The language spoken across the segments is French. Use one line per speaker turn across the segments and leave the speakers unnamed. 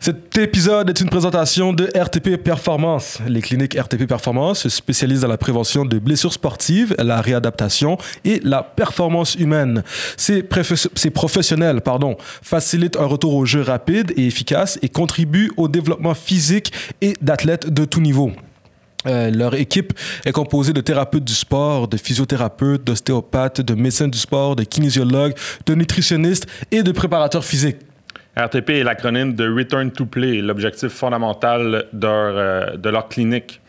Cet épisode est une présentation de RTP Performance. Les cliniques RTP Performance se spécialisent dans la prévention de blessures sportives, la réadaptation et la performance humaine. Ces, préf- ces professionnels pardon, facilitent un retour au jeu rapide et efficace et contribuent au développement physique et d'athlètes de tout niveau. Euh, leur équipe est composée de thérapeutes du sport, de physiothérapeutes, d'ostéopathes, de médecins du sport, de kinésiologues, de nutritionnistes et de préparateurs physiques.
RTP est l'acronyme de Return to Play, l'objectif fondamental de leur, euh, de leur clinique.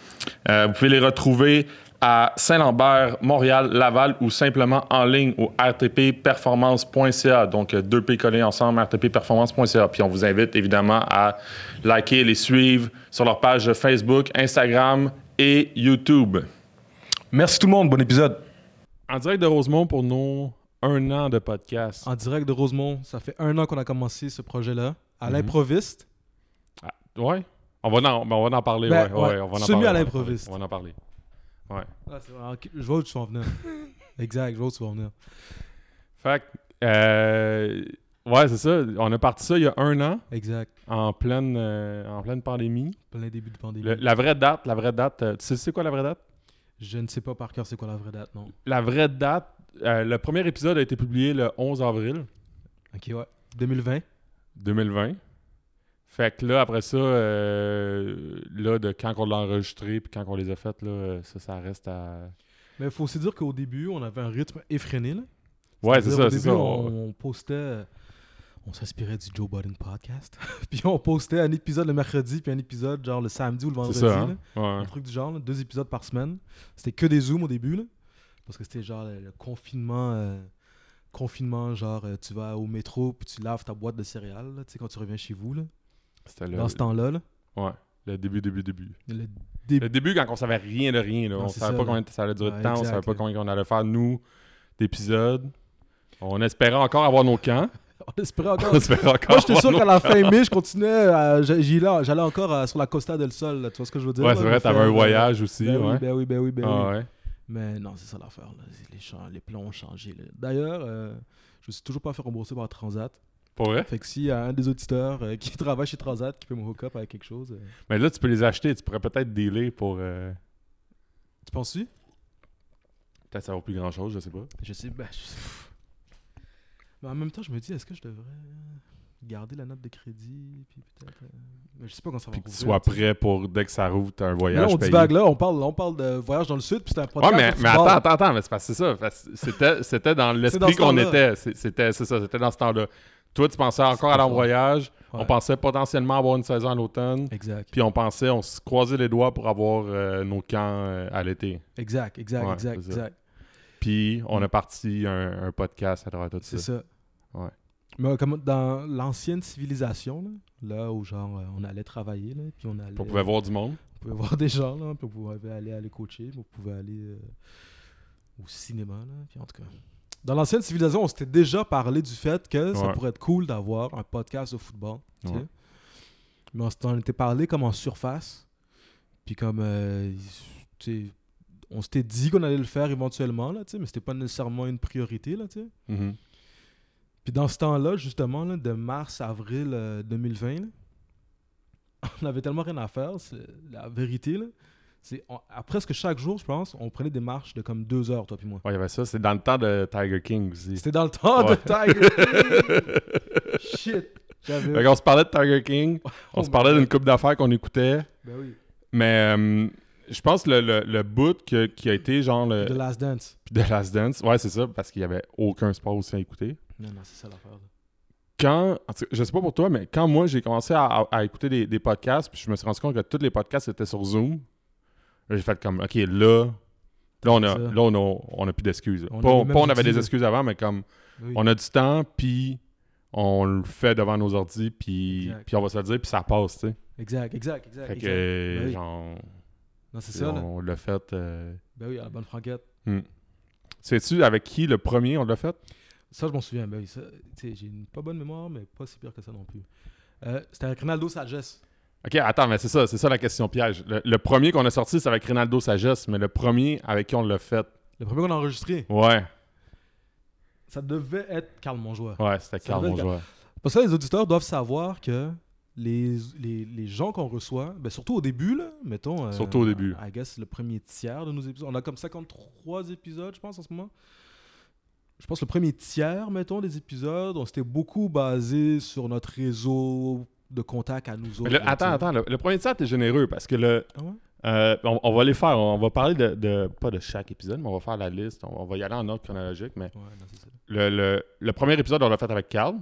Euh, vous pouvez les retrouver à Saint-Lambert, Montréal, Laval ou simplement en ligne au rtpperformance.ca. Donc, euh, deux P collés ensemble, rtpperformance.ca. Puis on vous invite évidemment à liker et les suivre sur leur page Facebook, Instagram et YouTube.
Merci tout le monde, bon épisode.
En direct de Rosemont pour nos un an de podcast.
En direct de Rosemont, ça fait un an qu'on a commencé ce projet-là.
Mhm.
À l'improviste,
Ouais. On va en, mais on va en parler.
Ben,
ouais, ouais,
ouais.
on va en
Semi à
parler, on va en parler,
l'improviste.
On va en parler. Ouais.
Ah, c'est vrai. Ok, je vois où tu vas en venir. exact, je vois où tu vas en venir.
Fait que, euh, ouais, c'est ça. On a parti ça il y a un an,
Exact.
en pleine, euh, en pleine pandémie.
Plein début de pandémie.
Le- la vraie date, la vraie date, euh, tu sais, c'est quoi la vraie date?
Je ne sais pas par cœur c'est quoi la vraie date, non.
La vraie date, euh, le premier épisode a été publié le 11 avril
Ok, ouais. 2020.
2020. Fait que là, après ça, euh, là, de quand on l'a enregistré puis quand on les a faites, là, euh, ça, ça reste à...
Mais il faut aussi dire qu'au début, on avait un rythme effréné. Là.
Ouais, c'est
C'est-à-dire,
ça,
au
c'est
début,
ça. on-
On, postait. euh, On s'inspirait du Joe Budden podcast. puis on postait un épisode le mercredi, puis un épisode genre le samedi ou le vendredi.
C'est
là.
ça, hein? Ouais.
Un truc du genre, là, deux épisodes par semaine. C'était que des zooms au début, là, parce que c'était genre le, le confinement, euh, confinement, genre euh, tu vas au métro puis tu laves ta boîte de céréales, là, tu sais quand tu reviens chez vous, là,
C'était le,
dans ce temps-là, là.
ouais, le début, début, début.
le début.
Le début, quand on savait rien de rien, là,
Non,
on
c'est
savait
ça,
pas
là.
combien ça allait durer de
Ouais,
temps, on
exact,
savait pas
là.
combien on allait faire, nous, d'épisodes. On espérait encore avoir nos camps.
On espérait encore.
On espérait encore
Moi, j'étais
avoir
sûr
nos
qu'à la fin mai, je continuais, à- j'a- j'y allais- j'allais encore à- sur la Costa del Sol, là, tu vois ce que je veux dire?
Ouais,
là,
c'est
me
vrai, t'avais
faire,
un
euh,
voyage aussi,
ben
ouais.
Oui, ben oui, ben oui, ben oui.
Ah ouais.
Mais non, c'est ça l'affaire. là. Les, champs- les plans ont changé. là. D'ailleurs, euh, je me suis toujours pas fait rembourser par Transat.
Pour vrai?
Fait que s'il y a un des auditeurs euh, qui travaille chez Transat qui peut me hook up avec quelque chose, euh,
Mais là, tu peux les acheter, tu pourrais peut-être dealer pour. euh,
tu penses-tu
Peut-être ça vaut plus grand chose, je sais pas.
Je sais, ben, je- Mais en même temps, je me dis, est-ce que je devrais euh, garder la note de crédit Puis peut-être. euh, Mais je sais pas quand ça va
Puis que tu
rouvrir,
sois
tu sais.
prêt pour dès que ça roule, t'as un
Là,
voyage
on
payé.
divague, là, on parle, on parle de voyage dans le sud, puis c'est un
Ouais,
podcast.
mais,
de
mais
football.
attends, attends, attends, mais c'est parce que c'est ça. parce que C'était, c'était dans
dans
l'esprit
ce
qu'on
temps-là.
était. C'est- C'était, c'est ça, c'était dans ce temps-là. Toi, tu pensais encore
pas
à leur
fort.
voyage. On
Ouais.
pensait potentiellement avoir une saison à l'automne.
Exact,
Puis on pensait, on se croisait les doigts pour avoir euh, nos camps euh, à l'été.
exact, exact,
Ouais,
exact,
c'est ça.
exact.
Puis on a parti un, un podcast à travers tout
C'est
ça.
ça.
Ouais.
Mais comme dans l'ancienne civilisation, là, là où genre euh, on allait travailler, là, puis on allait.
On pouvait voir du monde.
On pouvait voir des gens, là, puis on pouvait aller, aller coacher, puis on pouvait aller euh, au cinéma, là, puis en tout cas. Dans l'ancienne civilisation, on s'était déjà parlé du fait que ça
Ouais.
pourrait être cool d'avoir un podcast de football, tu sais.
Ouais.
Mais on s'en était parlé comme en surface, puis comme, euh, tu sais, on s'était dit qu'on allait le faire éventuellement, là, tu sais, mais c'était pas nécessairement une priorité, là, tu sais.
Mhm.
Puis dans ce temps-là, justement, là, de mars à avril euh, 2020, là, on avait tellement rien à faire. c'est- La vérité, là, c'est on- à presque chaque jour, je pense, on prenait des marches de comme deux heures, toi puis moi.
Ouais, il y avait ça. C'est dans le temps de Tiger King aussi.
C'était dans le temps
Ouais.
de Tiger King. Shit. J'avais...
on se parlait de Tiger King. On
Oh
se
my
parlait
God.
d'une coupe d'affaires qu'on écoutait.
Ben oui.
Mais euh, je pense le, le, le bout que- qui a été genre le,
The Last Dance.
de Last Dance, ouais, c'est ça, parce qu'il n'y avait aucun sport aussi à écouter.
Non, non, c'est ça l'affaire. là.
Quand, en tout cas, je sais pas pour toi, mais quand moi j'ai commencé à, à- à écouter des, des podcasts, puis je me suis rendu compte que tous les podcasts étaient sur Zoom, là, j'ai fait comme, ok, là, là on a,
Ça.
là, on a, on a plus d'excuses.
On
pas,
avait même
pas on avait
dit,
des
là.
excuses avant, mais comme,
Ben oui.
on a du temps, puis on le fait devant nos ordi, puis,
Exact.
puis on va se le dire, puis ça passe, tu sais.
Exact, exact, exact.
Fait que, euh,
exact. Ben oui.
genre,
Non, c'est ça, là.
on l'a fait. euh,
Ben oui, à la bonne franquette.
Sais-tu avec qui le premier on l'a fait?
Ça, je m'en souviens. Ben oui, ça, tu sais, j'ai une pas bonne mémoire, mais pas si pire que ça non plus. Euh, c'était avec Ronaldo Sagesse.
Ok, attends, mais c'est ça, c'est ça la question piège. Le, le premier qu'on a sorti, c'est avec Rinaldo Sagesse, mais le premier avec qui on l'a fait.
Le premier qu'on a enregistré,
Ouais,
ça devait être Carl Monjoie.
ouais, c'était
Ça
Carl
devait être
Monjoie.
Pour ça, les auditeurs doivent savoir que les, les, les gens qu'on reçoit, ben surtout au début, là, mettons. euh,
Surtout au début.
I guess le premier tiers de nos épisodes. On a comme 53 épisodes, je pense, en ce moment. Je pense le premier tiers, mettons, des épisodes, on s'était beaucoup basé sur notre réseau de contact à nous autres.
Mais le- attends, attends. Le, le premier tiers, t'es généreux parce que le,
Ah ouais?
euh, on, on va les faire. On va parler de, de- Pas de chaque épisode, mais on va faire la liste. On, on va y aller en ordre chronologique. Mais
Ouais, non, c'est ça.
le, le- le premier épisode, on l'a fait avec Carl.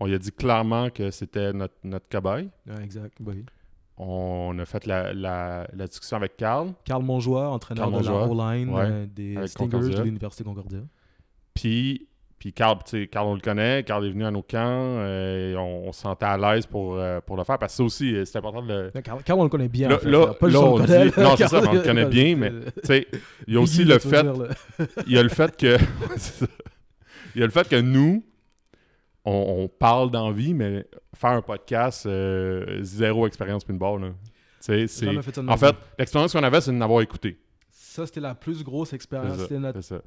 On lui a dit clairement que c'était notre, notre cobaye.
Ouais, exact. bah oui.
On a fait la, la- la discussion avec Carl.
Carl Monjoie, entraîneur
Carl
de la
Monjoie,
O-line
ouais,
euh, des
avec
Stingers
Concordia.
de l'Université Concordia.
Puis, puis Carl, tu sais, Carl, on le connaît. Carl est venu à nos camps. euh, et on, on se sentait à l'aise pour, euh, pour le faire parce que ça aussi, euh, c'est important de le.
Ouais, Carl, Carl, on le connaît bien.
Là-
en fait,
là-
pas juste
là,
on
on
le connaît.
dit-
là,
non, c'est
Carl-
ça, on le connaît bien, mais-
Euh,
Tu sais, il y a aussi
Guigui,
le
tu veux
fait.
dire, là.
il y a le fait que c'est ça. il y a le fait que nous on, on parle d'envie mais faire un podcast euh, zéro expérience pinball là. Tu sais,
J'ai
c'est
jamais fait ça de
en
ma
fait
vie.
l'expérience qu'on avait c'est de n'avoir écouté
ça c'était la plus grosse expérience.
C'est
C'était notre...
c'est ça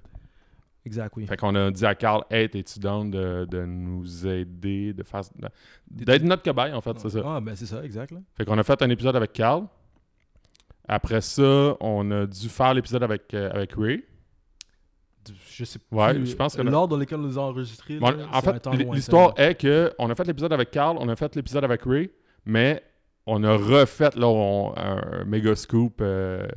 Exact, oui.
fait qu'on a dit à Carl hey t'es-tu down de, de nous aider de faire d'être notre cobaye en fait c'est ça
Ah, ben c'est ça, exact. Là.
fait qu'on a fait un épisode avec Carl après ça on a dû faire l'épisode avec euh, avec Ray
Du- Je sais plus.
Ouais, je pense que-
euh, L'ordre dans lequel on les a enregistrés.
Bon,
là,
en
c'est un
fait,
temps
l-
lointain,
l'histoire
là.
est que on a fait l'épisode avec Carl, on a fait l'épisode avec Ray, mais on a refait là on- un méga scoop euh,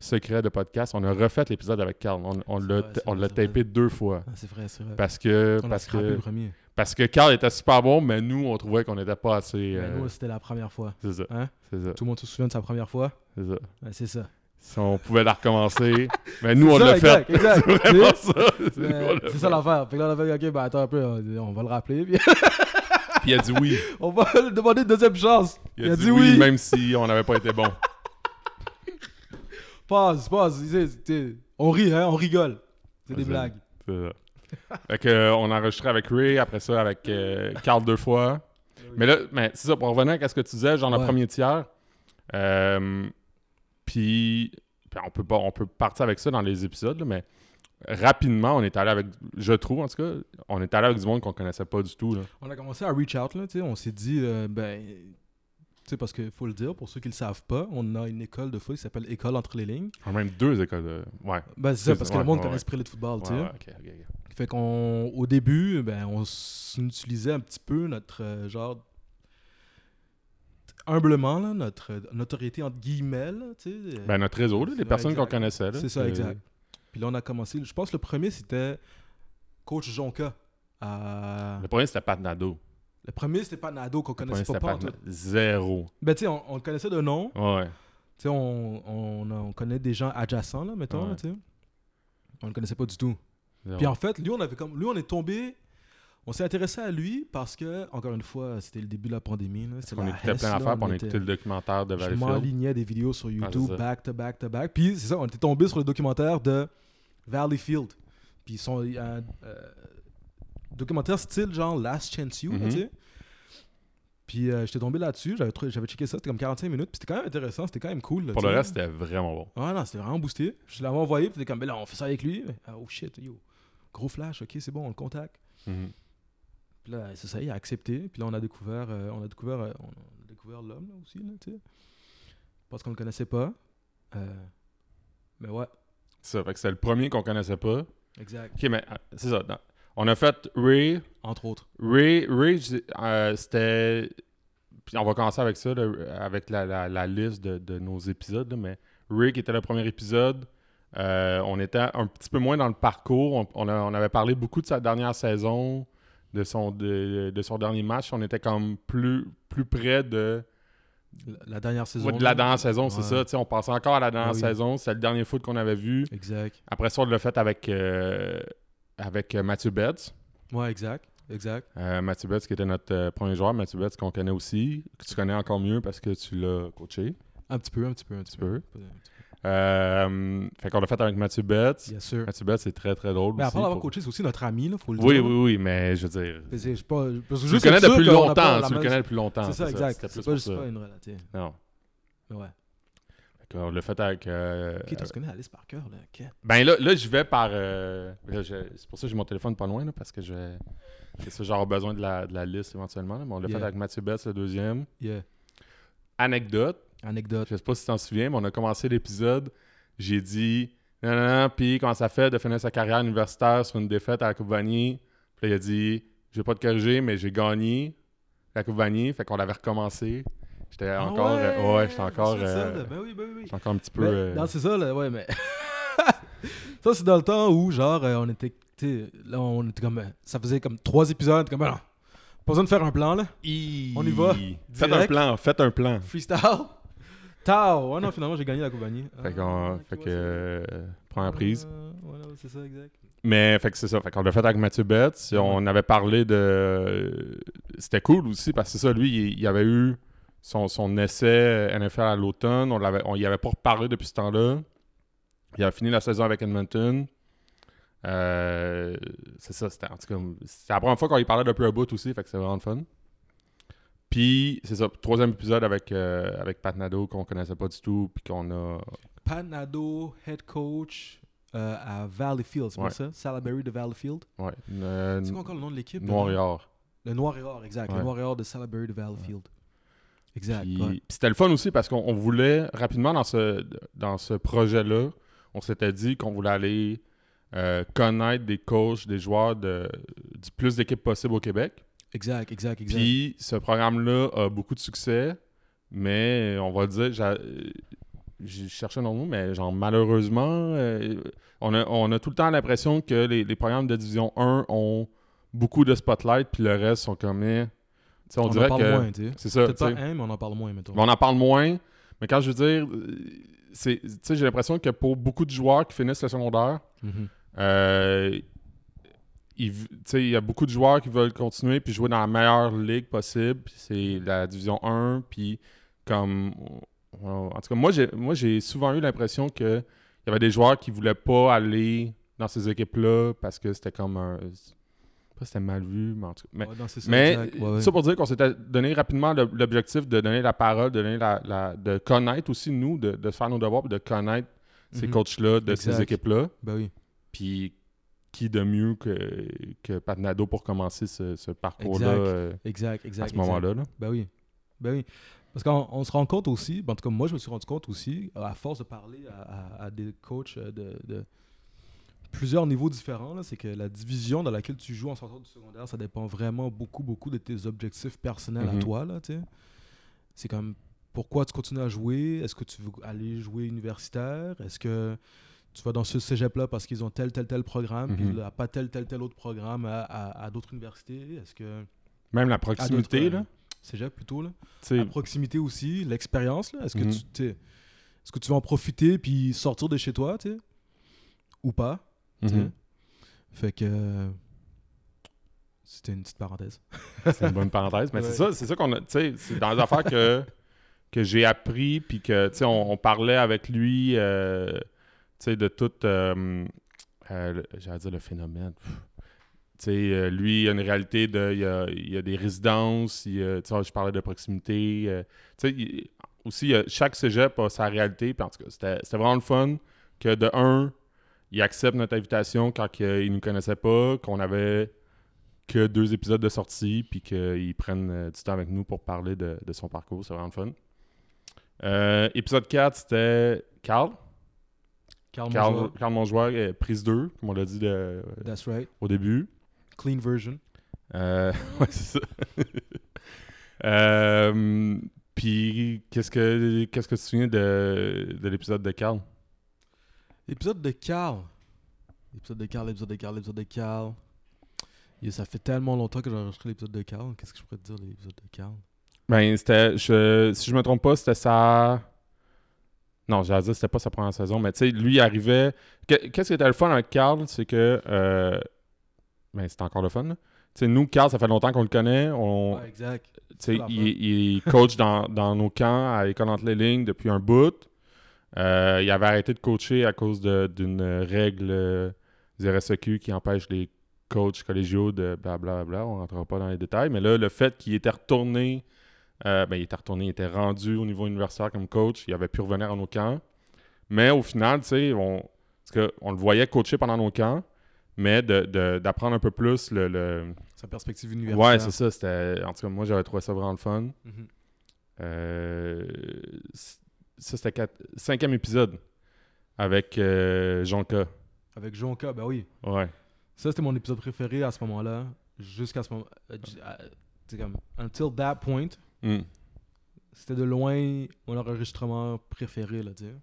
secret de podcast. On a refait l'épisode avec Carl. On, on
C'est
l'a
vrai, c'est
on
vrai,
l'a
c'est vrai.
tapé deux fois
Ah, c'est vrai, c'est vrai.
parce que
on
parce
a frappé
que
le premier.
parce que Carl était super bon, mais nous on trouvait qu'on n'était pas assez.
Mais
euh,
Ben, nous, c'était la première fois.
c'est ça.
hein?
C'est ça.
Tout le monde se souvient de sa première fois.
C'est ça.
Ouais, c'est ça.
Si on pouvait la recommencer, mais nous on
C'est ça,
l'a fait.
Exact, exact. Tu
C'est
sais?
vraiment ça. C'est
Mais
nous, on l'a
C'est
fait.
ça l'affaire. Fait que là, on a fait, ok, ben attends un peu, on, on va le rappeler, puis
Puis il a dit oui.
on va lui demander une deuxième chance.
Il a, dit, oui, même si on n'avait pas été bon.
Pause, pause. Tu sais, tu sais, On rit, hein, on rigole. C'est des
Vas-y.
blagues.
C'est ça. fait que, euh, on a enregistré avec Ray, après ça avec euh, Carl deux fois. Mais là, mais c'est ça, pour revenir à ce que tu disais, genre le
Ouais.
premier tiers, euh, puis puis on peut pas, on peut partir avec ça dans les épisodes, là, mais rapidement, on est allé avec, je trouve en tout cas, on est allé avec du monde qu'on connaissait pas du tout. là.
On a commencé à reach out, là, tu sais, on s'est dit, euh, ben, tu sais, parce qu'il faut le dire, pour ceux qui le savent pas, on a une école de foot qui s'appelle École entre les lignes.
On a même deux écoles de... Ouais.
Ben, c'est ça,
C'est-
parce que
ouais,
le monde
ouais,
connaît
ouais.
ce prix de football, tu
Ouais,
sais.
ouais, ok, ok, ok.
Fait qu'on, au début, ben, on s'utilisait un petit peu notre, euh, genre, humblement, là, notre euh, notoriété entre guillemets, là, tu sais. euh,
Ben, notre réseau, là, les
Ouais,
personnes qu'on
exact.
connaissait. là, Euh,
C'est ça, exact. Puis là, on a commencé, je pense que le premier, c'était Coach Jonka. à-
Le premier, c'était Pat Nadeau.
Le premier, c'était pas Nado qu'on
Le
connaissait
premier,
pas, pas en
c'était
tout.
Pat- Zéro.
Ben, tu sais, on, on le connaissait de nom,
Ouais.
Tu sais, on, on, on connaît des gens adjacents, là, mettons,
Ouais.
là, tu sais. On le connaissait pas du tout.
zéro.
Puis en fait, lui, on avait comme... Lui, on est tombé... On s'est intéressé à lui parce que, encore une fois, c'était le début de la pandémie, là. C'était
On
la
écoutait
hesse,
plein
là,
d'affaires, puis on
était-
écoutait le documentaire de
Je
Valleyfield.
m'enlignais des vidéos sur YouTube,
ça.
back to back to back. Puis c'est ça, on était tombé sur le documentaire de Valleyfield. Puis ils sont... un euh, documentaire style genre Last Chance You, là,
Mhm.
tu sais. Puis euh, j'étais tombé là-dessus, j'avais trou- j'avais checké ça, c'était comme 45 minutes, puis c'était quand même intéressant, c'était quand même cool. là,
Pour
tu
le
sais.
reste, c'était vraiment bon.
Ouais, non, c'était vraiment boosté. Je l'avais envoyé, puis t'es comme, ben là, on fait ça avec lui. Ah, oh shit, yo. Gros flash, ok, c'est bon, on le contacte. Puis là, c'est ça, il a accepté. Puis là, on a découvert, euh, on a découvert, euh, on a découvert l'homme, là aussi, là, tu sais. Parce qu'on le connaissait pas. Euh, mais ouais,
Ça, fait que c'était le premier qu'on connaissait pas.
exact.
Ok, mais euh, c'est ça. dans- On a fait Ray.
Entre autres.
Ray, Ray je- euh, c'était. Puis on va commencer avec ça, là, avec la, la- la liste de, de nos épisodes. là, mais Ray, qui était le premier épisode, euh, on était un petit peu moins dans le parcours. On, on a- on avait parlé beaucoup de sa dernière saison, de son, de, de son dernier match. On était comme plus, plus près de.
La, la dernière saison.
Ouais, de la
là.
dernière saison, c'est
Ouais.
ça. tu sais, On pensait encore à la dernière
Ah oui.
saison. C'est le dernier foot qu'on avait vu.
Exact.
Après ça, on l'a fait avec, euh, avec euh, Mathieu Betts.
Ouais, exact. Exact.
Euh, Mathieu Betts, qui était notre euh, premier joueur. Mathieu Betts, qu'on connaît aussi, que tu connais encore mieux parce que tu l'as coaché.
Un petit peu, un petit peu, un petit peu.
peu. Euh, fait qu'on l'a fait avec Mathieu Betts.
Bien sûr.
Mathieu Betts, c'est très, très drôle
Mais
aussi.
après l'avoir
pour-
coaché, c'est aussi notre ami, là, faut le
Oui,
dire.
oui, oui, mais je veux dire...
oui. Je pas, parce que
Tu le
juste
connais
être sûr
depuis
qu'on a pas
longtemps.
la
Tu le
même-
connais depuis longtemps.
C'est ça, exact.
C'était
C'est
plus
pas
pour
juste
ça.
pas une relation.
Non.
Ouais.
D'accord, le fait avec. euh,
Ok, toi, tu connais Alice Parker, là. ok.
Ben là, là je vais par. euh, là, je- c'est pour ça que j'ai mon téléphone pas loin, là, parce que je vais. C'est ça, j'aurai besoin de la, de la liste éventuellement. là, mais on l'a
Yeah.
fait avec Mathieu Betts, le deuxième.
Yeah.
Anecdote,
Anecdote.
je sais pas si tu t'en souviens, mais on a commencé l'épisode. J'ai dit. Non, non, non, puis comment ça fait de finir sa carrière universitaire sur une défaite à la Coupe Vanier? Puis là, il a dit Je vais pas te corriger, mais j'ai gagné la Coupe Vanier. Fait qu'on l'avait recommencé. J'étais
Ah
encore. euh, ouais, j'étais
je me
encore.
souviens de ça,
euh,
là. Ben oui, ben oui, oui.
j'étais encore un petit peu.
Mais-
euh,
Non, c'est ça, là, ouais, mais. ça, c'est dans le temps où, genre, euh, on était. tu sais, Là, on était comme. euh, Ça faisait comme trois épisodes, on était comme, ben non, pas besoin de faire un plan, là. On y va.
Faites un
Direct.
plan, faites un plan.
Freestyle. Tao. Ouais, non, finalement, j'ai gagné la compagnie. Ah,
Fait, qu'on- fait que euh, première prise.
Euh, ouais, non, c'est ça, exact.
Mais fait que c'est ça. Fait qu'on l'a fait avec Mathieu Betts. On avait parlé de. C'était cool aussi parce que c'est ça, lui, il, il avait eu son, son essai euh, NFL à l'automne. On l'avait, on y avait pas reparlé depuis ce temps-là. Il a fini la saison avec Edmonton. Euh, c'est ça, c'était en tout cas. C'était la première fois qu'on y parlait depuis un bout aussi, fait que c'est vraiment le fun. Puis, c'est ça, troisième épisode avec, euh, avec Pat Nadeau qu'on connaissait pas du tout, puis qu'on a.
Panado, head coach euh, à Valley Field, c'est
Ouais.
pas ça? Salaberry de Valley Field.
Ouais. euh,
C'est quoi encore le nom de l'équipe?
Noir et or.
Le Noir et Or, exact.
Ouais.
Le Noir et Or de Salaberry de Valley Field. Exact.
Puis,
ouais.
puis c'était le fun aussi parce qu'on on voulait rapidement dans ce, dans ce projet-là, on s'était dit qu'on voulait aller euh, connaître des coachs, des joueurs de, du plus d'équipes possible au Québec.
Exact, exact, exact.
Puis ce programme-là a beaucoup de succès, mais on va dire, j'a- euh, j'ai cherché un autre mot, mais genre malheureusement, euh, on, a, on a tout le temps l'impression que les, les programmes de Division 1 ont beaucoup de spotlight, puis le reste sont comme. eh. Tu sais, on,
on,
dirait
en parle
que.
moins, tu sais.
C'est ça.
Peut-être
tu
pas
sais.
un, mais on en parle moins, mettons.
Mais on en parle moins. Mais quand je veux dire, euh, c'est, tu sais, j'ai l'impression que pour beaucoup de joueurs qui finissent le secondaire,
Mhm.
euh, ils v- tu sais, il y a beaucoup de joueurs qui veulent continuer puis jouer dans la meilleure ligue possible. puis C'est la division 1. Puis comme. on- En tout cas, moi j'ai, moi, j'ai souvent eu l'impression que il y avait des joueurs qui voulaient pas aller dans ces équipes-là parce que c'était comme un. Pas c'était mal vu, mais en tout cas. mais-
Ouais, non, c'est ça,
mais
exact, ouais, ouais.
ça pour dire qu'on s'était donné rapidement le- l'objectif de donner la parole, de, donner la, la- de connaître aussi nous, de, de se faire nos devoirs, puis de connaître ces
Mhm.
coachs-là, de ces
Exact.
équipes-là.
Ben oui,
Puis qui de mieux que, que Pat Nadeau pour commencer ce, ce parcours-là
Exact.
euh,
exact, exact.
à ce
exact.
moment-là. là.
Ben oui. Ben oui. Parce qu'on on se rend compte aussi, ben, en tout cas, moi, je me suis rendu compte aussi, à force de parler à, à- à des coachs euh, de, de plusieurs niveaux différents, là, c'est que la division dans laquelle tu joues en sortant du secondaire, ça dépend vraiment beaucoup, beaucoup de tes objectifs personnels
Mhm.
à toi. Là, tu sais. c'est comme pourquoi tu continues à jouer Est-ce que tu veux aller jouer universitaire Est-ce que tu vas dans ce cégep-là parce qu'ils ont tel, tel, tel programme, puis
Mhm.
là, pas tel, tel, tel autre programme à, à- à d'autres universités Est-ce que.
Même la
à d'autres,
proximité,
euh,
là.
Cégep plutôt, là
tu sais,
la proximité aussi, l'expérience. là. Est-ce que,
Mhm.
tu t'es- est-ce que tu vas en profiter puis sortir de chez toi, tu sais? Ou pas, tu sais?
mhm.
Fait que... euh, C'était une petite parenthèse.
C'est une bonne parenthèse. Mais
Ouais.
c'est ça, c'est ça qu'on a. Tu sais, c'est dans les affaires que, que j'ai appris, puis que, tu sais, on, on parlait avec lui, euh, tu sais, de tout. euh, euh, le- J'allais dire le phénomène. Pff. Tu sais, euh, lui, il y a une réalité de. Il y a, il y a des résidences, il y a- tu sais, je parlais de proximité. euh, tu sais, il- aussi, il y a- chaque cégep a sa réalité, puis en tout cas, c'était c'était vraiment le fun que de un, il accepte notre invitation quand qu'il il nous connaissait pas, qu'on avait que deux épisodes de sortie, puis qu'ils prennent euh, du temps avec nous pour parler de, de son parcours. C'est vraiment le fun. Euh, épisode 4, c'était Carl.
Carl
Carl,
Monjoie,
Carl Monjoie, euh, prise 2, comme on l'a dit euh,
That's right.
au début.
Clean version.
Euh, ouais, c'est ça. Euh, puis, qu'est-ce que, qu'est-ce que tu te souviens de, de l'épisode de Carl?
Épisode de Carl. Épisode de Carl, épisode de Carl, épisode de Carl. Yeah, ça fait tellement longtemps que j'ai enregistré l'épisode de Carl. Qu'est-ce que je pourrais te dire de l'épisode de Carl?
Ben, c'était. Je, si je me trompe pas, c'était sa. Non, j'allais dire, c'était pas sa première saison, mais tu sais, lui, il arrivait. Que- Qu'est-ce qui était le fun avec Carl, c'est que. euh, Ben, c'était encore le fun, là. Tu sais, nous, Carl, ça fait longtemps qu'on le connaît. On,
Ouais, exact.
tu sais,
c'est la
il, il coach dans, dans nos camps à École entre les lignes depuis un bout. Euh, il avait arrêté de coacher à cause de- d'une règle euh, du RSEQ qui empêche les coachs collégiaux de blablabla. On ne rentrera pas dans les détails. Mais là, le fait qu'il était retourné Euh, ben, il était retourné, il était rendu au niveau universitaire comme coach. Il avait pu revenir à nos camps. Mais au final, tu sais, on, parce que on le voyait coacher pendant nos camps, mais de- de- d'apprendre un peu plus le. le-
Sa perspective universitaire.
Ouais, c'est ça. C'était... En tout cas, moi, j'avais trouvé ça vraiment le fun.
Mhm.
Euh, c- Ça, c'était quatre- cinquième épisode avec euh, Jean K.
Avec Jonka, ben oui.
Ouais.
Ça, c'était mon épisode préféré à ce moment-là. Jusqu'à ce moment. euh, j- à- C'est comme. Until that point,
Mm.
c'était de loin mon enregistrement préféré, là, tu sais.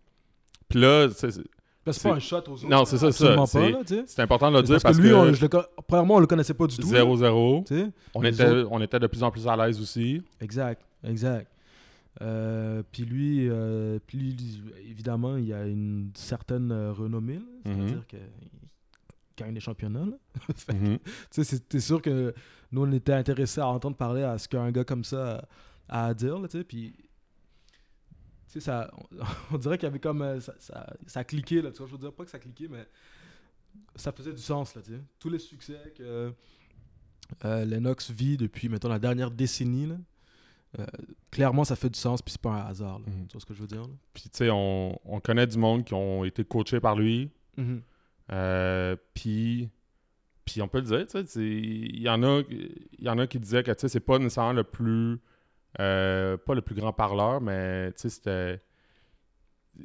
Puis là, c'est, c'est-
Parce que
C'est-
c'est pas un shot aux autres.
Non, c'est ça, c'est ça.
Absolument
C'est-
pas, là, tu sais.
c'est important de le dire
Parce, que lui, on,
que,
je le con- premièrement, on le connaissait pas du tout. là,
0-0,
tu sais.
on
Les
était, on était de plus en plus à l'aise aussi.
Exact, exact. Euh, puis lui, euh, puis lui, lui, évidemment, il a une certaine euh, renommée, là. c'est-à-dire
Mm-hmm.
qu'il gagne des championnats. là. Fait que,
Mhm.
tu sais, c'est- c'est sûr que nous, on était intéressés à entendre parler à ce qu'un gars comme ça a à dire, là, tu sais, puis... tu sais, ça, on, on dirait qu'il y avait comme... euh, Ça, ça, ça cliquait, là, tu vois, je veux dire, pas que ça cliquait, mais ça faisait du sens, là, tu sais. Tous les succès que euh, Lennox vit depuis, mettons, la dernière décennie, là, euh, clairement, ça fait du sens, puis c'est pas un hasard, là.
Mhm.
tu vois ce que je veux dire, là?
Puis, tu sais, on, on connaît du monde qui ont été coachés par lui. Euh, puis, puis on peut le dire, tu sais, c'est- il y, en a- il y en a qui disaient que, tu sais, c'est pas nécessairement le plus... euh, pas le plus grand parleur, mais, tu sais, c'était...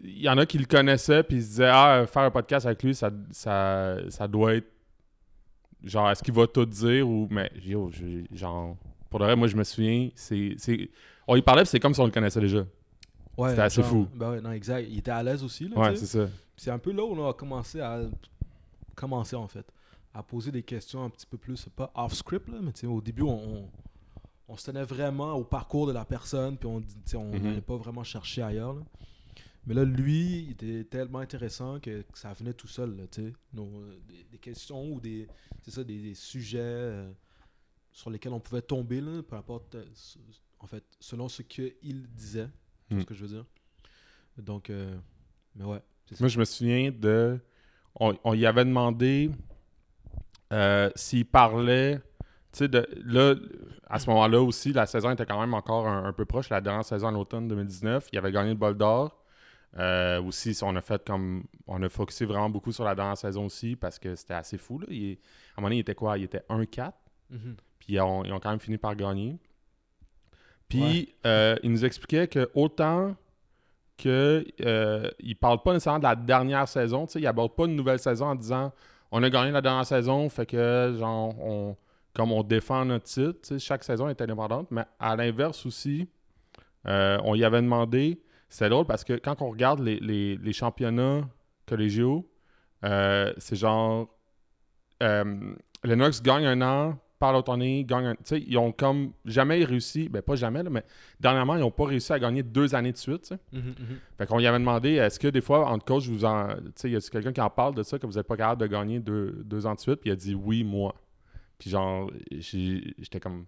Il y en a qui le connaissaient, puis ils se disaient « Ah, faire un podcast avec lui, ça, ça, ça doit être... Genre, est-ce qu'il va tout dire ou... » Mais, yo, j'ai- genre... Pour de vrai, moi, je me souviens, c'est... c'est- On y parlait, puis c'est comme si on le connaissait déjà.
Ouais,
C'était assez
genre,
fou.
Ben ouais, non, exact. Il était à l'aise aussi, là,
Ouais,
tu sais.
c'est ça.
C'est un peu là où on a commencé à commencer en fait à poser des questions un petit peu plus pas off script là, mais tu sais, au début on, on, on se tenait vraiment au parcours de la personne puis on tu sais, on
Mhm.
n'allait pas vraiment chercher ailleurs. là. Mais là lui, il était tellement intéressant que, que ça venait tout seul là, tu sais, Nos- euh, des, des questions ou des c'est ça des, des sujets euh, sur lesquels on pouvait tomber là, peu importe euh, s- en fait selon ce qu'il disait, tu vois
Mhm.
ce que je veux dire. Donc euh, mais ouais. c'est ça.
Moi, je me souviens de. On, on y avait demandé euh, s'il parlait. Tu sais, de- là, à ce moment-là aussi, la saison était quand même encore un, un peu proche. La dernière saison, à l'automne 2019, il avait gagné le bol d'or. Euh, aussi, on a fait comme. On a focusé vraiment beaucoup sur la dernière saison aussi parce que c'était assez fou. Là. Il est- à un moment donné, il était quoi Il était 1-4.
Mhm.
Puis ils ont, ils ont quand même fini par gagner. Puis euh, il nous expliquait que autant que euh, il parle pas nécessairement de la dernière saison, tu sais, il aborde pas une nouvelle saison en disant on a gagné la dernière saison, fait que genre on comme on défend notre titre, tu sais, chaque saison est indépendante, mais à l'inverse aussi, euh, on y avait demandé, c'est drôle parce que quand on regarde les, les- les championnats collégiaux, euh, c'est genre euh, Lennox gagne un an, par l'autre année, gagne un. Tu sais, ils ont comme jamais réussi, ben pas jamais, là, mais dernièrement, ils n'ont pas réussi à gagner deux années de suite. tu sais.
Mhm, mhm.
Fait qu'on y avait demandé, est-ce que des fois, entre coach, vous en. Tu sais, y a quelqu'un qui en parle de ça, que vous n'êtes pas capable de gagner deux, deux ans de suite? Puis il a dit oui, moi. Puis genre, j'ai- j'étais comme.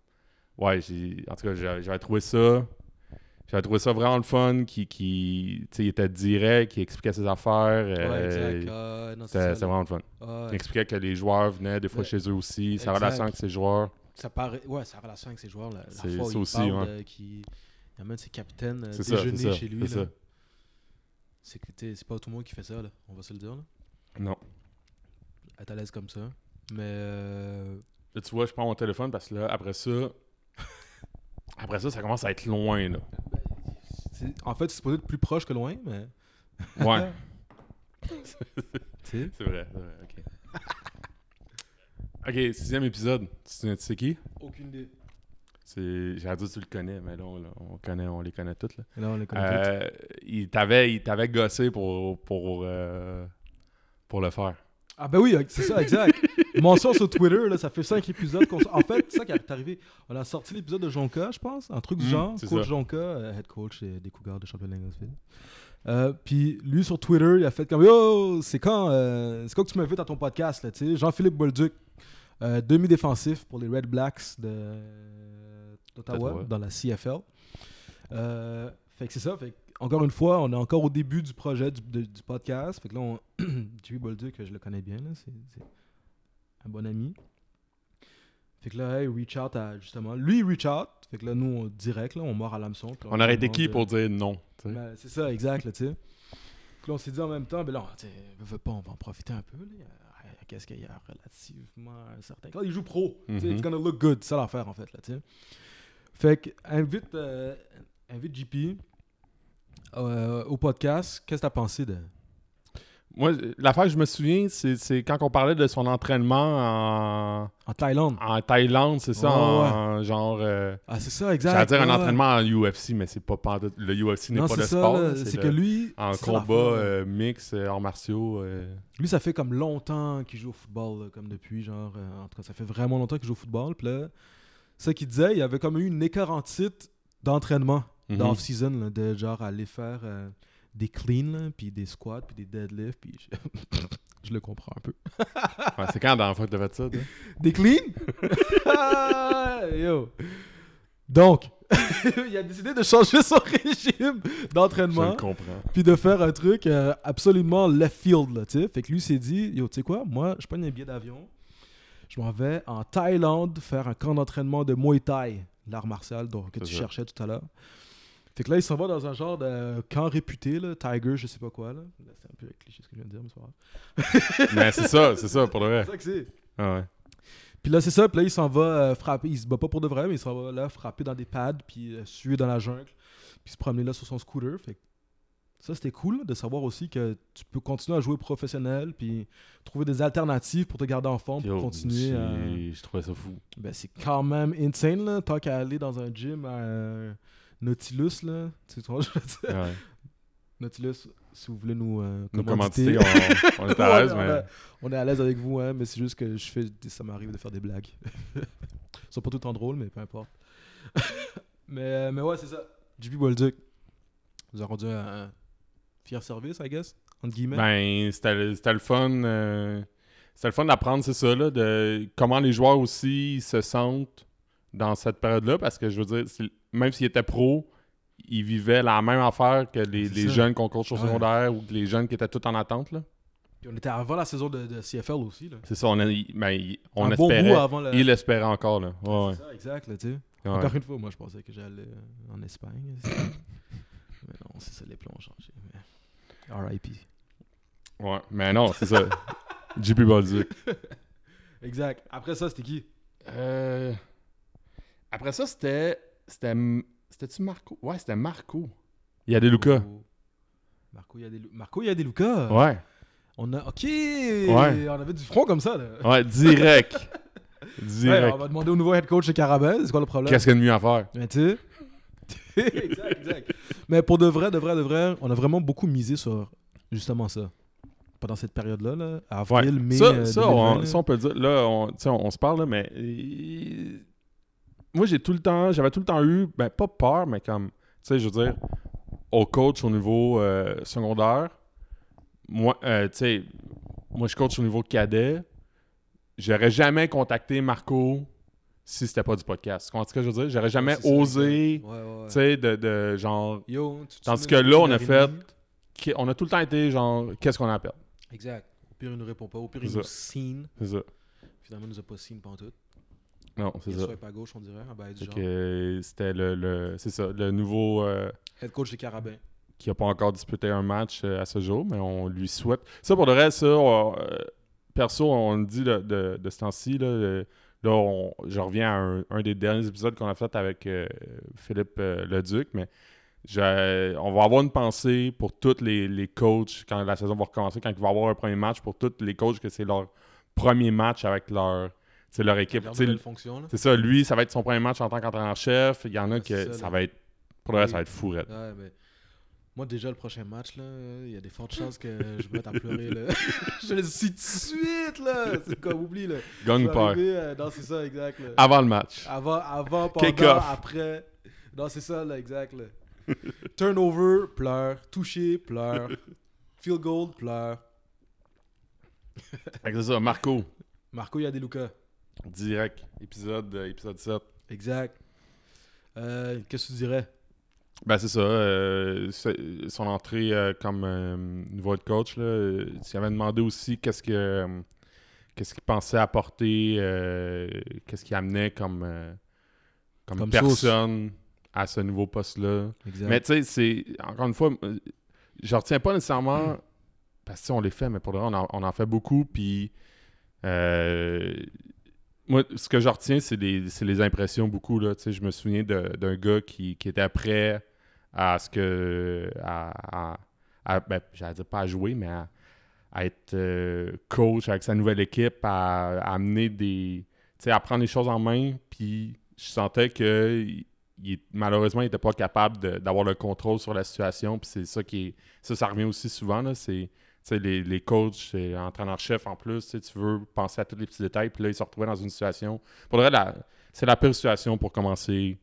Ouais, j'ai. En tout cas, j'a- j'avais trouvé ça. J'avais trouvé ça vraiment le fun, qui, qui tu sais, il était direct, qui expliquait ses affaires.
Ouais,
euh,
exact. Ah, non, c'est
c'était
ça, là.
c'était vraiment le fun.
Ah,
Il expliquait que les joueurs venaient des fois
Le-
chez eux aussi,
Exact.
sa relation avec ses joueurs.
ça paraît, ouais, sa relation avec ses joueurs, la, la
C'est-
fois où
ça
il
aussi,
parle,
ouais.
euh, qui il amène ses capitaines euh,
C'est ça,
déjeuner
c'est ça,
chez lui.
c'est
là.
ça.
C'est que, t'sais, c'est pas tout le monde qui fait ça, là. on va se le dire. Là.
Non.
Être à l'aise comme ça. Mais euh,
Là, tu vois, je prends mon téléphone parce que là, après ça, après ça, ça commence à être loin, là.
c'est- en fait, c'est supposé être plus proche que loin, mais.
Ouais,
t'sais,
c'est vrai, c'est vrai, ok. Ok, sixième épisode. Tu tu sais qui?
Aucune idée.
C'est... J'allais dire que tu le connais, mais là, on, là, on connaît, on les connaît toutes, là.
Là, on les connaît tous.
Euh, il, t'avait, il t'avait gossé pour, pour, euh, pour le faire.
Ah, ben oui, c'est ça, exact. Mention sur Twitter, là, ça fait 5 épisodes qu'on. s- En fait, c'est ça qui est arrivé. On a sorti l'épisode de Jonka, je pense, un truc du
Mm,
genre.
c'est
Coach
ça.
Jonka, euh, head coach et des Cougars de championnat d'Angleterre. Euh, Puis lui sur Twitter, il a fait comme Yo, c'est quand, euh, c'est quand que tu m'invites à ton podcast, là, tu sais, Jean-Philippe Bolduc, euh, demi-défensif pour les Red Blacks de- d'Ottawa
D'Ottawa.
dans la CFL. Euh, fait que c'est ça, fait que encore une fois, on est encore au début du projet du, de- du podcast. Fait que là, on... Jimmy Bolduc, je le connais bien, là, c'est c'est un bon ami. Fait que là, hey, reach out à justement. Lui, il reach out. Fait que là, nous, on direct, là, on mord à l'hameçon. puis
On aurait été
demande,
qui
euh,
pour dire non? tu sais?
ben, c'est ça, exact, là, tu sais. Puis là, on s'est dit en même temps, ben là, tu sais, veux, veux pas, on va en profiter un peu, là. Il y a- ah, Qu'est-ce qu'il y a relativement un certain grade. Il joue pro. tu sais,
Mhm.
It's gonna look good. C'est ça l'affaire, en fait, là, tu sais. Fait que, invite, euh, invite JP euh, au podcast. Qu'est-ce que t'as pensé de.
Moi, l'affaire que je me souviens, c'est c'est quand on parlait de son entraînement en,
En Thaïlande.
en Thaïlande, c'est ça?
Ouais,
en, genre. euh,
Ah, c'est ça, exact.
J'allais dire un
ouais.
entraînement en UFC, mais c'est pas pantoute- Le UFC n'est
Non,
pas
c'est
de
ça,
sport.
là,
là,
C'est
le-
que lui.
En
c'est ça
combat
l'affaire, là.
euh, mix, euh, arts martiaux. euh,
Lui, ça fait comme longtemps qu'il joue au football, là, comme depuis, genre, euh, en tout cas, ça fait vraiment longtemps qu'il joue au football. Puis là, ce qu'il disait, il avait comme eu une écarantite d'entraînement
Mhm.
d'off-season, là, de genre aller faire euh, des cleans, là, puis des squats, puis des deadlifts, puis je... je le comprends un peu.
ouais, c'est quand la dernière fois que t'as fait ça? toi?
Des cleans? Yo! Donc, il a décidé de changer son régime
Je le
d'entraînement
comprends.
puis de faire un truc euh, absolument left field, là, tu sais. Fait que lui s'est dit, yo, tu sais quoi, moi, je prends un billet d'avion, je m'en vais en Thaïlande faire un camp d'entraînement de Muay Thai, l'art martial donc, que
C'est
tu
ça.
cherchais tout à l'heure. Fait que là, il s'en va dans un genre de camp réputé, là, Tiger, je sais pas quoi, là. Là, c'est un peu cliché ce que je viens de dire, mais c'est pas grave.
mais c'est ça, c'est ça, pour le vrai.
C'est ça que c'est.
Ah ouais.
Puis là, c'est ça. Puis là, il s'en va euh, frapper. Il se bat pas pour de vrai, mais il s'en va là frapper dans des pads, puis euh, suer dans la jungle, puis se promener là sur son scooter. Fait que ça, c'était cool de savoir aussi que tu peux continuer à jouer professionnel, puis trouver des alternatives pour te garder en forme,
Yo,
pour continuer à.
j'ai- Je trouvais ça fou.
Ben, c'est quand même insane, là. Tant qu'à aller dans un gym à euh, Nautilus, là. Tu sais, tu vois, je veux dire.
Ah Ouais.
Nautilus, si vous voulez nous, euh,
Nous
commanditer.
commanditer, on, on est à l'aise,
Ouais, on
mais.
est- On est à l'aise avec vous, hein, mais c'est juste que je fais, ça m'arrive de faire des blagues. Ils sont pas tout le temps drôles, mais peu importe. mais, mais ouais, c'est ça. JB Bolduc nous a rendu un fier service, I guess, entre guillemets.
Ben, c'était le c'était le fun. euh, c'était le fun d'apprendre, c'est ça, là, de comment les joueurs aussi se sentent dans cette période-là, parce que je veux dire, c'est- même s'ils étaient pros, ils vivaient la même affaire que les,
C'est
les
ça.
jeunes qu'on court sur
Ouais.
secondaire ou que les jeunes qui étaient tout en attente, là.
Puis on était avant la saison de, de CFL aussi. Là.
C'est ça, on, a- il- ben, il- on
un bon
espérait.
bout avant la...
Il espérait encore, là. Ouais, ouais.
C'est ça, exact, là, tu sais.
Ouais.
Encore une fois, moi, je pensais que j'allais euh, en Espagne. c'est- mais non, c'est ça, les plans ont changé. mais- R.I.P.
Ouais. Mais non, c'est ça. JP Bolduc.
Exact. Après ça, c'était qui?
Euh, Après ça, c'était. C'était. C'était-tu Marco? Ouais, c'était Marco. Il y a des Lucas.
Marco Yadelu- Marco Yadeluca.
Ouais.
On a. Ok!
Ouais.
On avait du front comme ça, là.
Ouais, direct.
Ouais,
direct.
on va demander au nouveau head coach de Carabin, c'est quoi le problème?
Qu'est-ce qu'il y a de mieux à faire?
Mais tu sais. exact, exact. Mais pour de vrai, de vrai, de vrai, on a vraiment beaucoup misé sur justement ça. Pendant cette période-là, là,
Ouais.
avril, mai.
ça,
euh,
ça,
2020,
on,
là.
ça, on peut dire. Là, on, tu sais, on, on se parle, là, mais. euh, Moi, j'ai tout le temps. J'avais tout le temps eu. Ben, pas peur, mais comme. Tu sais, je veux dire, au coach au niveau euh, secondaire, moi, euh, tu sais, moi, je coach au niveau cadet. J'aurais jamais contacté Marco si c'était pas du podcast. Tu comprends ce que je veux dire? J'aurais jamais
C'est ça,
osé,
exact. Ouais, ouais, ouais.
tu sais, de, de genre.
Yo, tu- tu
Tandis
mets
que
une
là, on a
heure et
fait-
demie.
qui- On a tout le temps été genre, qu'est-ce qu'on appelle?
Exact. Au pire, il nous répond pas. Au pire, il
C'est
nous
ça.
signe.
C'est ça.
Finalement, il nous a pas signe pendant tout.
Non, c'est
Il
ça.
swipe à gauche, on dirait. Ah, ben, du
Fait
genre.
que, euh, c'était le, le- c'est ça, le nouveau euh,
Head coach de Carabin.
qui n'a pas encore disputé un match euh, à ce jour, mais on lui souhaite. Ça, pour le reste, ça, on- euh, perso, on le dit de, de, de ce temps-ci. Là, euh, là, on- je reviens à un, un des derniers épisodes qu'on a fait avec euh, Philippe euh, Leduc, mais je- on va avoir une pensée pour tous les, les coachs quand la saison va recommencer, quand il va y avoir un premier match, pour tous les coachs que c'est leur premier match avec leur, tu sais, leur équipe.
Regarde
Tu sais,
nouvelle fonction, là.
c'est ça, lui, ça va être son premier match en tant qu'entraîneur-chef. Il y en a
Ah,
que
c'est
ça,
ça, là.
va être. Pour le reste,
Oui.
ça va être fourrette.
Ouais, mais moi, déjà, le prochain match, là, il y a des fortes chances que je me mette à pleurer. Là. je le dis tout de suite, là. C'est comme oublie, là. Je
Gagne
vais
peur. Ah.
arriver, euh, non, c'est ça, exact. là.
Avant le match.
Avant, avant, pendant,
Kick-off.
après. Non, c'est ça, là, exact. Là. Turnover, pleure. Touché, pleure. Field goal, pleure.
Ah, Fait que c'est ça, Marco,
Marco Yadeluca.
direct, épisode, euh, épisode 7.
Exact. Euh, Qu'est-ce que tu dirais?
Ben, c'est ça. euh, c'est- son entrée euh, comme euh, nouveau head coach, là, euh, tu avais demandé aussi qu'est-ce que. euh, qu'est-ce qu'il pensait apporter, euh, qu'est-ce qu'il amenait comme, euh, comme,
Comme
personne à ce nouveau poste-là.
Exact.
Mais tu sais, c'est. Encore une fois, euh, je retiens pas nécessairement. Parce que tu sais, on les fait, mais pour le vrai, on en, on en fait beaucoup. Puis. euh, moi, ce que je retiens, c'est les, c'est les impressions beaucoup. Là. Tu sais, Je me souviens de- d'un gars qui, qui était prêt à ce que. À, à, à- ben, j'allais dire pas à jouer, mais à, à être euh, coach avec sa nouvelle équipe, à, à amener des. Tu sais, à prendre les choses en main. Puis je sentais que il est- malheureusement, il n'était pas capable de- d'avoir le contrôle sur la situation. Puis c'est ça qui est- Ça, ça revient aussi souvent. Là, c'est, tu sais, les, les coachs, les entraîneurs-chefs en plus, tu sais, tu veux penser à tous les petits détails. Puis là, il se retrouvait dans une situation. Pour le vrai, la- c'est la pire situation pour commencer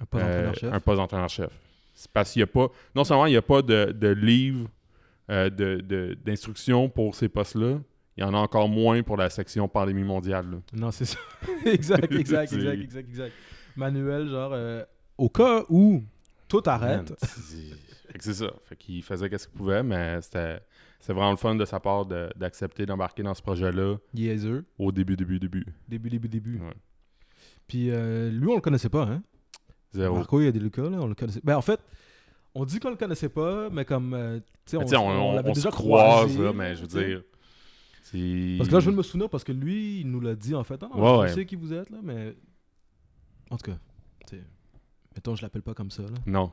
Un poste
euh,
d'entraîneur-chef.
un poste d'entraîneur-chef. C'est parce qu'il n'y a pas. Non seulement il n'y a pas de, de livre euh, de, de- d'instructions pour ces postes-là, il y en a encore moins pour la section pandémie mondiale. là.
Non, c'est ça. exact, exact,
C'est-
exact, exact, exact. Manuel, genre, euh, au cas où tout arrête,
Man, c'est- fait que c'est ça. Fait qu'il faisait qu'est-ce qu'il pouvait, mais c'était c'est vraiment le fun de sa part de- d'accepter d'embarquer dans ce projet-là
Yeazer,
au début, début, début.
début, début, début.
Ouais.
Puis euh, lui, on le connaissait pas, hein?
Zéro.
Marco, il y a des Lucas, là, on le connaissait. Ben, en fait, on dit qu'on le connaissait pas, mais comme. euh, tu sais,
Mais tu sais, on, on-
l'avait
on
déjà
se croise,
croisé,
là, mais je veux
tu sais.
dire. c'est-
Parce que là, je viens de me souvenir parce que lui, il nous l'a dit en fait. Ah,
Ouais,
Je
ouais.
sais qui vous êtes, là, mais. En tout cas, tu sais, mettons, je l'appelle pas comme ça, là.
Non.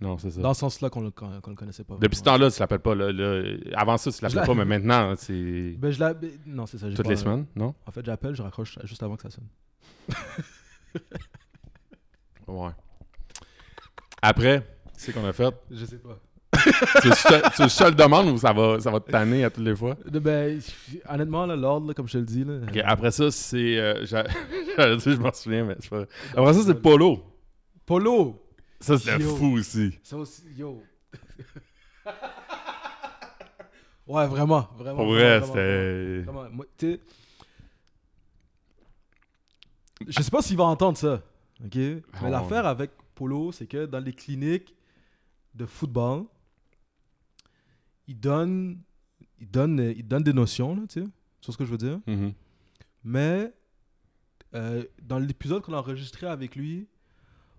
Non, c'est ça.
Dans ce sens-là qu'on le, qu'on- qu'on le connaissait pas.
Depuis ce
vraiment.
temps-là, tu l'appelles pas. Là, là. Avant ça, tu
Je
l'appelles
la-
pas, mais maintenant, c'est.
Ben, je l'a- ben, Non, c'est ça. j'ai
Toutes
pas-
les semaines, non?
En fait, j'appelle, je raccroche juste avant que ça sonne.
Ouais. Après, c'est qu'on a fait?
Je sais pas.
tu veux que je te- tu veux que je te le demande ou ça va, ça va te tanner à toutes les fois?
Ben, honnêtement, là, l'ordre, là, comme je te le dis, là.
Ok, après ça, c'est. euh, j'a- J'allais dire, je m'en souviens, mais c'est pas. Après ça, c'est Polo.
Polo!
Ça, c'est
Yo.
fou aussi.
Ça aussi, yo. ouais, vraiment, vraiment.
Pour
vraiment,
vrai,
vraiment,
c'était.
vraiment. Vraiment, moi, tu sais, Je sais pas s'il va entendre ça, ok? Mais
on-
l'affaire avec Polo, c'est que dans les cliniques de football, ils donnent, ils donnent, ils donnent des notions, là, tu sais, sur ce que je veux dire.
Mhm.
Mais euh, dans l'épisode qu'on a enregistré avec lui,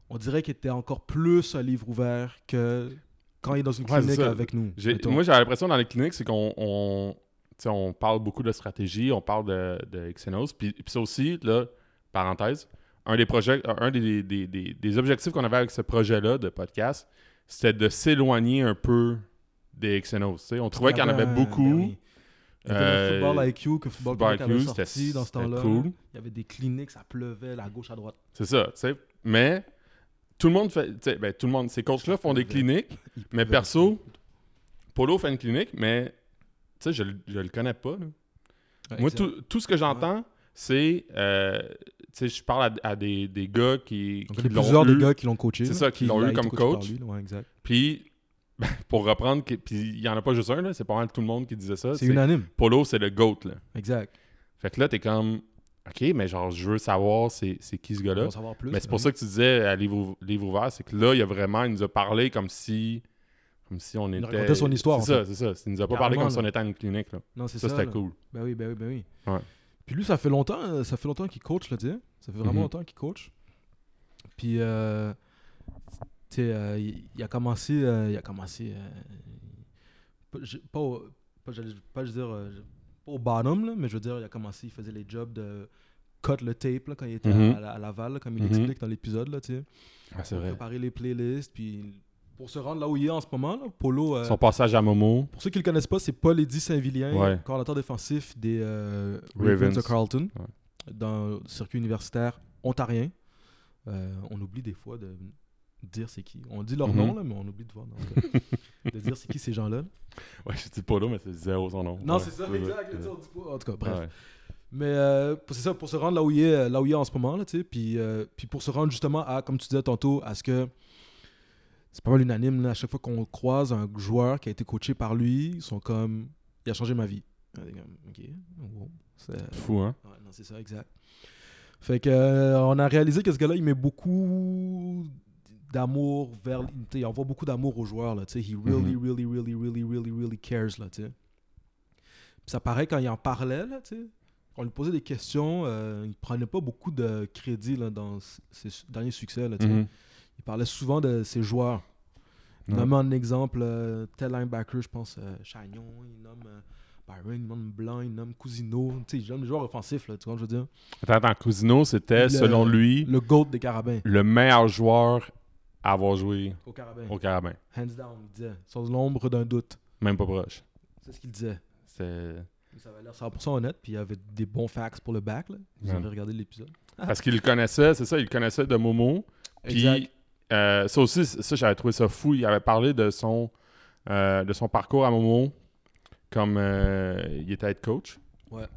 on dirait qu'il était encore plus un livre ouvert que quand il est dans une
Ouais, c'est
clinique
ça.
avec nous.
J'ai-
mettons.
Moi, j'ai l'impression dans les cliniques, c'est qu'on on, tu sais, on parle beaucoup de stratégie, on parle de, de Xenos. Puis, puis ça aussi, là, parenthèse, un des projets, un des, des- des- des objectifs qu'on avait avec ce projet-là de podcast, c'était de s'éloigner un peu des Xenos. tu sais. On trouvait qu'il y en avait
Ah, ben
beaucoup.
oui. Il y avait
Euh,
le football IQ que football,
Football
Connect avait
IQ, c'était-
sorti dans ce
c'était
temps-là.
cool.
Il y avait des cliniques, ça pleuvait, à gauche, à droite.
C'est ça, tu sais. Mais tout le monde fait. tu sais, ben, tout le monde. Ces coachs-là font des cliniques,
Il
mais
pleuvait.
perso, Polo fait une clinique, mais tu sais, je, le- je le connais pas. là.
Ouais,
Moi,
exact.
tout, tout ce que j'entends, c'est. euh, tu sais, je parle à, à des, des gars qui.
Donc,
qui
il y a
l'ont
plusieurs
eu.
des gars qui l'ont coaché.
C'est
là,
ça, qui l'ont
a
eu
été
comme
coaché par
coach.
lui, là, ouais, exact.
Puis, ben, pour reprendre, qui- puis il y en a pas juste un, là, c'est pas mal tout le monde qui disait ça.
C'est
c'est
unanime.
Polo, c'est le GOAT. Là.
Exact.
Fait que là, t'es comme. Ok, mais genre, je veux savoir c'est c'est qui ce gars-là.
On va savoir plus.
Mais c'est pour ça que tu disais à livre, ouv- livre ouvert, c'est que là, il a vraiment, il nous a parlé comme si, comme si on était.
racontait son histoire,
C'est
en
ça, c'est ça. Il nous a pas parlé
Carrément,
comme si on
là.
était à une clinique. Là.
Non, c'est
Ça, c'était
là.
cool.
Ben oui, ben oui, ben oui.
Ouais.
Puis lui, ça fait longtemps, euh, ça fait longtemps qu'il coach, là, tu sais. Ça fait vraiment
Mhm.
longtemps qu'il coach. Puis, euh, tu sais, euh, il il a commencé, euh, il a commencé, euh, pas, je- pas, au- pas, j'allais- pas, je veux dire, euh, je- pas au bottom, là, mais je veux dire, il a commencé, il faisait les jobs de cut le tape, là, quand il était à-
Mhm.
à, la- à Laval, là, comme il
Mhm.
explique dans l'épisode, là, tu sais.
Ah, c'est vrai.
Préparer les playlists, puis pour se rendre là où il est en ce moment, là, Polo... euh,
Son passage à Momo.
pour ceux qui le connaissent pas, c'est Paul Eddy Saint-Vilien,
Ouais.
coordinateur défensif des euh,
Ravens.
Ravens de Carlton,
Ouais.
dans le circuit universitaire ontarien. Euh, on oublie des fois de dire c'est qui. On dit leur
Mhm.
nom, là, mais on oublie de voir. dans le cas, de dire c'est qui ces gens-là.
Ouais, je dis pas là, mais c'est zéro son nom.
Non,
Ouais,
c'est ça,
ouais,
exact.
ouais.
là, tu sais, on dit pas- En tout cas, bref.
Ouais.
Mais euh, pour- c'est ça, pour se rendre là où il est, euh, là où il est en ce moment, là, tu sais, puis, euh, puis pour se rendre justement à, comme tu disais tantôt, à ce que c'est pas mal unanime, là, à chaque fois qu'on croise un joueur qui a été coaché par lui, ils sont comme, il a changé ma vie. On est comme, Ok, wow, c'est-
Fou, hein?
Ouais, non, c'est ça, exact. Fait que, euh, on a réalisé que ce gars-là, il met beaucoup d'amour vers. tu sais, Il envoie beaucoup d'amour aux joueurs, là. Tu sais, he really,
Mhm.
really, really, really, really, really cares, là, tu sais. Puis ça paraît quand il en parlait, là, tu sais. On lui posait des questions. euh, il prenait pas beaucoup de crédit là, dans s- ses su- derniers succès. là, tu sais.
Mhm.
Il parlait souvent de ses joueurs. Il
Ouais.
nommait en exemple euh, tel linebacker, je pense, euh, Chagnon, il nomme euh, Byron, il nomme Blanc, il nomme Cousino. Tu sais, il nomme des joueurs offensifs, là, tu vois ce que je veux dire.
Attends, attends, Cousino, c'était,
Le-
selon lui,
Le GOAT des Carabins.
le meilleur joueur à avoir joué
Au Carabins.
au Carabin.
Hands down, il disait. Sans l'ombre d'un doute.
Même pas proche.
C'est ce qu'il disait.
C'est...
Ça avait l'air 100% honnête, puis il y avait des bons facts pour le bac. Là. Vous
Man.
avez regardé l'épisode.
Parce qu'il le connaissait, c'est ça, il le connaissait de Momo. Puis, euh, ça aussi, c- ça, j'avais trouvé ça fou. Il avait parlé de son, euh, de son parcours à Momo, comme euh, il était head coach.
Ouais.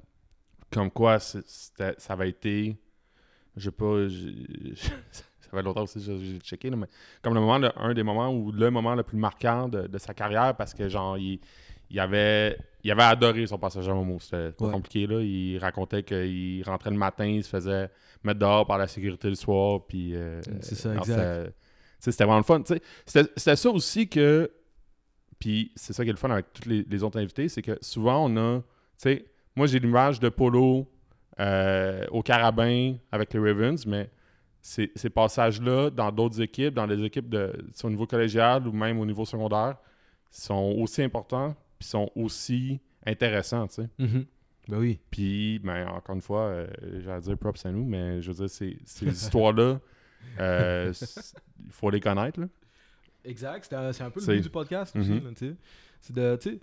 Comme quoi, c'est- c'était- ça avait été. Je sais pas, j'ai- ça fait longtemps aussi que j'ai j'ai checké, là, mais comme le moment, le- un des moments ou le moment le plus marquant de, de sa carrière parce que, genre, il, il avait. Il avait adoré son passage à Momo. C'était pas
Ouais.
compliqué, là. Il racontait qu'il rentrait le matin, il se faisait mettre dehors par la sécurité le soir, puis... euh,
C'est ça,
non,
exact.
c'était- tu sais, C'était vraiment le fun. tu sais. C'était c'était ça aussi que... Puis c'est ça qui est le fun avec tous les, les autres invités, c'est que souvent, on a... Tu sais, moi, j'ai l'image de Polo euh, au Carabin avec les Ravens, mais ces, ces passages-là, dans d'autres équipes, dans les équipes de, au niveau collégial ou même au niveau secondaire, sont aussi importants puis sont aussi intéressants, tu sais.
Mhm. Ben oui.
Puis, ben, encore une fois, euh, j'allais dire props à nous, mais je veux dire, ces, ces histoires-là, euh, s- il faut les connaître. Là.
Exact, c'était un- c'est un peu le
C'est-
but du podcast aussi.
Mhm.
là, tu sais. C'est de, tu sais,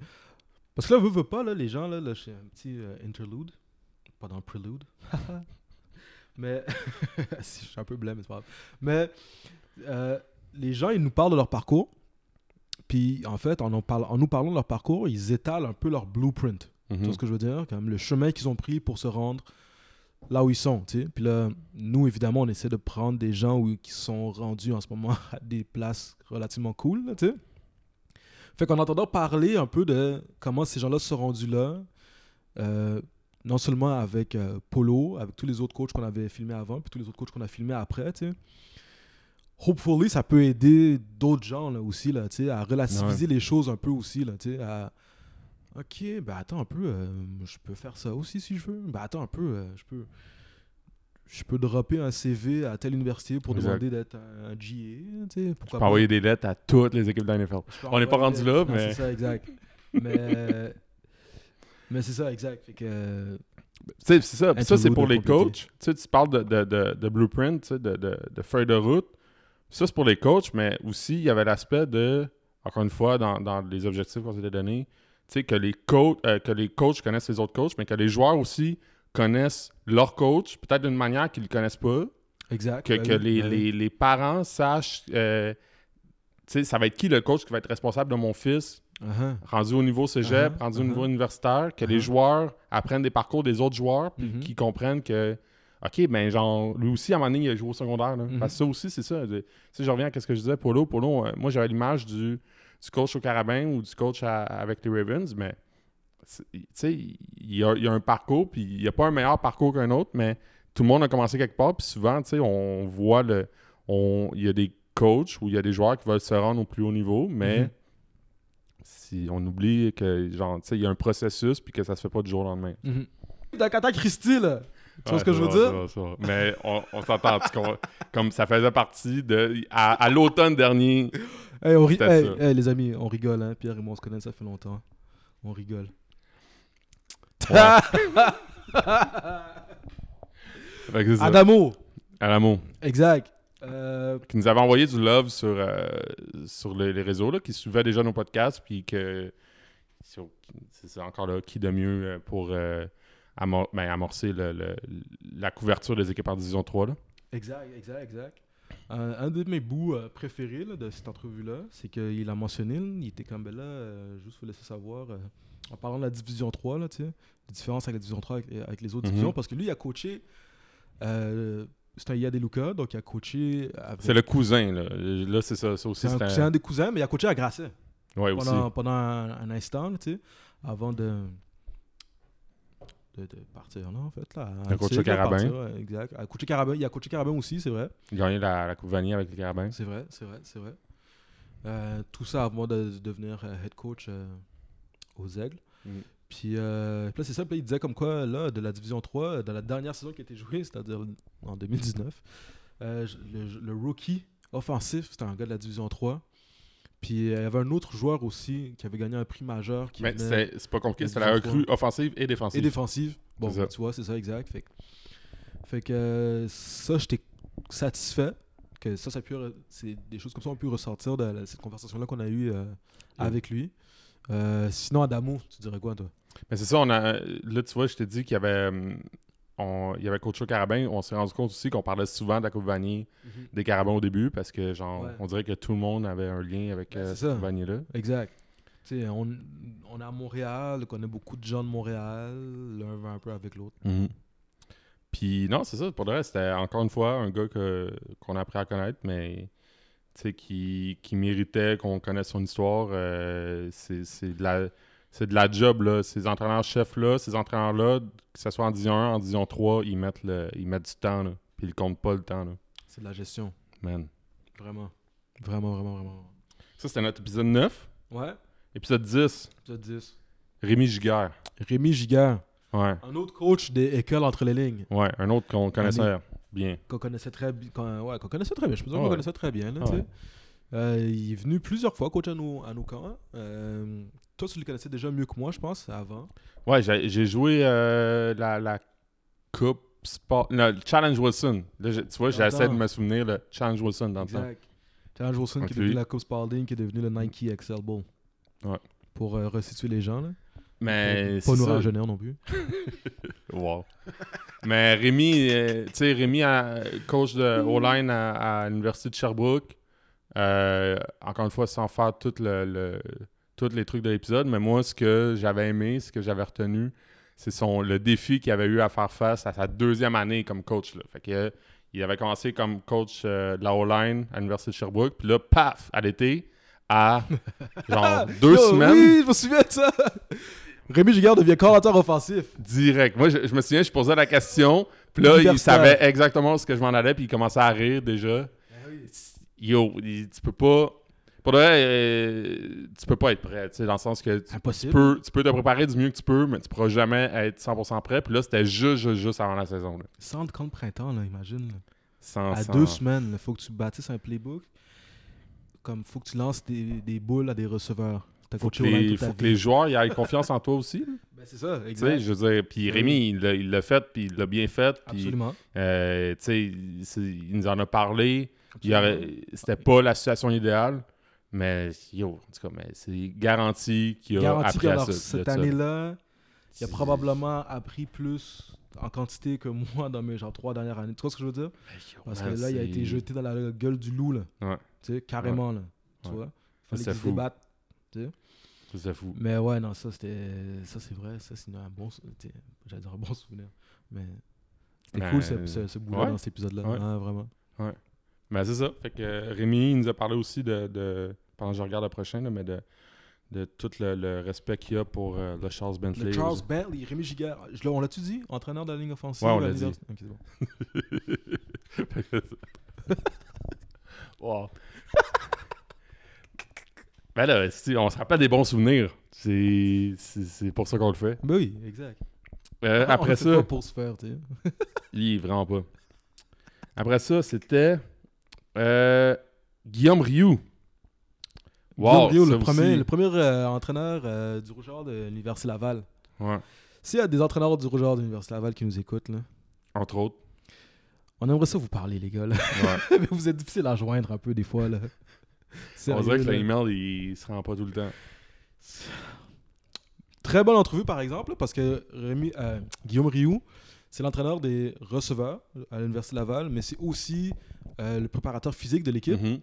parce que là, veut, veut pas, là, les gens, là, là, je fais un petit euh, interlude, pas dans le prelude. mais, si, je suis un peu blême, mais c'est pas grave. Mais, euh, les gens, ils nous parlent de leur parcours. Puis, en fait, en, en parle- en nous parlant de leur parcours, ils étalent un peu leur blueprint.
Mhm.
Tu vois ce que je veux dire? Comme le chemin qu'ils ont pris pour se rendre là où ils sont. tu sais. Puis là, nous, évidemment, on essaie de prendre des gens où- qui sont rendus en ce moment à des places relativement cool. là, tu sais. fait qu'en entendant parler un peu de comment ces gens-là se sont rendus là, euh, non seulement avec euh, Polo, avec tous les autres coachs qu'on avait filmés avant, puis tous les autres coachs qu'on a filmés après, tu sais. Hopefully, ça peut aider d'autres gens là, aussi là, tu sais, à relativiser les choses un peu aussi. Là, tu sais, à... Ok, ben attends un peu, euh, je peux faire ça aussi si je veux. Ben attends un peu, euh, je peux je peux dropper un CV à telle université pour
Exact.
demander d'être un, un GA. Tu sais, pourquoi
Je peux
pas.
envoyer des lettres à toutes les équipes de la NFL.
Je peux
On n'est pas
envoyer-
rendu là,
Non,
mais-
C'est ça, exact. mais mais c'est ça, exact. Fait que...
Tu sais, c'est ça. Puis ça, c'est
Interlude
pour
de
les
compléter.
coachs. Tu sais, tu parles de, de, de, de blueprint, tu sais, de, de, de feuille de route. Ça, c'est pour les coachs, mais aussi, il y avait l'aspect de, encore une fois, dans, dans les objectifs qu'on s'était donnés, tu sais, que les, coachs, euh, que les coachs connaissent les autres coachs, mais que les joueurs aussi connaissent leur coach, peut-être d'une manière qu'ils ne connaissent pas.
Exact.
que,
ben
que
oui,
les,
ben oui.
les, les parents sachent, euh, tu sais, ça va être qui le coach qui va être responsable de mon fils
Uh-huh.
rendu au niveau cégep,
Uh-huh,
rendu au
uh-huh.
niveau universitaire, que les
Uh-huh.
joueurs apprennent des parcours des autres joueurs, puis
Mhm.
qu'ils comprennent que, OK, ben genre, lui aussi, à un moment donné, il a joué au secondaire. là.
Mhm.
Parce que ça aussi, c'est ça. de- Tu sais, je reviens à ce que je disais, Polo. Polo, euh, moi, j'avais l'image du, du coach au Carabin ou du coach à- avec les Ravens, mais, c'est- tu sais, il y a, il y a un parcours, puis il n'y a pas un meilleur parcours qu'un autre, mais tout le monde a commencé quelque part, puis souvent, tu sais, on voit le... on- Il y a des coachs ou il y a des joueurs qui veulent se rendre au plus haut niveau, mais
Mhm.
si on oublie que genre tu sais, il y a un processus puis que ça se fait pas du jour au lendemain.
Mhm. Dans Kata Christie, là. Tu vois ce que je veux dire?
Mais on, on s'entend tu comprends? comme ça faisait partie de à, à l'automne dernier.
Hey, on ri-
C'était
hey,
ça.
hey, les amis, on rigole. Hein. Pierre et moi, on se connaît, ça fait longtemps. On rigole.
Ouais. Fait que c'est ça.
Adamo!
Adamo,
Exact. Euh,
qui nous avait envoyé du love sur euh, sur les, les réseaux là, qui suivait déjà nos podcasts puis que sur- c'est ça, encore là qui de mieux euh, pour euh, amor- ben, amorcer le- le- la couverture des équipes en division 3 là.
Exact, exact, exact. Un, un de mes bouts euh, préférés là, de cette entrevue-là, c'est qu'il a mentionné, là, il était comme, ben là, euh, juste vous laisser savoir, euh, en parlant de la division 3, là, tu sais, les différences avec la division 3 avec, avec les autres
Mhm.
divisions, parce que lui, il a coaché, euh, c'est un Yadeluca, donc il a coaché. avec-
C'est le cousin, là. Là, c'est ça. Ça aussi,
c'est un,
c'est
c'est
un...
un des cousins, mais il a coaché à Grasset
Ouais, aussi.
pendant, pendant un, un instant, là, tu sais, avant de, de, de partir, là, en fait. Là, à
De coacher
Antique, là,
Carabin.
partir, ouais, exact. À coacher Carabin. Il a coaché Carabin aussi, c'est vrai.
Gagner la, la Coupe Vanier avec les Carabins.
C'est vrai, c'est vrai, c'est vrai. Euh, tout ça avant de devenir euh, head coach euh, aux Aigles.
Mm.
Puis, euh, puis là, c'est ça. Puis là, il disait comme quoi, là, de la Division 3, dans la dernière saison qui a été jouée, c'est-à-dire en 2019, euh, j- le, le rookie offensif, c'était un gars de la Division 3. Puis euh, il y avait un autre joueur aussi qui avait gagné un prix majeur. Qui
Mais
venait-
Ben, c'est c'est pas compliqué,
la
c'est la
division
recrue offensive et défensive.
et défensive. Bon,
C'est ça.
tu vois, c'est ça, exact. Fait, que- fait que euh, ça, j'étais satisfait que ça, ça a pu re- c'est des choses comme ça ont pu ressortir de la- cette conversation-là qu'on a eue euh, avec lui. Euh, sinon, Adamo, tu dirais quoi, toi
Mais c'est ça, on a, là, tu vois, je t'ai dit qu'il y avait, hum, on, il y avait Coach Carabin. On s'est rendu compte aussi qu'on parlait souvent de la Coupe Vanier des Carabins au début parce que, genre,
Mhm. Ouais.
on dirait que tout le monde avait un lien avec
Ben,
euh,
c'est
cette
ça.
Coupe Vanier-là.
Exact. Tu sais, on, on est à Montréal, on connaît beaucoup de gens de Montréal, l'un va un peu avec l'autre.
Puis, non, c'est ça. Pour le reste, c'était encore une fois un gars que- qu'on a appris à connaître, mais tu sais, qui, qui méritait qu'on connaisse son histoire. Euh, c'est c'est de la. C'est de la job, là. Ces entraîneurs-chefs-là, ces entraîneurs-là, que ce soit en Division 1, en Division 3, ils mettent, le, ils mettent du temps, là. Puis ils comptent pas le temps, là.
C'est de la gestion,
Man.
vraiment. Vraiment, vraiment, vraiment.
Ça, c'était notre épisode 9.
Ouais,
Épisode 10,
épisode 10.
Rémi Giguère.
Rémi Giguère,
Ouais,
un autre coach des écoles entre les lignes.
ouais, un autre qu'on connaissait bien.
qu'on connaissait très bien. ouais, qu'on connaissait très bien. Je peux dire qu'on
Ouais.
connaissait très bien. là,
Ouais.
tu sais. Euh, il est venu plusieurs fois coach à nos, à nos camps. Euh, toi, tu le connaissais déjà mieux que moi, je pense, avant.
Ouais, j'ai j'ai joué euh, la, la Coupe Sport. Non, le Challenge Wilson. Là, je- tu vois,
Dans le
j'essaie de
temps.
me souvenir le Challenge Wilson dans le temps.
Challenge Wilson
Donc,
qui est devenu
lui.
la Coupe Spalding, qui est devenu le Nike Excel Bowl.
Ouais.
Pour euh, resituer les gens. Là.
Mais.
Pour- pas
c'est
nous
ça.
rajeunir non plus.
Wow. Mais Rémi, euh, tu sais, Rémi, euh, coach de O-line à, à l'Université de Sherbrooke, euh, encore une fois, sans faire tout le, le- tous les trucs de l'épisode, mais moi, ce que j'avais aimé, ce que j'avais retenu, c'est son, le défi qu'il avait eu à faire face à sa deuxième année comme coach. Là. Fait que, euh, il avait commencé comme coach euh, de la O-line à l'Université de Sherbrooke, puis là, paf, à l'été, à genre deux
Yo,
semaines.
Oui, je me souviens de ça. Rémi Giguère devient coordinateur offensif.
Direct. Moi, je, je me souviens, je posais la question, puis là, il
Universal.
savait exactement ce que je m'en allais, puis il commençait à rire déjà.
Ah
Yo, il- tu peux pas. Pour de vrai, euh, tu peux pas être prêt, tu sais, dans le sens que tu tu
Impossible.
peux, tu peux te préparer du mieux que tu peux, mais tu pourras jamais être 100% prêt. Puis là, c'était juste, juste, juste avant la saison. Là.
Centre camp de printemps, là, imagine. là.
Sans,
à
sans-
deux semaines, il faut que tu bâtisses un playbook. Comme faut que tu lances des, des boules à des receveurs. T'as
Faut
coaché
que,
au line
les,
toute ta
faut que
vie.
les joueurs ils aient confiance en toi aussi. là.
Ben, c'est ça,
Tu sais,
exact.
je veux dire, puis Rémi, il l'a- il l'a fait, puis il l'a bien fait. Puis
Absolument.
Euh, tu sais, il c'est- il nous en a parlé. Il y
Absolument.
aurait- C'était pas la situation idéale, mais yo, en tout cas, mais c'est garanti qu'il a
Garanti que
appris à
alors,
ça. de
cette
ça.
année-là, il a
C'est-
probablement appris plus en quantité que moi dans mes genre trois dernières années. Tu vois ce que je veux dire? Parce
man,
que là, il a
c'est-
été jeté dans la gueule du loup, là.
Ouais.
Tu sais, carrément, là. Tu
Ouais.
vois? Fallait
c'est
qu'il se
fou.
débatte.
C'est fou.
Mais ouais, non, ça c'était. Ça c'est vrai, ça c'est un bon. sou- t'sais, J'allais dire un bon souvenir. Mais c'était
Ben,
cool ce, ce, ce bout-là
ouais.
dans cet épisode-là.
Ouais.
Ah, vraiment.
Mais c'est ça. Fait que euh, Rémi, il nous a parlé aussi de, de- pendant que je regarde le prochain, là, mais de, de tout le, le respect qu'il a pour euh, le Charles Bentley.
Le Charles Bentley, Rémi Giguère. Je l'ai- on l'a-tu dit Entraîneur de la ligne offensive.
Ouais, on
à
l'a
l'univers- Ok, c'est bon.
Wow. ben là, si, on se rappelle des bons souvenirs. C'est c'est- c'est pour ça qu'on le fait.
Ben oui, exact.
Euh,
Ah, on
après
le fait
ça.
pas pour se faire, tu sais.
Il est vraiment pas. Après ça, c'était euh, Guillaume Rioux.
Guillaume
Wow,
Rio,
ça
le
aussi.
premier, le premier euh, entraîneur euh, du Rougeur de l'Université Laval.
Ouais,
S'il y a des entraîneurs du Rougeur de l'Université Laval qui nous écoutent, là,
entre autres.
on aimerait ça vous parler, les gars. là.
Ouais.
Mais vous êtes difficile à joindre un peu des fois. Là.
On
Sérieux,
dirait que
là.
l'email, il se rend pas tout le temps.
Très bonne entrevue, par exemple, parce que Rémi, euh, Guillaume Rioux, c'est l'entraîneur des receveurs à l'Université Laval, mais c'est aussi euh, le préparateur physique de l'équipe.
Mhm.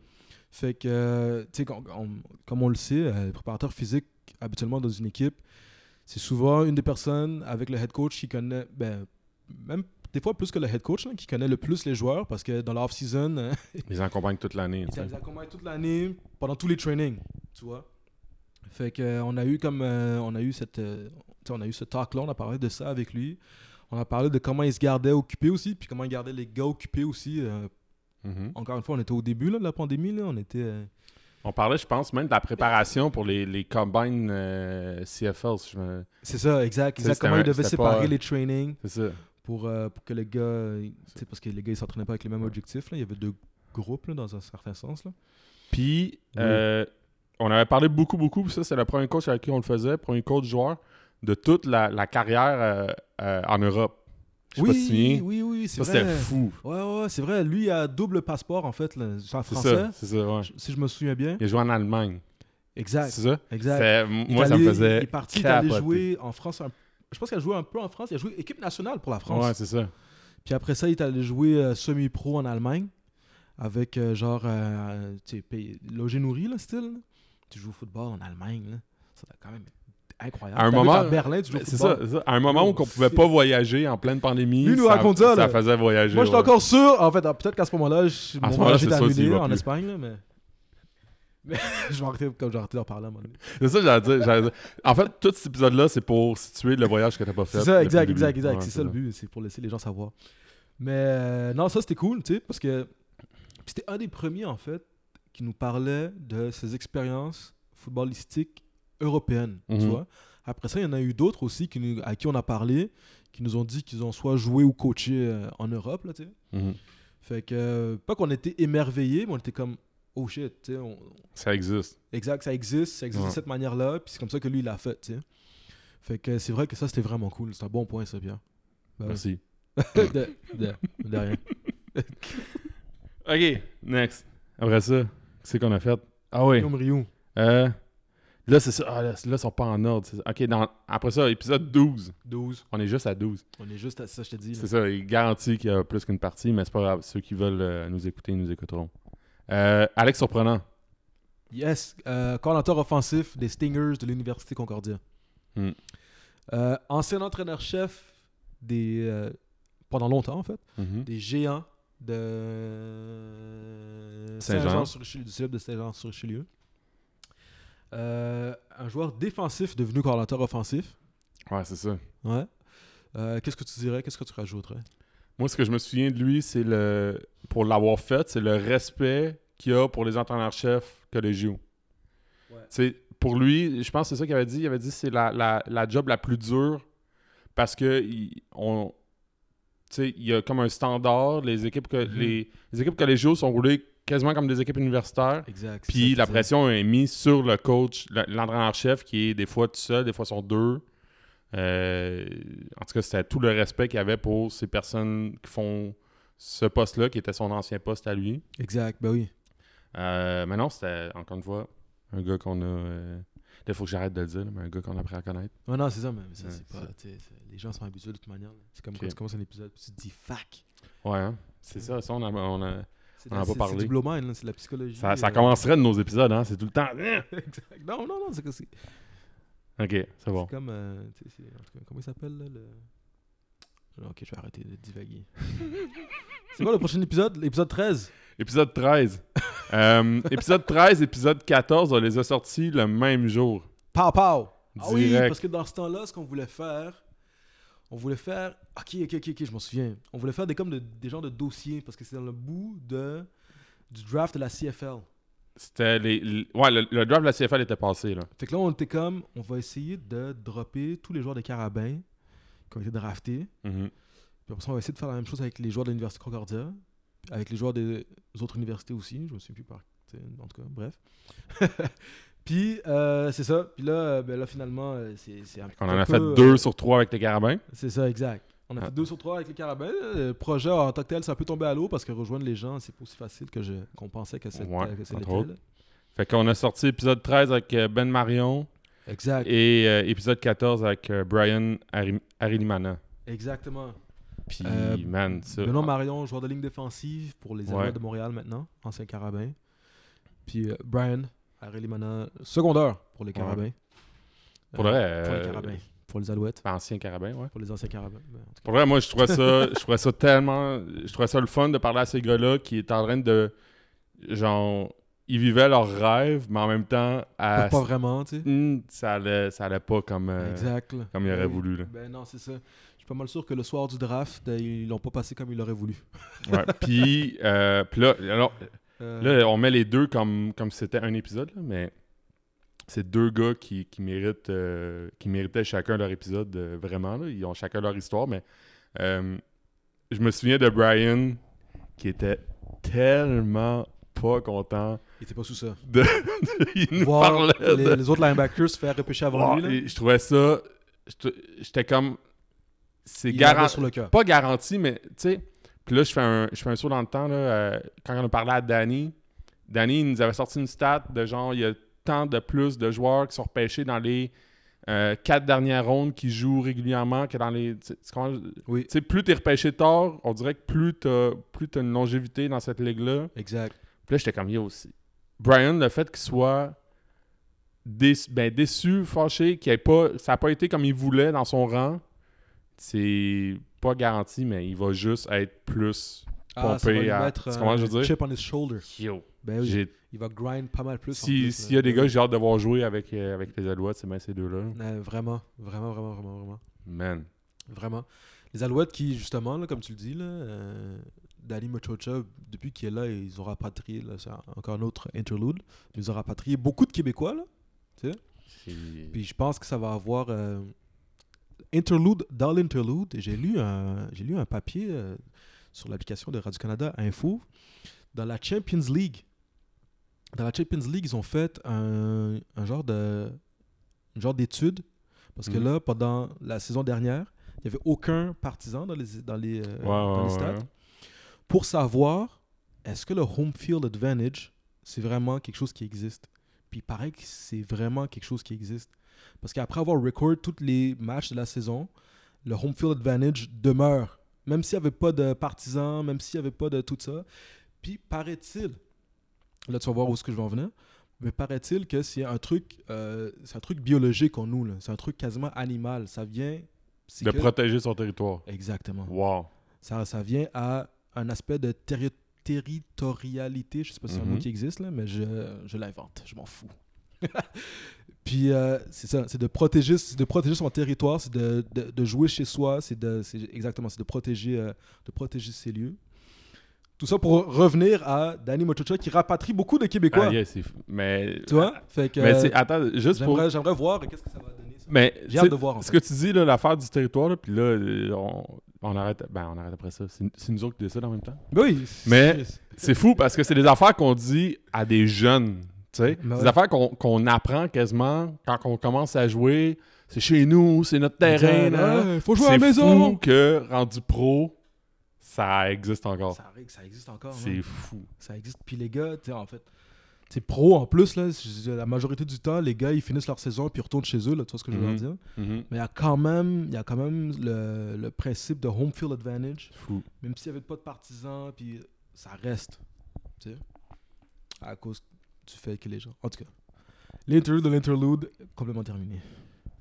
Fait que, euh, tu sais, qu'on- on- comme on le sait, euh, le préparateur physique, habituellement dans une équipe, c'est souvent une des personnes avec le head coach qui connaît, ben, même des fois plus que le head coach, là, qui connaît le plus les joueurs, parce que dans l'off-season, euh,
Ils en accompagnent toute l'année. tu
il
sais.
les accompagne toute l'année, pendant tous les trainings, tu vois. Fait que euh, on a eu comme euh, on a eu cette euh, tu sais, on a eu ce talk là, on a parlé de ça avec lui. On a parlé de comment il se gardait occupé aussi, puis comment il gardait les gars occupés aussi. euh,
Mhm.
encore une fois, on était au début là, de la pandémie là, on était euh,
On parlait, je pense, même de la préparation pour les, les combines euh, CFL. si je me-
C'est ça, exact.
Tu sais,
exact
c'était
comment
un-
ils devaient
c'était
séparer
pas-
les trainings
C'est ça.
pour, euh, pour que les gars. euh, tu sais, parce que les gars, ils s'entraînaient pas avec les mêmes objectifs. Là. Il y avait deux groupes là, dans un certain sens. Là.
Puis, euh, on avait parlé beaucoup, beaucoup. puis Ça, c'est le premier coach avec qui on le faisait, premier coach joueur de toute la, la carrière euh, euh, en Europe. Je sais pas si tu te souviens.
oui, oui, c'est
Ça, c'était
vrai.
fou.
Ouais, ouais, ouais, c'est vrai. Lui, il a double passeport, en fait, là, en
C'est
français,
ça. C'est ça, ouais.
si je me souviens bien.
Il a joué en Allemagne.
Exact,
C'est ça?
exact.
C'est-
Il est
Moi, ça
allé-
me faisait.
Il est parti, il est allé
capoter.
jouer en France. un- Je pense qu'il a joué un peu en France. Il a joué équipe nationale pour la France.
Ouais, c'est ça.
Puis après ça, il est allé jouer euh, semi-pro en Allemagne avec euh, genre, euh, tu sais, pays- logé nourri, là, style. là. Tu joues au football en Allemagne, là. Ça doit quand même être incroyable.
À un
T'habites
moment-
à Berlin, tu joues au
C'est
football. Oh,
ça, c'est ça. À un moment où on pouvait pas voyager en pleine pandémie,
Lui nous
ça,
raconte ça, là.
faisait voyager.
Moi, j'étais
ouais.
encore sûr. En fait, ah, peut-être qu'à ce moment-là, je-
À
mon
ce moment-là,
voyage
c'est
était
sûr, tu y
annulé
vas
en
plus.
Espagne, là, mais. mais je vais arrêter comme j'ai arrêté d'en parler à un moment donné.
C'est ça, que j'allais dire, j'allais dire. En fait, tout cet épisode-là, c'est pour situer le voyage que t'as pas fait.
C'est ça,
depuis
exact,
le
exact,
début.
exact.
Ouais,
c'est ça le but, c'est pour laisser les gens savoir. Mais euh, non, ça c'était cool, tu sais, parce que puis c'était un des premiers en fait qui nous parlait de ses expériences footballistiques européennes, tu
Mhm.
vois. Après ça, il y en a eu d'autres aussi qui nous- à qui on a parlé, qui nous ont dit qu'ils ont soit joué ou coaché euh, en Europe, là, tu sais.
Mhm.
Fait que, euh, pas qu'on était émerveillés, mais on était comme, oh shit, tu sais, on-
Ça existe.
Exact, ça existe, ça existe
Ouais.
de cette manière-là, puis c'est comme ça que lui, il l'a fait, tu sais. Fait que c'est vrai que ça, c'était vraiment cool. C'est un bon point, ça, Pierre. Ben oui.
Merci.
de, de, de rien.
Ok, next. Après ça, qu'est-ce qu'on a fait? Ah oui.
Guillaume Rioux.
euh, là, c'est ça. Ah, là, là, ils sont pas en ordre. c'est ça. Ok, dans- après ça, épisode 12.
12.
On est juste à 12.
On est juste à ça, je te dis. là.
C'est ça, il garantit qu'il y a plus qu'une partie, mais c'est pas grave. Ceux qui veulent euh, nous écouter, ils nous écouteront. Euh, Alex Surprenant.
Yes, euh, coordinateur offensif des Stingers de l'Université Concordia.
Hmm.
Euh, ancien entraîneur-chef des. euh, pendant longtemps, en fait, des géants de
Saint-Jean.
Saint-Jean-sur-Richelieu, du club de Saint-Jean-sur-Richelieu. Euh, un joueur défensif devenu coordinateur offensif.
Ouais, c'est ça.
Ouais. Euh, Qu'est-ce que tu dirais Qu'est-ce que tu rajouterais
Moi, ce que je me souviens de lui, c'est le. Pour l'avoir fait, c'est le respect qu'il a pour les entraîneurs-chefs collégiaux.
Ouais.
Tu sais, Pour lui, je pense que c'est ça qu'il avait dit. Il avait dit que c'est la, la, la job la plus dure parce que il, on. tu sais, Il y a comme un standard. Les équipes, que,
Mhm.
les, les équipes collégiaux sont roulées quasiment comme des équipes universitaires.
Exact. c'est ça
Puis
que
la
je disais.
pression est mise sur le coach, le- l'entraîneur-chef qui est des fois tout seul, des fois sont deux. Euh, en tout cas, c'était tout le respect qu'il y avait pour ces personnes qui font ce poste-là, qui était son ancien poste à lui.
Exact, ben oui.
Euh, mais non, c'était encore une fois un gars qu'on a. euh, Là, il faut que j'arrête de le dire, là, mais un gars qu'on a appris à connaître.
Ouais, non, c'est ça, mais ça,
Ouais,
c'est pas.
c'est-
tu sais, c'est- Les gens sont habitués de toute manière. là. C'est comme
Ok.
quand tu commences un épisode puis tu te dis fuck.
Ouais, hein? c'est ça, ça, on a. on a-
C'est
On en a
de-
pas
c'est-
parlé.
C'est du blow mind, là, c'est de la psychologie.
ça, ça
euh,
commencerait de nos épisodes, hein? c'est tout le temps. Hein?
exact. Non, non, non, c'est que c'est
Ok, c'est bon.
c'est comme. euh, tu sais, c'est- en tout cas, comment il s'appelle là le... Non, Ok, je vais arrêter de divaguer. c'est quoi le prochain épisode L'épisode 13
Épisode 13. Euh, épisode 13, épisode 14, on les a sortis le même jour.
Pow Pow Ah oui,
Direct.
parce que dans ce temps-là, ce qu'on voulait faire. On voulait faire. Ok, ok, ok, ok, je m'en souviens. On voulait faire des, comme de- des genres de dossiers parce que c'est dans le bout de, du draft de la CFL.
C'était les, l- ouais, le, le draft de la CFL était passé là.
Fait que là, on était comme, on va essayer de dropper tous les joueurs des Carabins qui ont été draftés. Puis après ça, on va essayer de faire la même chose avec les joueurs de l'Université Concordia, puis avec les joueurs des autres universités aussi. Je me souviens plus par. tu sais, En tout cas, bref. puis, euh, c'est ça. Puis là, euh, ben là finalement, euh, c'est c'est un
On
petit
en a
peu,
fait
euh,
deux sur trois avec les carabins.
C'est ça, exact. On a
Ah.
fait deux sur trois avec les Carabins. Le projet en tant que tel, ça peut tomber à l'eau parce que rejoindre les gens, c'est pas aussi facile que je- qu'on pensait que c'était.
Ouais,
que
entre
c'était,
autres.
là.
Fait qu'on a sorti épisode 13 avec euh, Ben Marion
Exact.
et euh, épisode 14 avec euh, Brian Ari- Arilimana.
Exactement.
Puis,
Euh,
man, ça.
Benoît Marion, joueur de ligne défensive pour les Alouettes
Ouais.
de Montréal maintenant, ancien Carabin. Puis euh, Brian, Arelimana, secondeur pour les Carabins.
pour le vrai,
Euh, pour les
euh,
Carabins. Pour les Alouettes,
ben, ancien carabin, ouais.
pour les anciens Carabins. Ben, en tout
Pour vrai, moi, je trouvais ça, je trouvais ça tellement, je trouvais ça le fun de parler à ces gars-là qui étaient en train de, genre, ils vivaient leurs rêves, mais en même temps,
cas,
à,
pas vraiment, tu sais.
Hmm, ça, allait, ça allait pas comme, Ah, euh,
exact. là.
comme ils auraient
Oui.
voulu. Là.
Ben non, c'est ça. Je suis pas mal sûr que le ben, soir du draft, euh, ils l'ont pas passé comme ils l'auraient voulu.
Ouais. Puis, euh, puis là, alors,
Euh,
Là, on met les deux comme comme si c'était un épisode, là, mais c'est deux gars qui, qui méritent euh, qui méritaient chacun leur épisode euh, vraiment. là. Ils ont chacun leur histoire, mais euh, je me souviens de Brian qui était tellement pas content.
il était pas sous ça.
Il nous
Voir
parlait de-
les, les autres linebackers se faire repêcher avant
Oh,
lui, là,
et je trouvais ça. je- J'étais comme. C'est
il
garanti.
avait sur le cœur.
Pas garanti, mais tu sais. Puis là, je fais un, je fais un saut dans le temps. Là, euh, quand on a parlé à Danny, Danny il nous avait sorti une stat de genre il y a tant de plus de joueurs qui sont repêchés dans les euh, quatre dernières rondes qui jouent régulièrement que dans les. tu sais, tu comprends?
Oui.
Tu sais, plus t'es repêché tard, on dirait que plus t'as plus t'as une longévité dans cette ligue-là.
Exact.
Puis là, j'étais comme, yo, aussi. Brian, le fait qu'il soit déçu, ben, déçu fâché, qu'il ait pas, ça n'a pas été comme il voulait dans son rang, c'est pas garanti, mais il va juste être plus.
Ah, ça va
Pompé
lui
à-
mettre
tu comprends ce que je veux
un
dire?
chip on his shoulder.
Yo.
Ben oui, il va grind pas mal plus. en
S'il
plus,
s'il
là.
y a des gars que j'ai hâte de voir jouer avec, euh, avec les Alouettes, c'est bien ces deux-là.
Euh, vraiment, vraiment, vraiment, vraiment, vraiment.
Man.
Vraiment. Les Alouettes qui, justement, là, comme tu le dis, là, euh, Danny Machocha, depuis qu'il est là, ils ont rapatrié, là, c'est encore un autre interlude, ils ont rapatrié beaucoup de Québécois. Là.
c'est-
Puis je pense que ça va avoir... euh, interlude dans l'interlude, j'ai lu, un- j'ai lu un papier euh, sur l'application de Radio-Canada Info. Dans la Champions League, dans la Champions League, ils ont fait un, un genre de un genre d'étude. Parce que
Mhm.
là, pendant la saison dernière, il n'y avait aucun partisan dans les, dans les, euh,
Ouais,
dans les
ouais,
stades
ouais.
pour savoir est-ce que le home field advantage, c'est vraiment quelque chose qui existe. Puis il paraît que c'est vraiment quelque chose qui existe. Parce qu'après avoir record tous les matchs de la saison, le home field advantage demeure. Même s'il n'y avait pas de partisans, même s'il n'y avait pas de tout ça. Puis paraît-il, là tu vas voir où est-ce que je vais en venir, mais paraît-il que c'est un truc, euh, c'est un truc biologique en nous, là. c'est un truc quasiment animal. Ça vient... c'est
De
que-
protéger son territoire.
Exactement.
Wow.
Ça, ça vient à un aspect de terri- territorialité. Je sais pas si c'est un mot
Mhm.
qui existe, là, mais je, je l'invente. Je m'en fous. Puis euh, c'est ça, c'est de protéger, c'est de protéger son territoire, c'est de, de- de jouer chez soi, c'est de, c'est- exactement, c'est de protéger, euh, de protéger ses lieux. Tout ça pour revenir à Danny Mochocha qui rapatrie beaucoup de Québécois.
Ah, yeah, c'est fou. Mais.
Tu vois, fait que
Mais c'est-
euh,
attends, juste pour.
j'aimerais, j'aimerais voir qu'est-ce que ça va donner. ça.
Mais
J'ai
tu sais,
hâte de voir. en
Ce
fait.
que tu dis, là, l'affaire du territoire, là, puis là, euh, on, on arrête. Ben, on arrête après ça. C'est c'est nous autres qui décident en même temps.
Ben oui, c'est-
Mais-
c'est-
C'est fou parce que c'est des affaires qu'on dit à des jeunes. Tu sais,
Ben
des
ouais.
affaires qu'on qu'on apprend quasiment quand on commence à jouer. C'est chez nous, c'est notre terrain.
Exact.
là.
Ouais, hein. faut jouer à la
C'est
maison.
fou que rendu pro, ça existe encore.
Ça, arrive, ça existe encore. hein.
C'est fou.
Ça existe. Puis les gars, tu sais, en fait, c'est pro en plus, là. Je- La majorité du temps, les gars, ils finissent leur saison puis ils retournent chez eux, là. Tu vois ce que je veux
Mhm.
leur dire?
Mhm.
Mais il y a quand même, il y a quand même le, le principe de home field advantage.
C'est fou.
Même s'il n'y avait pas de partisans, puis ça reste. Tu sais? À cause du fait que les gens. En tout cas, l'interlude de l'interlude, complètement terminé.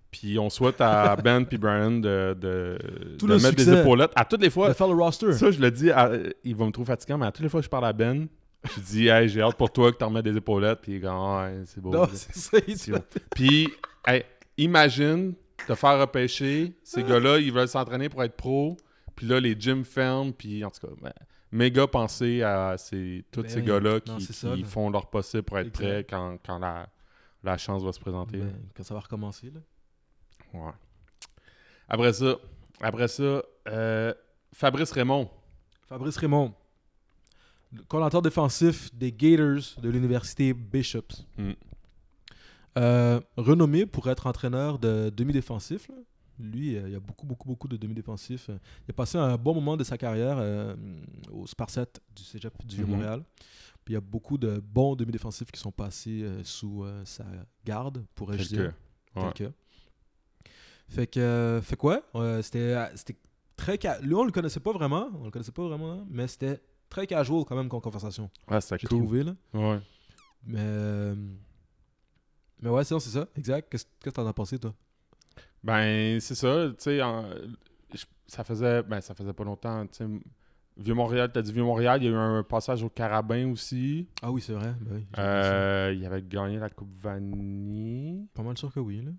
Puis on souhaite à Ben puis Brian de, de,
Tout
de
le
mettre des
succès.
épaulettes à toutes les fois.
Le fellow roster.
Ça, je le dis, à- il va me trouver fatigant, mais à toutes les fois que je parle à Ben, je dis, hey, j'ai hâte pour toi que t'en remets des épaulettes, puis il est comme, Ah, ouais, c'est beau.
Non, c'est ça. il dit-
C'est beau. Puis, hey, imagine te faire repêcher, ces
Ah.
gars-là, ils veulent s'entraîner pour être pro, puis là, les gyms ferment, puis en tout cas, ben, méga penser à ces, tous
Ben,
ces gars-là qui,
non, c'est ça,
qui
là.
font leur possible pour être
Exact.
prêts quand, quand la, la chance va se présenter. là.
Ben, quand ça va recommencer, là.
Ouais. Après ça, après ça, euh, Fabrice Raymond.
Fabrice Raymond, le coordinateur défensif des Gators de l'université Bishops.
Mm.
Euh, renommé pour être entraîneur de demi-défensif. là. Lui, euh, il y a beaucoup, beaucoup, beaucoup de demi-défensifs. Euh, Il a passé un bon moment de sa carrière euh, au Sparset du Cégep du
Mhm.
Vieux-Montréal. Puis il y a beaucoup de bons demi-défensifs qui sont passés euh, sous euh, sa garde, pour je dire.
Quelques. Ouais.
Tel que. Fait que, euh, fait quoi C'était, euh, c'était très ca- Lui, on le connaissait pas vraiment, on le connaissait pas vraiment, hein, mais c'était très casual quand même comme conversation.
Ouais, Ah, c'était
J'ai
cool.
trouvé là.
Ouais.
Mais, euh, mais ouais, sinon c'est ça, exact. Qu'est-ce qu'est-ce que t'en as pensé toi
Ben, c'est ça, tu sais, en- je- ça faisait ben ça faisait pas longtemps, tu sais, Vieux-Montréal, t'as dit Vieux-Montréal, il y a eu un passage au Carabin aussi.
Ah oui, c'est vrai. ben oui, j'ai pensé.
Euh, il avait gagné la Coupe Vanille.
Pas mal sûr que oui là.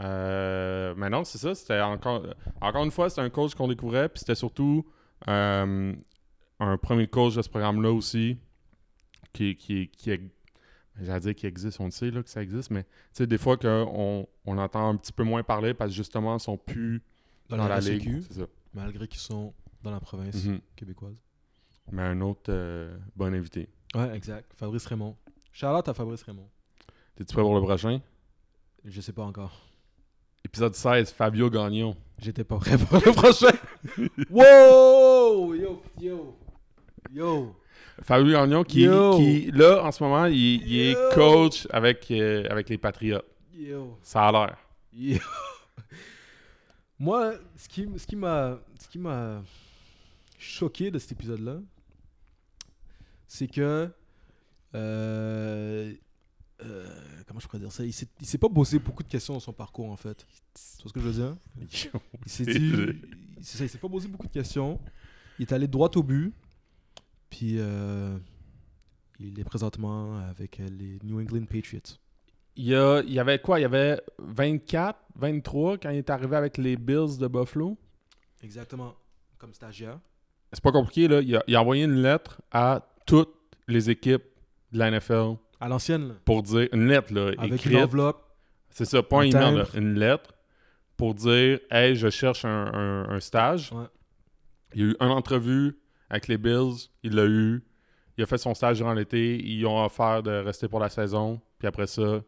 Euh, mais non, c'est ça, c'était encore encore une fois, c'était un coach qu'on découvrait, puis c'était surtout euh, un premier coach de ce programme-là aussi qui, qui, qui ex- j'allais dire qui existe, on le sait là, que ça existe, mais tu sais, des fois qu'on on entend un petit peu moins parler parce que justement, ils sont plus
Dans,
dans,
la
la
RSEQ,
ligue. C'est ça.
malgré qu'ils sont dans la province
Mhm.
québécoise.
Mais un autre euh, bon invité.
Ouais, exact. Fabrice Raymond. Charlotte à Fabrice Raymond.
T'es-tu prêt pour le prochain?
Je sais pas encore.
Épisode 16, Fabio Gagnon.
J'étais pas prêt pour le prochain. wow! Yo, yo, yo.
Fabio Gagnon qui,
Yo!
qui, là, en ce moment, il, il est
Yo!
coach avec, euh, avec les Patriotes.
Yo.
Ça a l'air.
Yo. Moi, ce qui, ce qui m'a, ce qui m'a choqué de cet épisode-là, c'est que, euh, euh, comment je pourrais dire ça, il s'est, il s'est pas posé beaucoup de questions dans son parcours en fait. Tu vois ce que je veux dire Il s'est dit, c'est ça, il s'est pas posé beaucoup de questions. Il est allé droit au but, puis euh, il est présentement avec euh, les New England Patriots.
Il y, a- il y avait quoi? Il y avait 24, 23 quand il est arrivé avec les Bills de Buffalo.
Exactement, comme stagiaire.
C'est pas compliqué, là. Il a, il a envoyé une lettre à toutes les équipes de la NFL
À l'ancienne, là.
pour dire... Une lettre, là,
avec une
écrite.
enveloppe.
C'est ça, pas un
Un
email, là,
timbre.
une lettre pour dire « Hey, je cherche un, un- un stage.
Ouais.
Il y a eu une entrevue avec les Bills, il l'a eu. Il a fait son stage durant l'été, ils ont offert de rester pour la saison. Puis après ça,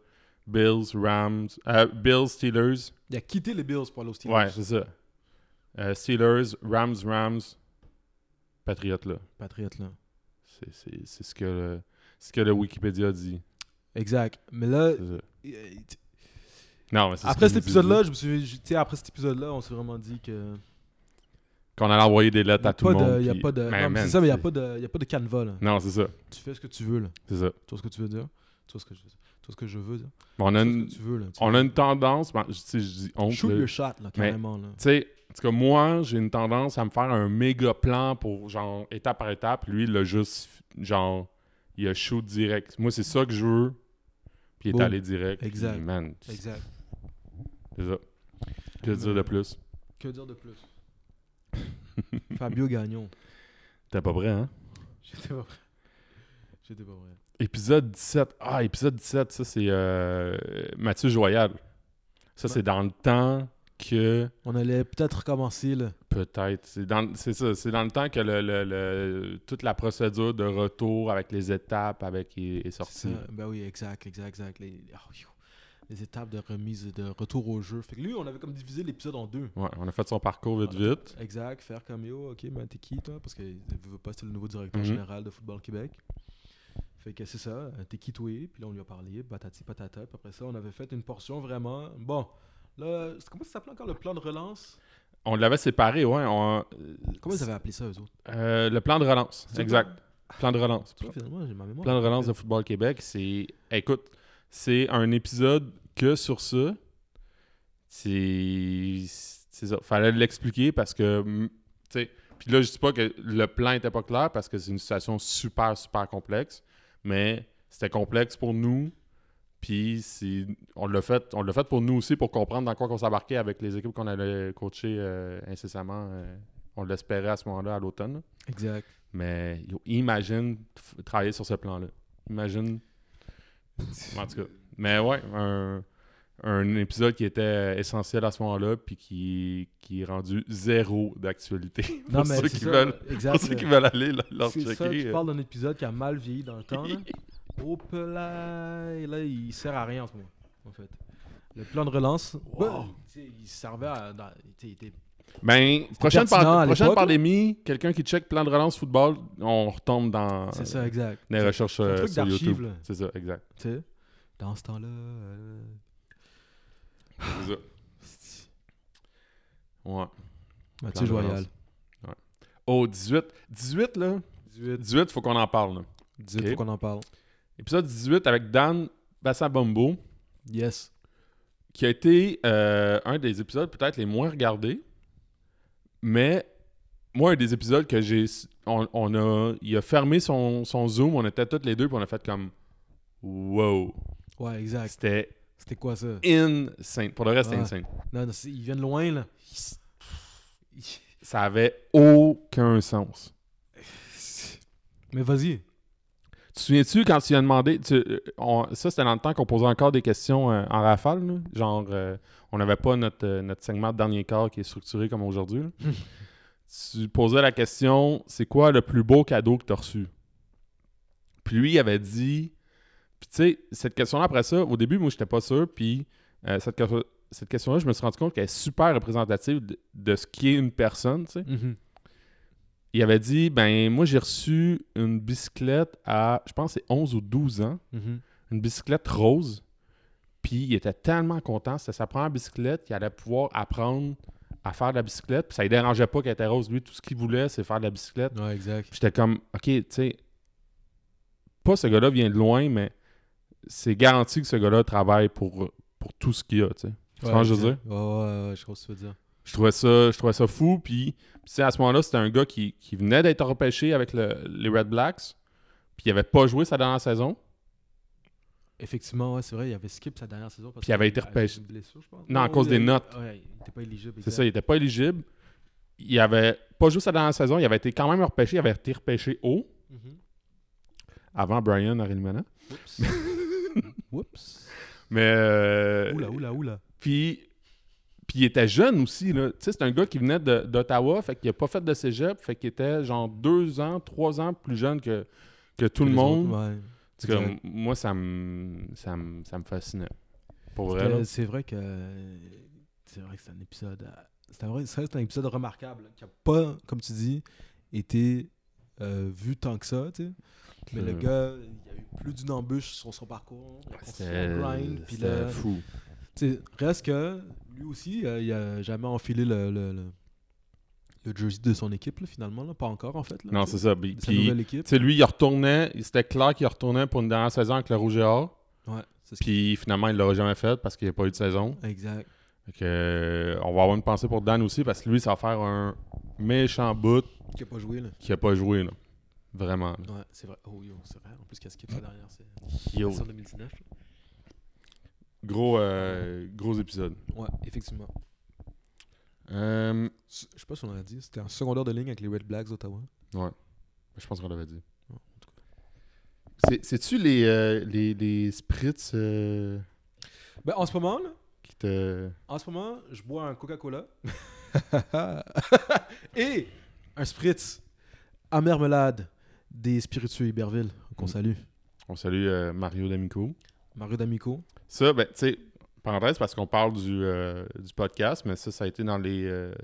Bills, Rams, euh, Bills, Steelers.
Il a quitté les Bills pour aller aux Steelers.
Ouais, c'est ça. Euh, Steelers, Rams, Rams, Patriotes, là.
Patriote, là.
C'est- C'est c'est ce, que le- ce que le Wikipédia dit.
Exact. Mais là,
C'est ça.
euh, t-
Non, mais c'est ce
après
qu'il
cet
nous dit,
épisode-là, je me suis, je- tu sais, après cet épisode-là, on s'est vraiment dit que.
Qu'on allait envoyer des lettres
y a
à tout
pas
le monde.
de- y a
puis-
pas de.
Mais
non, mais
man,
c'est ça, mais il n'y a
c'est-
pas de, y a pas de canevas, là.
Non, c'est ça.
Tu fais ce que tu veux, là.
C'est ça.
Tu vois ce que tu veux dire. Tu vois ce que je veux dire. Tu vois ce que je veux dire.
Mais on, a
Tu vois
une,
ce que tu veux, là. Tu
on a une tendance, ben, je, tu sais, je dis on.
Shoot
là.
your
Tu
shot, là,
Mais-
carrément, là.
sais, en tout cas, moi, j'ai une tendance à me faire un méga plan pour, genre, étape par étape. Lui, il a juste, genre, il a shoot direct. Moi, c'est ça que je veux. Puis il est
Boom.
allé direct. puis,
Exact.
man, c'est
Exact.
ça. Que dire de plus?
Que dire de plus Fabio Gagnon.
T'es pas prêt, hein?
J'étais pas prêt. J'étais pas prêt.
Épisode 17. Ah, épisode 17, ça, c'est euh, Mathieu Joyal. Ça, c'est dans le temps que...
On allait peut-être recommencer, là.
Peut-être. C'est dans, c'est ça. C'est dans le temps que le, le- le- toute la procédure de retour avec les étapes avec, est, est
C'est
sortie.
ça. Ben oui, exact, exact, exact. Les, les- oh, yo. Les étapes de remise, de retour au jeu. Fait que lui, on avait comme divisé l'épisode en deux.
Ouais, on a fait son parcours vite,
On a
vite.
fait- Exact, faire comme yo, ok, mais t'es qui toi Parce que vous veut pas c'est le nouveau directeur
Mhm.
général de Football Québec. Fait que c'est ça, euh, t'es qui toi Puis là, on lui a parlé, patati patata. Puis après ça, on avait fait une portion vraiment. Bon, là, c'est- comment ça s'appelait encore le plan de relance
On l'avait séparé, ouais. on-
Comment ils avaient appelé ça eux autres
euh, le plan de relance.
C'est
Exact.
quoi?
Plan de relance.
Tu vois, finalement, j'ai ma mémoire.
Plan de relance de Football Québec, c'est. Écoute, c'est un épisode que sur ça. C'est. C'est ça. Fallait l'expliquer parce que. mm, Tu sais. Puis là, je dis pas que le plan était pas clair parce que c'est une situation super, super complexe. Mais c'était complexe pour nous. Puis c'est- on l'a fait, on l'a fait pour nous aussi pour comprendre dans quoi on s'embarquait avec les équipes qu'on allait coacher euh, incessamment. euh, on l'espérait à ce moment-là à l'automne. là.
Exact.
Mais yo, imagine f- travailler sur ce plan-là. Imagine. en tout cas. Mais ouais, un, un épisode qui était euh, essentiel à ce moment-là, puis qui, qui est rendu zéro d'actualité.
Non,
pour,
mais
ceux
c'est
qui
ça,
veulent,
exact,
pour ceux
là.
qui veulent aller le- leur
C'est ça, tu
checker. euh.
parles d'un épisode qui a mal vieilli dans le temps. Là. Hop là, et là, il sert à rien en ce moment, en fait. Le plan de relance, ben, tu sais, il servait à... dans- tu sais, il était-
Ben, prochaine,
pertinent
pan-
à
prochaine
l'époque,
pandémie, quelqu'un qui check plan de relance football, on retombe dans
C'est ça, exact.
les recherches
c'est un
euh,
truc
sur
d'archive,
YouTube.
là.
C'est ça, exact.
Tu sais, dans ce temps-là... euh,
C'est ça.
c'est-
Ouais.
Mathieu
de relance.
Joyal.
Oh, 18. 18, là.
18,
18, faut qu'on en parle. là.
18
Ok.
faut qu'on en parle.
Épisode 18 avec Dan Bassabombo,
Yes.
qui a été euh, un des épisodes peut-être les moins regardés, mais moi, un des épisodes que j'ai. On, on a, il a fermé son, son Zoom, on était toutes les deux, puis on a fait comme. Wow!
Ouais, exact.
C'était
C'était quoi ça?
insane. Pour le reste, c'était
Ouais.
insane.
Non, non, c'est- ils viennent loin, là.
Ça avait aucun sens.
Mais vas-y.
te souviens-tu quand tu lui as demandé, tu- euh, on- ça c'était dans le temps qu'on posait encore des questions euh, en rafale, là, genre euh, on n'avait pas notre, euh, notre segment de dernier quart qui est structuré comme aujourd'hui. là. tu posais la question, c'est quoi le plus beau cadeau que tu as reçu? Puis lui, il avait dit, puis tu sais, cette question-là après ça, au début, moi j'étais pas sûr, puis euh, cette, que- cette question-là, je me suis rendu compte qu'elle est super représentative de, de ce qu'est une personne, tu sais il avait dit ben moi j'ai reçu une bicyclette à je pense que c'est 11 ou 12 ans, une bicyclette rose. Puis il était tellement content, c'était sa première bicyclette qu'il allait pouvoir apprendre à faire de la bicyclette, puis ça ne dérangeait pas qu'elle était rose, lui tout ce qu'il voulait c'est faire de la bicyclette.
Ouais, exact.
Puis J'étais comme OK, tu sais pas ce gars-là vient de loin mais c'est garanti que ce gars-là travaille pour pour tout ce qu'il a, tu sais.
Ouais,
comprends ce que je veux
exact. Ouais, ouais, ouais, je crois ce que tu veux dire.
Je trouvais ça, je trouvais ça fou. Puis, puis tu sais, à ce moment-là, c'était un gars qui, qui venait d'être repêché avec le- les Red Blacks. Puis il avait pas joué sa dernière saison.
Effectivement, ouais, c'est vrai, il avait skip sa dernière saison. Parce
Puis il avait
que-
été repêché.
avec une blessure, je pense.
Non, à cause
il-
des notes.
Ouais, il était pas éligible.
C'est ça, il était pas éligible. Il avait pas joué sa dernière saison. Il avait été quand même repêché. Il avait été repêché haut avant Brian Arimana.
Oups. Oups.
Mais euh,
Mhm. Oula, oula, oula.
puis puis il était jeune aussi là. Tu sais, c'est un gars qui venait de- d'Ottawa, fait qu'il a pas fait de cégep, fait qu'il était genre deux ans, trois ans plus jeune que que tout le
Les
monde.
autres, ouais.
En tout cas,
Exact.
m- moi, ça me, ça me, ça me fascinait. Pour
Parce
vrai,
que
là.
C'est vrai que c'est vrai que c'est un épisode. euh, C'est un vrai- c'est vrai que c'est un épisode remarquable là, qui a pas, comme tu dis, été euh, vu tant que ça. tu sais. Mais le
Euh.
gars, il y a eu plus d'une embûche sur son parcours.
Ah,
Il a continué à grind, puis
c'était
là,
fou.
tu sais, reste que lui aussi, euh, il a jamais enfilé le, le, le- le jersey de son équipe là, finalement, là. pas encore en fait. là,
Non,
tu sais,
c'est ça. Puis,
de sa
puis,
nouvelle
tu
équipe.
sais, lui, il retournait. il- C'était clair qu'il retournait pour une dernière saison avec le Rouge et Or.
Ouais, c'est ce
Puis finalement, il l'aurait jamais fait parce qu'il n'y a pas eu de saison.
qui- Exact.
Fait que, euh, on va avoir une pensée pour Dan aussi parce que lui, ça va faire un méchant bout
Qui a pas joué là.
qu'il n'a pas joué. Là. Vraiment. là.
Ouais, c'est vrai. Oh yo, c'est vrai. En plus, qu'est-ce qui est pas derrière, c'est
Yo.
c'est en 2019. là.
Gros, euh, gros épisode.
Ouais, effectivement.
Euh,
S- Je sais pas si on l'a dit, c'était en secondaire de ligne avec les Red Blacks d'Ottawa.
je pense qu'on l'avait dit.
Ouais, en
C'est- C'est-tu les, euh, les, les spritz euh,
Ben, en ce moment, là,
qui te.
en ce moment, je bois un Coca-Cola. Et un Spritz à marmelade des spiritueux Iberville, qu'on
Mm.
salue.
On salue euh, Mario D'Amico.
Mario D'Amico.
Ça, ben, tu sais, parenthèse, parce qu'on parle du, euh, du podcast, mais ça, ça a été dans les. euh,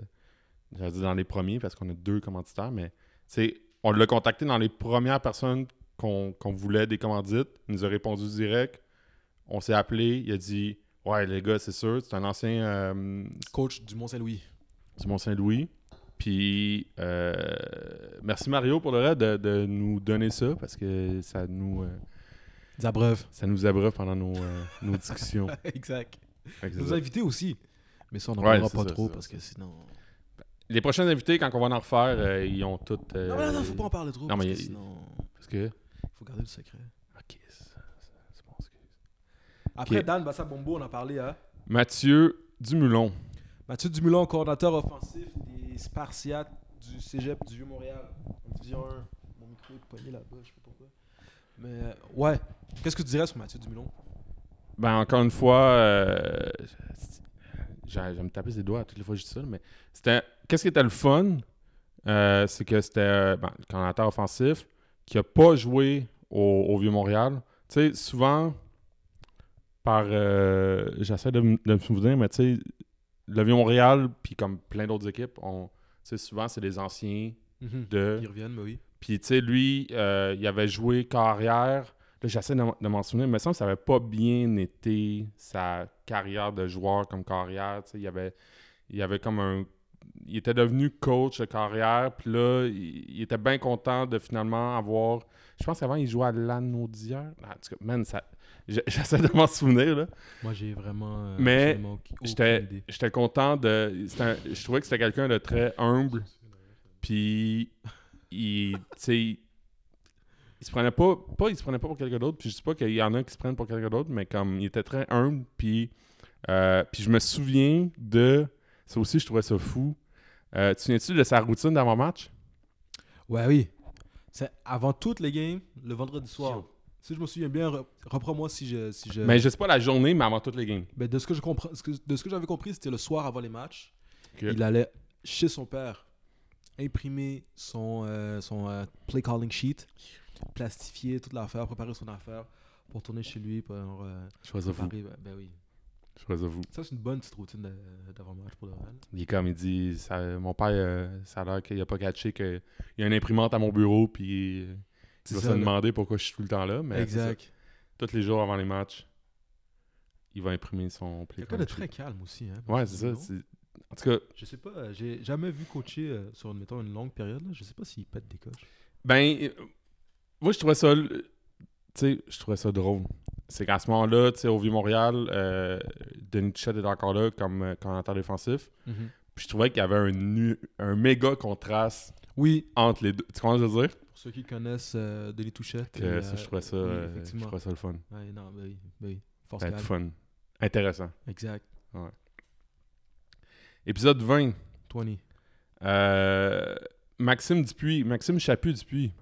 j'allais dire dans les premiers, parce qu'on a deux commanditaires, mais tu sais, on l'a contacté dans les premières personnes qu'on qu'on voulait des commandites. Il nous a répondu direct. On s'est appelé. Il a dit Ouais, les gars, c'est sûr, c'est un ancien euh,
Coach du Mont-Saint-Louis.
du Mont-Saint-Louis. Puis, euh, merci Mario pour le reste de, de nous donner ça, parce que ça nous, euh,
Zabreuve.
ça nous abreuve pendant nos, euh, nos discussions.
exact.
Fait que c'est
Nous
ça.
invités aussi. Mais ça, on n'en
Ouais,
parlera
c'est
pas
ça,
trop
c'est
parce
ça.
que sinon.
Les prochains invités, quand on va en refaire, euh, ils ont toutes. euh,
Non, mais non, non, faut pas en parler trop.
non,
parce
mais
que
il-
sinon,
Parce que.
faut garder le secret.
Ok, ça- ça- c'est bon, excuse.
Après,
Ok.
Dan Bassabombo, on en parlait à.
Mathieu Dumulon.
Mathieu Dumoulin, coordinateur offensif des Spartiates du Cégep du Vieux-Montréal, en Division 1. Mon micro est poigné là-bas, je sais pas pourquoi. Mais euh, ouais, qu'est-ce que tu dirais sur Mathieu Dumoulin
Ben, encore une fois, euh, j'ai- j'ai me taper les doigts toutes les fois que je dis ça, mais c'était. Qu'est-ce qui était le fun? Euh, c'est que c'était euh, ben, le coordonnateur offensif qui a pas joué au, au Vieux-Montréal. Tu sais, souvent, par. euh, J'essaie de, m- de me souvenir, mais tu sais, le Vieux-Montréal, puis comme plein d'autres équipes, on, tu sais, souvent, c'est des anciens de.
Ils reviennent, mais oui.
Puis, tu sais, lui, euh, il avait joué carrière. Là, j'essaie de, m- de m'en souvenir, mais ça, ça n'avait pas bien été sa carrière de joueur comme carrière. Tu sais, il avait, il avait comme un. Il était devenu coach de carrière, puis là, il, il était bien content de finalement avoir. Je pense qu'avant, il jouait à l'anneau d'hier. En tout cas, man, ça. je- J'essaie de m'en souvenir, là.
Moi, j'ai vraiment. euh,
Mais
j'ai vraiment aucune- aucune
J'étais
idée.
j'étais content de. c'était un- je trouvais que c'était quelqu'un de très humble. Puis, il, tu sais, il il se prenait pas, pas. Il se prenait pas pour quelqu'un d'autre. Puis, je dis pas qu'il y en a qui se prennent pour quelqu'un d'autre, mais comme il était très humble. Puis, euh, puis je me souviens de. Ça aussi, je trouvais ça fou. Euh, tu te souviens-tu de sa routine d'avant-match?
Ouais, oui. C'est avant toutes les games, le vendredi soir. Si je me souviens bien, re- reprends-moi si je. Si je...
Mais je sais pas la journée, mais avant toutes les games.
Ben, de ce que je comprends, ce que- de ce que j'avais compris, c'était le soir avant les matchs.
Ok.
Il allait chez son père imprimer son, euh, son euh, play calling sheet, plastifier toute l'affaire, préparer son affaire pour tourner chez lui pour euh,
Choisis vous.
préparer. Ben, ben oui.
Choisis vous.
Ça, c'est une bonne petite routine de- d'avant-match pour le Real.
Il est comme, il dit, ça- mon père, euh, ça a l'air qu'il a pas catché qu'il y a une imprimante à mon bureau, puis euh, il va se
ça, là.
demander pourquoi je suis tout le temps là. Mais c'est
exact.
ça. Tous les jours avant les matchs, il va imprimer son play
Quelqu'un de
call
très
sheet.
calme aussi. Hein,
Ouais,
Marcelo
c'est ça.
Bruno.
c'est- En tout cas,
Je sais pas, euh, j'ai jamais vu coacher euh, sur mettons, une longue période. Là. Je sais pas s'il pète des coches.
Ben, euh, moi, je trouvais ça. l- Tu sais, je trouvais ça drôle. C'est qu'à ce moment-là, tu sais, au Vieux-Montréal, euh, Denis Tuchel est encore là comme euh, commentateur défensif. Puis je trouvais qu'il y avait un, nu- un méga contraste
Oui,
entre les deux. Tu comprends ce que je veux dire?
pour ceux qui connaissent euh, Denis Touchette.
Que
et,
ça,
euh,
je trouvais ça,
oui,
euh, je
effectivement.
trouvais ça le fun.
Ouais, non, ben oui, ben oui. Force
Ça va être
Gall.
fun. Intéressant.
Exact.
Épisode 20.
20.
Euh, Maxime Dupuis. Maxime Chaput Dupuis.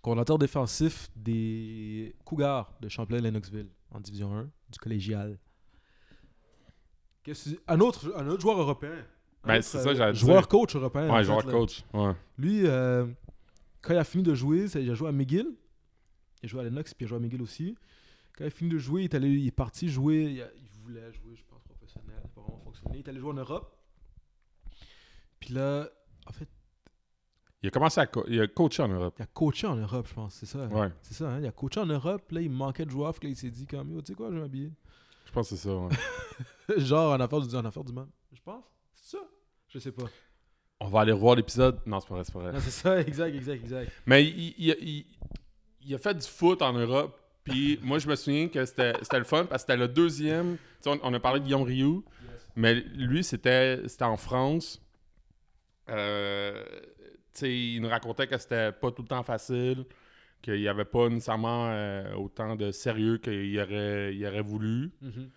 Coordinateur défensif des Cougars de Champlain-Lennoxville en Division 1 du collégial. Qu'est-ce que- un, autre, un autre joueur européen. Un
Ben,
autre,
c'est ça,
euh,
j'allais dire.
Joueur coach européen. en
Ouais,
fait,
joueur
là.
coach. Ouais.
Lui, euh, quand il a fini de jouer, c'est- il a joué à McGill. Il a joué à Lennox, puis il a joué à McGill aussi. Quand il a fini de jouer, il est, allé- il est parti jouer. Il, a- il voulait jouer, je pense, professionnel. Ça n'a pas vraiment fonctionné. Il est allé jouer en Europe. Puis là, en fait,
Il a commencé à co- il a coaché en Europe.
il a coaché en Europe, je pense. C'est ça.
Ouais.
C'est ça, hein? il a coaché en Europe. puis Là, il manquait de joueurs. Puis là, il s'est dit, comme, Yo, tu sais quoi, je vais m'habiller.
Je pense que c'est ça. ouais.
Genre, en affaire, du, en affaire du même. Je pense. C'est ça. Je sais pas.
On va aller revoir l'épisode. Non, c'est pas vrai, c'est pas vrai.
Non, c'est ça, exact, exact, exact.
Mais il, il- il- il a fait du foot en Europe. Puis moi, je me souviens que c'était c'était le fun parce que c'était le deuxième. Tu sais, on, on a parlé de Guillaume Rioux, mais lui, c'était c'était en France. Euh, tu sais, il nous racontait que c'était pas tout le temps facile, qu'il n'y avait pas nécessairement euh, autant de sérieux qu'il aurait, il aurait voulu.
Mhm.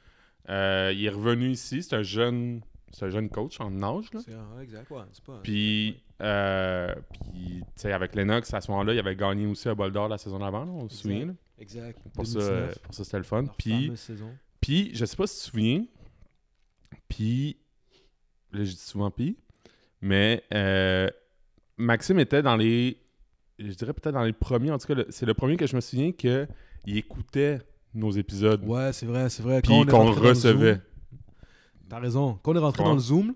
Euh, il est revenu ici. C'est un jeune, c'est un jeune coach en âge. Là.
C'est ouais, exact, ouais. C'est pas.
Puis, euh, puis, tu sais, avec Lennox, à ce moment-là, il avait gagné aussi un bol d'or la saison d'avant, là, on se
Exact.
souvient. là.
Exact.
Pour ça,
2019.
euh, pour ça, c'était le fun.
Leur
Puis,
fameuse saison.
puis, je sais pas si tu te souviens, puis, là, je dis souvent puis, mais euh, Maxime était dans les, je dirais peut-être dans les premiers, en tout cas, le- c'est le premier que je me souviens qu'il écoutait nos épisodes,
Ouais, c'est vrai, c'est vrai.
puis
est
qu'on
rentré dans le euh,
recevait.
Zoom- T'as raison. Quand on est rentré
Ouais.
dans le Zoom,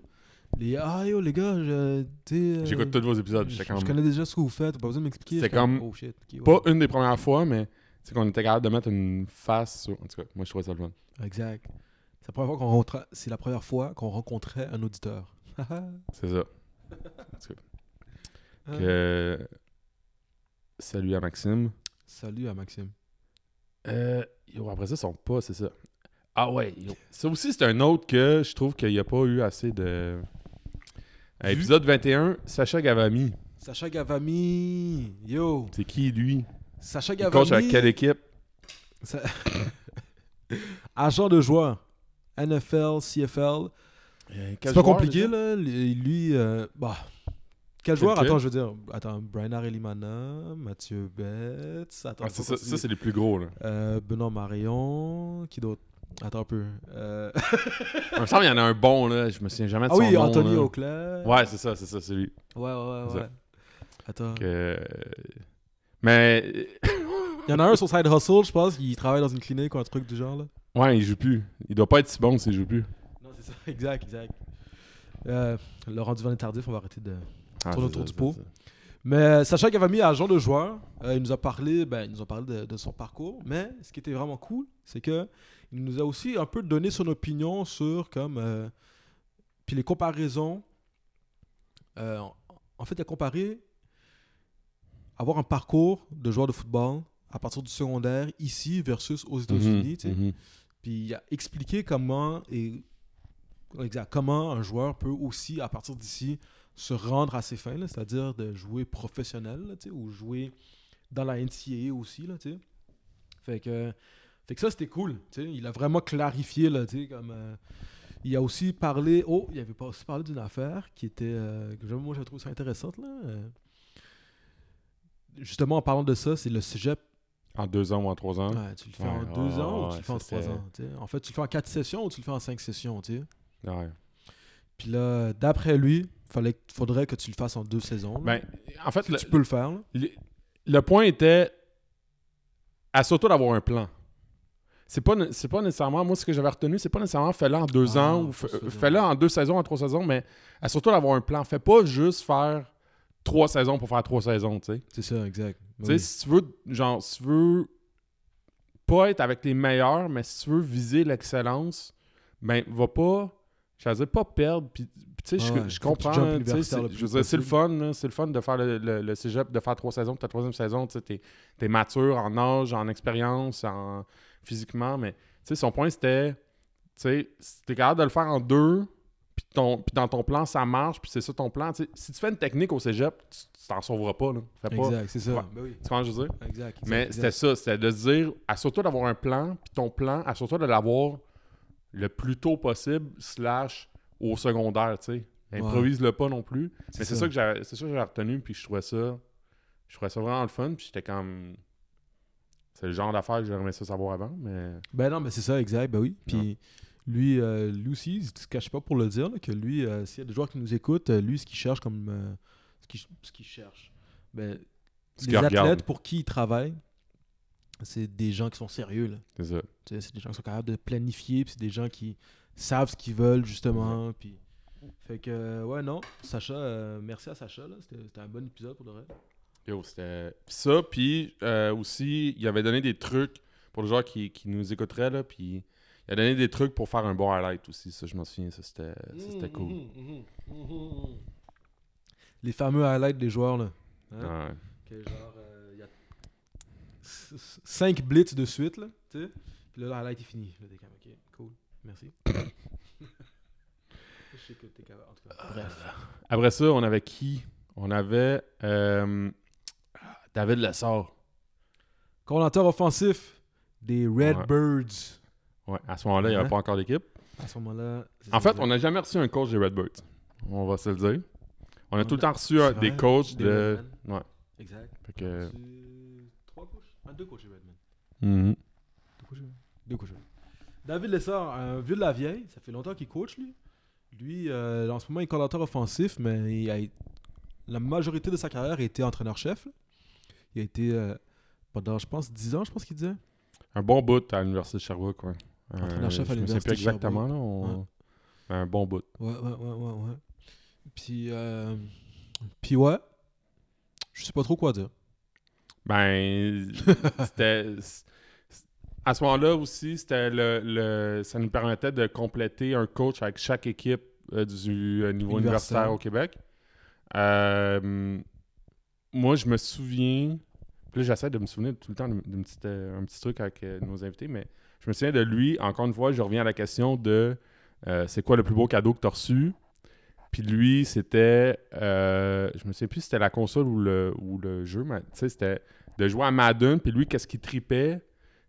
les ah yo les gars, je- tu sais, euh,
J'écoute tous vos épisodes,
je,
j'étais
je
comme-
connais déjà ce que vous faites, pas besoin de m'expliquer.
C'est
J'étais comme,
comme-
oh shit, ok, ouais.
pas une des premières fois, mais c'est qu'on était capable de mettre une face sur, en tout cas, moi, je trouvais ça le fun.
Exact. C'est la première fois qu'on rentra- c'est la première fois qu'on rencontrait un auditeur.
C'est ça.
Ah.
Que- Salut à Maxime.
Salut à Maxime.
Euh, yo, après ça, ils sont pas, c'est ça. Ah ouais. yo. Ça aussi, c'est un autre que je trouve qu'il n'y a pas eu assez de. Euh,
Vu.
épisode 21, Sacha Gavami.
Sacha Gavami, yo.
C'est qui lui
Sacha
Il
Gavami.
coach à quelle équipe
Ça- Agent de joueur. NFL, CFL.
Euh,
C'est pas compliqué, là. Lui, lui, euh, bah. Quel
C'est
joueur
lequel?
Attends, je veux dire. Attends, Brian Arelimana, Mathieu Betts. Attends,
Ah,
faut
c'est ça,
continuer.
ça, c'est les plus gros. Là.
Euh, Benoît Marion. Qui d'autre Attends un peu. Euh,
Il me semble qu'il y en a un bon, là. je me souviens jamais de
Ah
son
oui,
nom,
Anthony
là.
Auclair.
hein. Ouais, c'est ça, c'est ça, c'est lui.
Ouais, ouais,
C'est
ouais.
ça.
ouais. Attends.
Que- euh, Mais. euh,
Il y en a un sur Side Hustle, je pense. Il travaille dans une clinique ou un truc du genre, là.
Ouais, il joue plus. Il doit pas être si bon s'il joue plus.
Non, c'est ça. Exact, exact. Euh, Laurent Duvan est tardif, on va arrêter de.
Ah,
Tourne
c'est
autour
ça,
du
c'est
pot.
ça.
Mais euh, Sacha Gavami, agent de joueur, euh, il nous a parlé, ben, il nous a parlé de, de son parcours. Mais ce qui était vraiment cool, c'est que il nous a aussi un peu donné son opinion sur comme euh, puis les comparaisons. Euh, en- en fait, il a comparé avoir un parcours de joueur de football à partir du secondaire ici versus aux États-Unis. tu sais.
Mhm, mhm.
Puis il a expliqué comment et exact, comment un joueur peut aussi, à partir d'ici, se rendre à ses fins, là, c'est-à-dire de jouer professionnel là, tu sais, ou jouer dans la NCAA aussi. Là, tu sais. fait, que, fait que ça, c'était cool. tu sais. Il a vraiment clarifié. Là, tu sais, comme, euh, il a aussi parlé. Oh, il avait pas aussi parlé d'une affaire qui était. euh, que j'aime- moi, je trouve ça intéressante. Là, euh, justement, en parlant de ça, c'est le cégep.
En deux ans ou en trois ans.
Ouais, tu le fais
Ouais,
en
ouais,
deux
ouais,
ans ou
ouais,
tu le fais en
ça,
trois
c'est-
ans? tu sais? En fait, tu le fais en quatre sessions ou tu le fais en cinq sessions? tu sais?
Ouais.
Puis là, d'après lui, fallait, faudrait que tu le fasses en deux saisons. là.
Ben, en fait, le,
tu peux le faire. là.
le- le point était assure-toi d'avoir un plan. C'est pas, né- c'est pas nécessairement, moi, ce que j'avais retenu, c'est pas nécessairement fais-le en deux
Ah,
ans ou
pas
f-
ça, non.
fais-le en deux saisons, en trois saisons, mais assure-toi d'avoir un plan. Fais pas juste faire trois saisons pour faire trois saisons, tu sais.
C'est ça, exact. Ben
Tu sais,
oui.
si tu veux, genre, si tu veux pas être avec les meilleurs, mais si tu veux viser l'excellence, ben, va pas, je veux dire, pas perdre. Puis, puis tu sais, je-
Ah ouais,
je,
faut que tu
comprends.
jumpes
là, tu sais,
l'universitaire le
c'est-
plus
Je veux dire, c'est le
possible.
fun, là, c'est le fun de faire le, le- le cégep, de faire trois saisons, puis ta troisième saison, tu sais, t'es, t'es mature en âge, en expérience, en physiquement, mais, tu sais, son point, c'était, tu sais, si t'es capable de le faire en deux, puis, ton, puis dans ton plan, ça marche, puis c'est ça ton plan, tu sais, si tu fais une technique au cégep, tu, tu t'en sauveras pas, là. Fais pas-
Exact, c'est ça.
Ouais.
Ben oui,
tu comprends ce que je veux dire?
exact, exact,
Mais
exact.
c'était ça, c'était de se dire, assure-toi d'avoir un plan, puis ton plan, assure-toi de l'avoir le plus tôt possible, slash au secondaire, tu sais. Improvise-le pas non plus.
C'est
Mais c'est
ça.
ça que j'avais c'est ça que j'avais retenu, puis je trouvais ça, je trouvais ça vraiment le fun, puis j'étais comme, c'est le genre d'affaire que j'aurais aimé ça savoir avant, mais
Ben non, mais c'est ça, exact, ben oui. Puis lui, euh, lui aussi, il se cache pas pour le dire, là, que lui, euh, s'il y a des joueurs qui nous écoutent, euh, lui, ce qu'il cherche comme... euh, ce qu'il ce qu'il cherche, ben,
Ce
les
qu'il
athlètes
regarde.
pour qui il travaille, c'est des gens qui sont sérieux, là.
c'est ça.
Tu sais, C'est des gens qui sont capables de planifier, puis c'est des gens qui savent ce qu'ils veulent, justement, puis... Fait que, euh, ouais, non, Sacha, euh, merci à Sacha, là, c'était c'était un bon épisode pour de vrai.
Yo, c'était ça, puis euh, aussi, il avait donné des trucs pour les gens qui, qui nous écouteraient, là, puis il a donné des trucs pour faire un bon highlight aussi, ça je m'en souviens, ça c'était Ben, ça,
Hmm,
c'était cool.
Mmh, Les fameux highlights des joueurs, là. Hein?
Ouais.
que genre, il y a 5 blitz de suite, là, tu sais. Puis là, le highlight est fini. Là, t'es comme, ok, cool, merci. Je sais que t'es capable, en tout cas. Bref.
Après ça, on avait qui On avait euh, David Lessard.
Coordinateur offensif des
Ouais.
Redbirds.
Ouais, à ce moment-là, il n'y
Ouais.
avait pas encore d'équipe.
À ce moment-là.
En fait, on n'a jamais reçu un coach des Redbirds. On va se le dire. On a
Ouais.
tout le temps reçu un-
C'est
des
vrai.
coachs
Des
de. Ouais.
Exact.
Fait que-
Tu- Trois coachs Ah, deux coachs des Redmen.
Mhm.
Deux coachs. Deux coachs. David Lessard, un vieux de la vieille, ça fait longtemps qu'il coach, lui. Lui, euh, en ce moment, il est coordinateur offensif, mais il a- la majorité de sa carrière, il a été entraîneur-chef. là. Il a été, euh, pendant, je pense, 10 ans, je pense qu'il disait.
Un bon bout à l'Université de Sherbrooke. Ouais. Euh,
Entraîneur-chef à
je me sais
l'Université
plus
de Sherbrooke.
exactement. Là, on- Un bon bout.
Ouais, ouais, ouais, ouais. ouais. Puis, euh, puis ouais, je sais pas trop quoi dire.
Ben, c'était. c- À ce moment-là aussi, c'était le, le- ça nous permettait de compléter un coach avec chaque équipe euh, du euh, niveau
Universitaire.
universitaire au Québec. Euh, moi, je me souviens. puis là, j'essaie de me souvenir tout le temps d'un d'un petit, euh, un petit truc avec euh, nos invités, mais je me souviens de lui. Encore une fois, je reviens à la question de euh, c'est quoi le plus beau cadeau que tu as reçu Puis lui, c'était. euh, je me souviens plus si c'était la console ou le, ou le jeu, mais tu sais, c'était de jouer à Madden. Puis lui, qu'est-ce qu'il tripait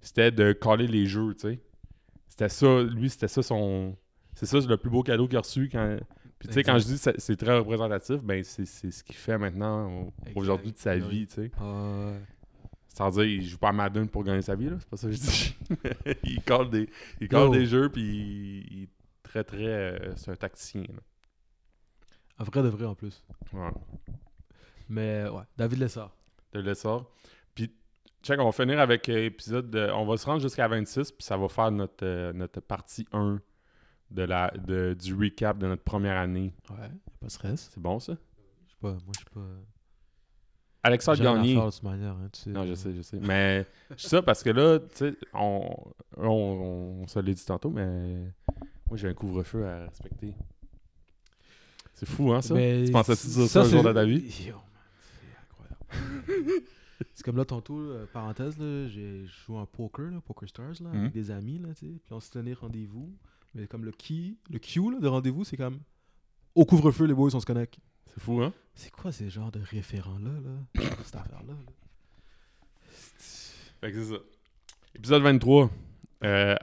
C'était de coller les jeux, tu sais. C'était ça, lui, c'était ça son. C'est ça le plus beau cadeau qu'il a reçu. Quand... Puis tu sais, quand je dis c'est- c'est très représentatif, ben c'est c'est ce qu'il fait maintenant au-
Exact.
aujourd'hui de sa
Ben oui.
vie, tu sais.
Euh,
Sans dire, il joue pas à Madden pour gagner sa vie, là. C'est pas ça que je dis. il colle des, il colle
Yo.
des jeux, puis il, il est très, très. euh, c'est un tacticien, là.
à vrai de vrai en plus.
Ouais.
Mais ouais, David Lessard.
De l'essor. Puis, check, on va finir avec euh, épisode. de- on va se rendre jusqu'à 26, puis ça va faire notre, euh, notre partie 1 de la, de- du recap de notre première année.
Ouais, y a pas de stress.
C'est bon, ça?
Je sais pas, moi je suis pas.
Alexandre
j'ai rien à
Gagné.
faire de toute manière, hein, tu sais.
Non, je sais, je sais. Mais c'est ça parce que là, tu sais, on, on, on se l'a dit tantôt, mais moi, j'ai un couvre-feu à respecter. C'est fou, hein, ça?
Mais
tu pensais-tu dire ça,
ça,
un jour
c'est-
de ta vie?
Yo, man, c'est incroyable. c'est comme là, tantôt, euh, parenthèse, là, j'ai joué un poker, là, Poker Stars, là,
Mhm.
avec des amis, là, tu sais. Puis on se tenait rendez-vous. Mais comme le qui, le Q là, de rendez-vous, c'est comme au couvre-feu, les boys, on se connecte.
C'est fou, hein?
C'est quoi ces genres de référents-là, là? Cette affaire-là, là? C'est-
Fait que c'est ça. Épisode 23. Euh,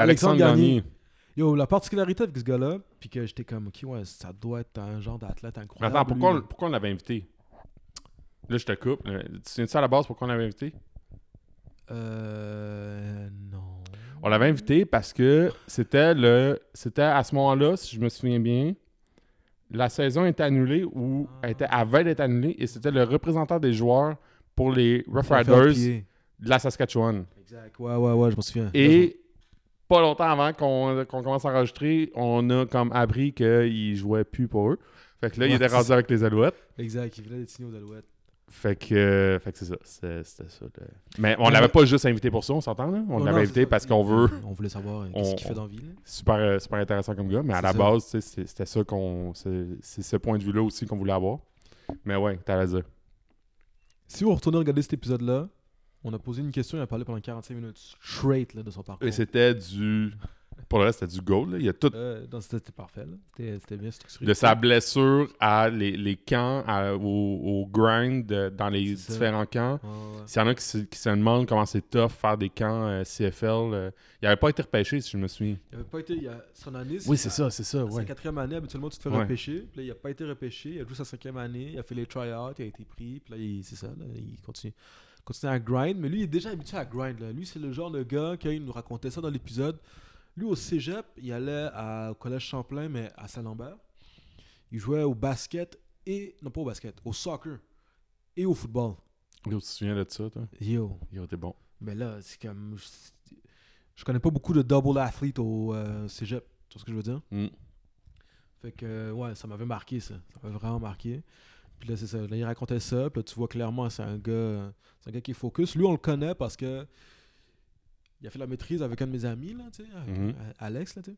Alexandre
Alexandre Garnier.
Yo, la particularité avec ce gars-là, puis que j'étais comme, ok, ouais, ça doit être un genre d'athlète
Mais
incroyable.
attends,
lui,
pourquoi
là.
on, pourquoi on l'avait invité? Là, je te coupe. Euh, Tu te souviens-tu à la base pourquoi on l'avait invité?
Euh. Non.
On l'avait invité parce que c'était le c'était à ce moment-là, si je me souviens bien, la saison était annulée ou
Ah.
elle était à veille d'être annulée et c'était le représentant des joueurs pour les Rough Riders de la Saskatchewan.
Exact. Ouais, ouais, ouais, je m'en souviens.
Et pas longtemps avant qu'on qu'on commence à enregistrer, on a comme appris qu'il jouait plus pour eux. Fait que là, il
Ouais,
était
c'est
rendu
ça.
avec les Alouettes.
Exact, il venait d'être signé aux Alouettes.
Fait que, euh, fait que c'est ça. C'est- C'était ça. le- Mais on
Ouais.
l'avait pas juste invité pour ça, on s'entend là. On
Non,
l'avait
non,
invité
c'est ça.
parce qu'on veut
On voulait savoir euh,
On-
qu'est-ce qu'il
on-
fait dans la vie. là.
super, euh, super intéressant comme gars, mais à
C'est
la
ça.
base, tu sais, c'est- c'était ça qu'on. C'est c'est ce point de vue-là aussi qu'on voulait avoir. Mais ouais, t'allais dire.
Si vous retournez regarder cet épisode-là, on a posé une question, il a parlé pendant 45 minutes straight là, de son parcours.
Et c'était du. Pour le reste, c'était du gold. là. Il y a tout.
Euh, non, c'était c'était parfait. là. C'était c'était bien structuré.
De sa blessure à les, les camps, à- au, au grind, euh, dans les
C'est ça.
différents camps.
Ouais, ouais.
S'il y en a qui se, qui se demandent comment c'est tough faire des camps euh, CFL, euh, il n'avait pas été repêché, si je me souviens.
Il avait pas été. il a- son année, c'est-
c'est ça,
à Sa quatrième année, habituellement, tu te fais
Ouais.
repêcher. Puis là, il a pas été repêché. Il a joué sa cinquième année. Il a fait les try-outs. Il a été pris. Puis là, il- c'est ça. là, il continue, continue à grind. Mais lui, il est déjà habitué à grind. là. Lui, c'est le genre de gars qui nous racontait ça dans l'épisode. Lui, au cégep, il allait à- au collège Champlain, mais à Saint-Lambert. Il jouait au basket et. Non, pas au basket, au soccer et au football.
Yo, tu te souviens de ça, toi
Yo.
Yo, t'es bon.
Mais là, c'est comme. je- Je connais pas beaucoup de double athlete au euh, cégep. Tu vois ce que je veux dire?
Mm.
Fait que, euh, ouais, ça m'avait marqué, ça. Ça m'avait vraiment marqué. Puis là, c'est ça. Là, il racontait ça. Puis là, tu vois clairement, c'est un gars, c'est un gars qui est focus. Lui, on le connaît parce que il a fait la maîtrise avec un de mes amis, là, tu sais, avec,
Mhm.
euh, Alex, là, tu sais.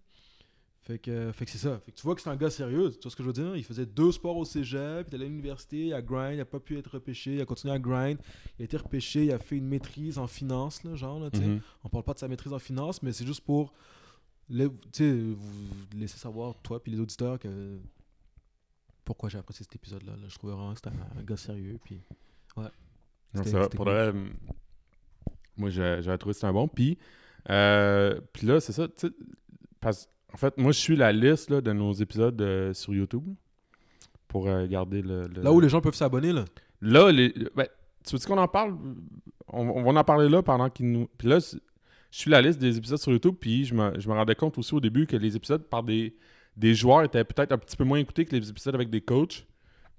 Fait que, euh, fait que c'est ça. Fait que tu vois que c'est un gars sérieux. Tu vois ce que je veux dire? Il faisait deux sports au cégep, il allait à l'université, il a grind, il a pas pu être repêché, il a continué à grind, il a été repêché, il a fait une maîtrise en finance, là, genre, là, tu sais.
Mhm.
On parle pas de sa maîtrise en finance, mais c'est juste pour le- tu sais, vous laisser savoir, toi puis les auditeurs, que pourquoi j'ai apprécié cet épisode-là. là. Je trouvais vraiment que c'était un, un gars sérieux. Puis...
Non,
C'était-
ça va.
c'était
Pour
cool.
le vrai, hum, moi, j'ai- j'avais trouvé que c'était un bon. Puis, euh, puis là, c'est ça. tu sais, Parce, en fait, moi, je suis la liste là, de nos épisodes euh, sur YouTube là, pour euh, garder le, le-
Là où les gens peuvent s'abonner, là.
Là, les- ben, tu veux qu'on en parle on, on va en parler là pendant qu'ils nous. Puis là, c'est- je suis la liste des épisodes sur YouTube. Puis je me, je me rendais compte aussi au début que les épisodes par des, des joueurs étaient peut-être un petit peu moins écoutés que les épisodes avec des coachs.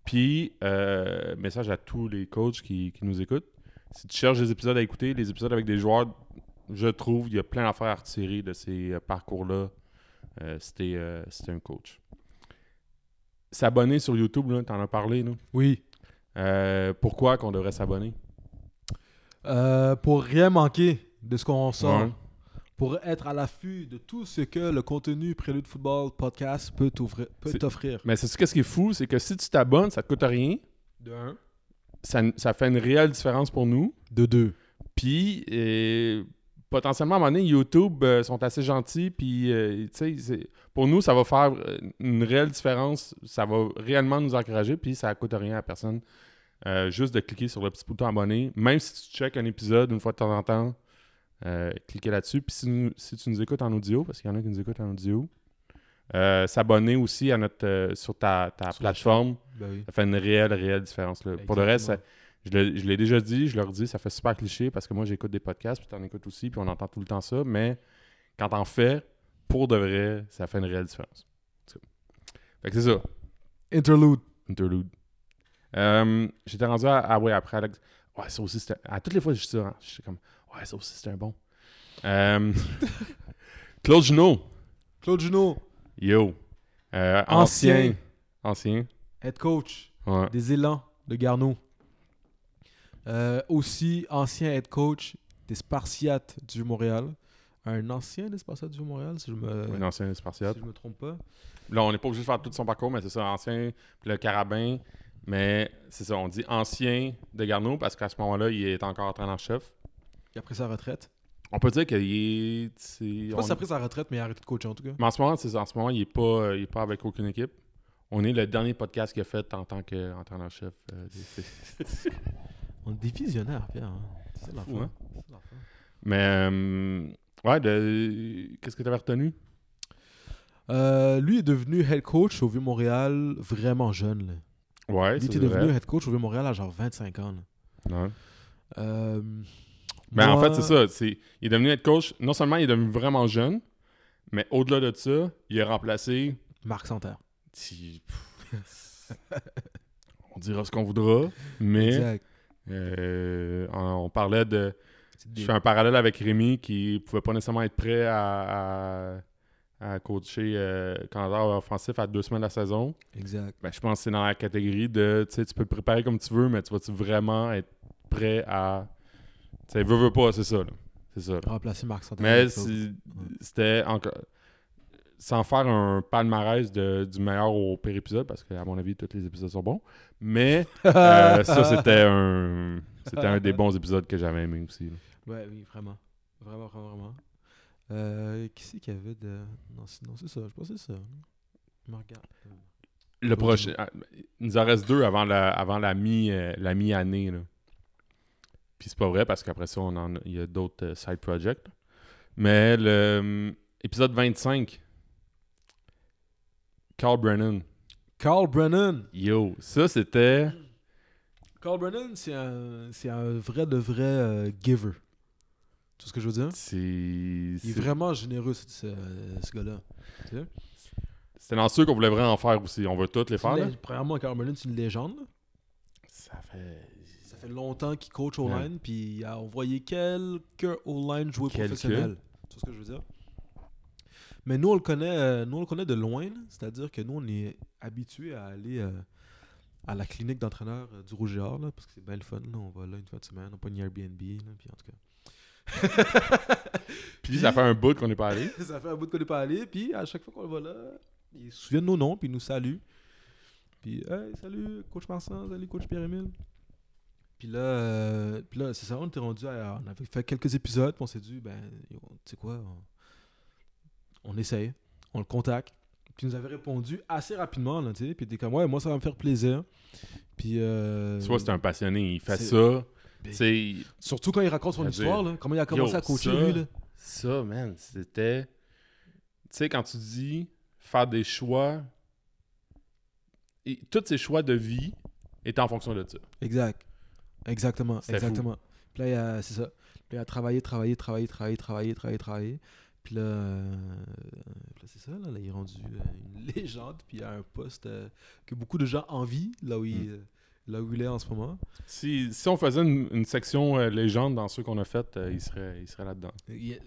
Puis, euh, message à tous les coachs qui, qui nous écoutent. Si tu cherches des épisodes à écouter, les épisodes avec des joueurs, je trouve il y a plein d'affaires à retirer de ces euh, parcours-là. Euh, C'était euh, c'était un coach. S'abonner sur YouTube, là, t'en as parlé, non?
Oui.
Euh, pourquoi qu'on devrait s'abonner?
Euh, pour rien manquer de ce qu'on sort,
Ouais.
pour être à l'affût de tout ce que le contenu Prélude Football Podcast peut t'ouvrir- peut
C'est-
t'offrir.
Mais c'est ce qui est fou, c'est que si tu t'abonnes, ça te coûte rien.
De un.
Ça, ça fait une réelle différence pour nous.
De deux.
Puis, euh, potentiellement, à un moment donné, YouTube euh, sont assez gentils. Puis, euh, tu sais, c'est- pour nous, ça va faire euh, une réelle différence. Ça va réellement nous encourager. Puis, ça ne coûte rien à personne. Euh, juste de cliquer sur le petit bouton abonner. Même si tu checkes un épisode une fois de temps en temps, euh, cliquez là-dessus. Puis, si, nous- si tu nous écoutes en audio, parce qu'il y en a qui nous écoutent en audio, euh, s'abonner aussi à notre, euh, sur ta, ta
Sur la
plateforme.
Ben oui.
Ça fait une réelle, réelle différence. là. Pour le
Exactement.
reste, ça- je le- je l'ai déjà dit, je leur dis, ça fait super cliché parce que moi, j'écoute des podcasts, puis t'en écoutes aussi, puis on entend tout le temps ça, mais quand t'en fais, pour de vrai, ça fait une réelle différence. En tout cas. Fait que c'est ça,
Interlude.
interlude. Euh, J'étais rendu à... Ah ouais, après Alex... Ouais, ça aussi, c'était... À toutes les fois, je dis ça, hein, j'étais comme... Ouais, ça aussi, c'était un bon. Euh, Claude Junot.
Claude Junot,
Yo. Euh,
Ancien.
Ancien.
head coach.
Ouais.
des élans de Garneau. Euh, aussi ancien head coach des Spartiates du Montréal. Un ancien des Spartiates du Montréal, si je me,
Un ancien
si
spartiate.
je me trompe pas.
Là, on n'est pas obligé de faire tout son parcours, mais c'est ça, ancien, puis le carabin. Mais c'est ça, on dit ancien de Garneau parce qu'à ce moment-là, il est encore entraîneur-chef.
Il a pris sa retraite.
On peut dire qu'il est. c'est-
Je
on-
pense qu'il a pris sa retraite, mais il a arrêté de coacher en tout cas.
Mais en ce moment, c'est ça, en ce moment, il n'est pas, euh, il est pas avec aucune équipe. On est le dernier podcast qu'il a fait en tant qu'entraîneur-chef. euh, des-
On est des visionnaires, Pierre. hein. C'est
fou,
l'enfant.
hein? mais euh, ouais, de- qu'est-ce que tu avais retenu
Euh, lui est devenu head coach au Vieux-Montréal vraiment jeune. là.
Ouais,
Il
c'est
était
vrai.
devenu head coach au Vieux-Montréal à genre 25 ans. là.
Ouais.
Euh,
Ben, en
moi-
fait, c'est ça. c'est- Il est devenu head coach. Non seulement il est devenu vraiment jeune, mais au-delà de ça, il a remplacé.
Marc Santerre.
si- pff, on dira ce qu'on voudra, mais
Exact.
euh, on on parlait de.
C'est
Je
des-
fais un parallèle avec Rémi qui pouvait pas nécessairement être prêt à, à, à coacher euh, candidat offensif à deux semaines de la saison.
Exact.
Ben, je pense que c'est dans la catégorie de tu sais, tu peux te préparer comme tu veux, mais tu vas-tu vraiment être prêt à. Tu sais, veux, veux pas, c'est ça. là. C'est ça. là.
Remplacer Marc Santerre.
Mais
avec ça.
c'est- c'était encore. Sans faire un palmarès de- du meilleur au pire épisode, parce qu'à mon avis, tous les épisodes sont bons. Mais euh, ça, c'était un, c'était un des bons épisodes que j'avais aimé aussi. là.
Ouais, oui, vraiment. Vraiment, vraiment, vraiment. Euh, qui c'est qu'il y avait de. Non, c'est, non, c'est ça. Je pense que c'est ça. Je me regarde.
Le prochain. ah, Il nous en reste deux avant la, avant la, mi, euh, la mi-année. là. Puis c'est pas vrai parce qu'après ça, on en a- il y a d'autres euh, side projects. Mais le hum, épisode 25, Carl Brennan.
Carl Brennan.
Yo, ça c'était.
Carl Brennan, c'est un, c'est un vrai de vrai euh, giver. Tu vois ce que je veux dire?
C'est.
Il est
c'est-
vraiment généreux, ce, ce- ce gars-là. Tu sais?
C'était dans ceux qu'on voulait vraiment en faire aussi. On veut toutes les
C'est une
faire. là.
lé- Premièrement, Carl Brennan, c'est une légende.
Ça fait.
Ça fait longtemps qu'il coach au line, puis ah, on voyait quelques au line jouer
Quelques.
professionnels. Tu vois ce que je veux dire? Mais nous, on le connaît, euh, nous, on le connaît de loin, là. c'est-à-dire que nous, on est habitués à aller euh, à la clinique d'entraîneur euh, du Rouge et Or, là, parce que c'est bien le fun. là. On va là une fois de semaine, on pas une Airbnb, là, puis en tout cas.
Puis ça fait un bout qu'on n'est pas allé.
ça fait un bout de qu'on n'est pas allé. Puis à chaque fois qu'on le voit là, il se souvient de nos noms, puis il nous salue. Puis, hey, salut, coach Marsan, salut, coach Pierre-Émile. Puis là, euh, puis là c'est ça, on était rendu à. On avait fait quelques épisodes, puis on s'est dit, ben, yo, tu sais quoi, on, on essaye, on le contacte. Puis il nous avait répondu assez rapidement, là, tu sais. Puis il était comme, ouais, moi, ça va me faire plaisir. Puis. euh,
Soit c'est un passionné, il fait
c'est-
ça.
Ben,
Tu sais,
Surtout quand il raconte son
Je veux
histoire, là, comment il a commencé
yo,
à coacher,
ça-
lui, là.
Ça, man, c'était. Tu sais, quand tu dis faire des choix. Et tous ces choix de vie étaient en fonction de ça.
Exact. Exactement.
C'était fou.
Exactement. Puis là, il a- c'est ça. Puis là, il a travaillé, travaillé, travaillé, travaillé, travaillé, travaillé, travaillé. Puis là, euh, puis là, c'est ça, là, là, il est rendu euh, une légende. Puis il a un poste euh, que beaucoup de gens envient, là où,
Mm.
il, euh, là où il est en ce moment.
Si, si on faisait une, une section euh, légende dans ceux qu'on a fait, euh, il serait, il serait là-dedans.
Il est-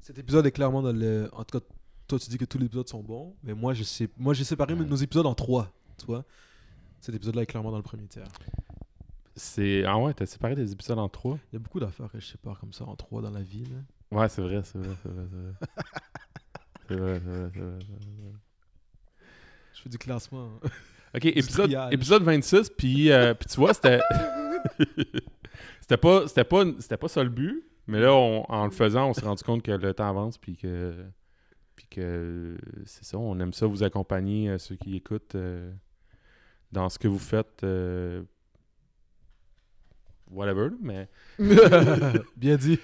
Cet épisode est clairement dans le. En tout cas, toi, tu dis que tous les épisodes sont bons. Mais moi, je sais... moi j'ai séparé
Ouais.
nos épisodes en trois. Tu vois Cet épisode-là est clairement dans le premier tiers.
C'est. Ah ouais, t'as séparé des épisodes en trois?
Il y a beaucoup d'affaires que je sépare comme ça en trois dans la vie. là.
Ouais, c'est vrai, c'est vrai, c'est vrai, c'est vrai. C'est vrai, c'est vrai, c'est vrai, c'est vrai.
Je fais du classement. hein.
Ok, épisode,
triage.
épisode 26, puis euh, puis tu vois, c'était. c'était pas, c'était pas, c'était pas ça le but, mais là, on- en le faisant, on s'est rendu compte que le temps avance, puis que. Puis que c'est ça, on aime ça vous accompagner, euh, ceux qui écoutent, euh, dans ce que vous faites. euh, whatever, mais.
Bien dit.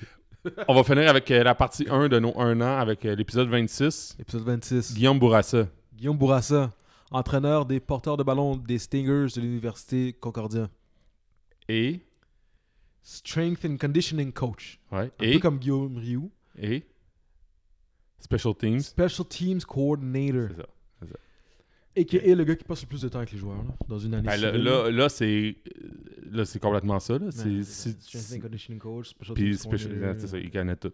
On va finir avec euh, la partie 1 de nos 1 an, avec euh, l'épisode 26.
Épisode 26.
Guillaume Bourassa.
Guillaume Bourassa, entraîneur des porteurs de ballon des Stingers de l'Université Concordia.
Et.
Strength and conditioning coach.
Ouais,
Un
et.
peu comme Guillaume Rioux.
Et. Special Teams.
Special Teams Coordinator.
C'est ça.
Et qui est le gars qui passe le plus de temps avec les joueurs là, dans une année.
Ben, là,
civile.
là, Ben, là, c'est euh, là, c'est complètement ça. Là. C'est,
Ouais,
c'est-
Strength and conditioning coach, Special
Puis
Teams
special-
Coordinator.
c'est euh. ça, il connaît tout.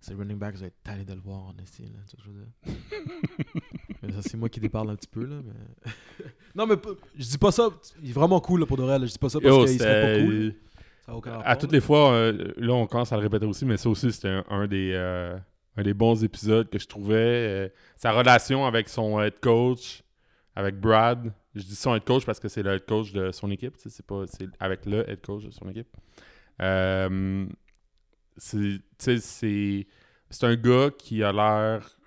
C'est running back, vous êtes allé de le voir en esti, là, tu vois ce que je veux dire. mais ça, c'est moi qui déparle un petit peu, là, mais... non, mais p- je dis pas ça, il est vraiment cool, là, pour de vrai, là, je dis pas ça parce
Yo,
qu'il serait pas
c'était-
cool. Ça a aucun rapport,
À toutes les fois, euh, là, on commence à le répéter aussi, mais ça aussi, c'était un, un des, euh, un des bons épisodes que je trouvais. euh, sa relation avec son head coach, avec Brad. Je dis son head coach parce que c'est le head coach de son équipe. tu sais, C'est, pas, c'est avec le head coach de son équipe. Euh, c'est, tu sais, c'est, c'est un gars qui a l'air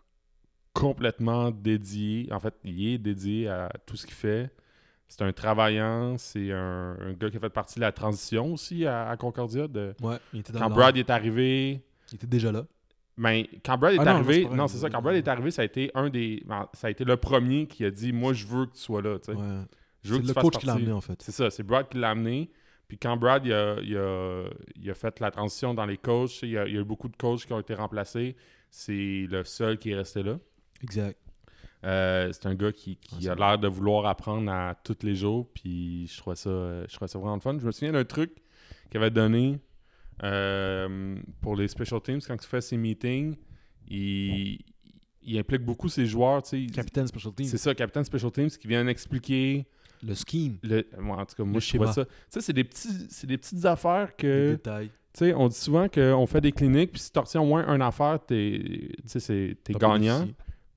complètement dédié. En fait, il est dédié à tout ce qu'il fait. C'est un travaillant, c'est un, un gars qui a fait partie de la transition aussi à, à Concordia. de-
Ouais, il était dans
quand
le-
Brad est arrivé,
Il était déjà là.
Ben, quand Brad est
Ah non, non, c'est
arrivé,
pas vrai.
non, c'est ça. Quand Brad est arrivé, ça a été un des, ben, ça a été le premier qui a dit, moi, je veux que tu sois là. tu sais.
Ouais.
Je veux
C'est
que
le
tu fasses
coach qui l'a
partie.
amené, en fait.
C'est ça, c'est Brad qui l'a amené. Puis quand Brad il a, il a- il a fait la transition dans les coachs, il y a, il y a eu beaucoup de coachs qui ont été remplacés. C'est le seul qui est resté là.
Exact.
Euh, c'est un gars qui, qui
Ouais, c'est
a l'air de vouloir apprendre à tous les jours. Puis je trouvais ça, euh, je trouvais ça vraiment le fun. Je me souviens d'un truc qu'il avait donné euh, pour les special teams quand il fait ses meetings. Il, il implique beaucoup ses joueurs. tu sais. Il-
Capitaine Special Team.
C'est ça, capitaine special teams qui vient expliquer.
Le scheme.
Le- moi, en tout cas, moi,
Le
je trouvais
schéma.
ça. Ça, c'est des, petits, c'est des petites affaires
le
que. Tu
détail.
sais, on dit souvent qu'on fait des cliniques, puis si tu retiens au moins une affaire, t'es, tu sais, c'est- t'es gagnant.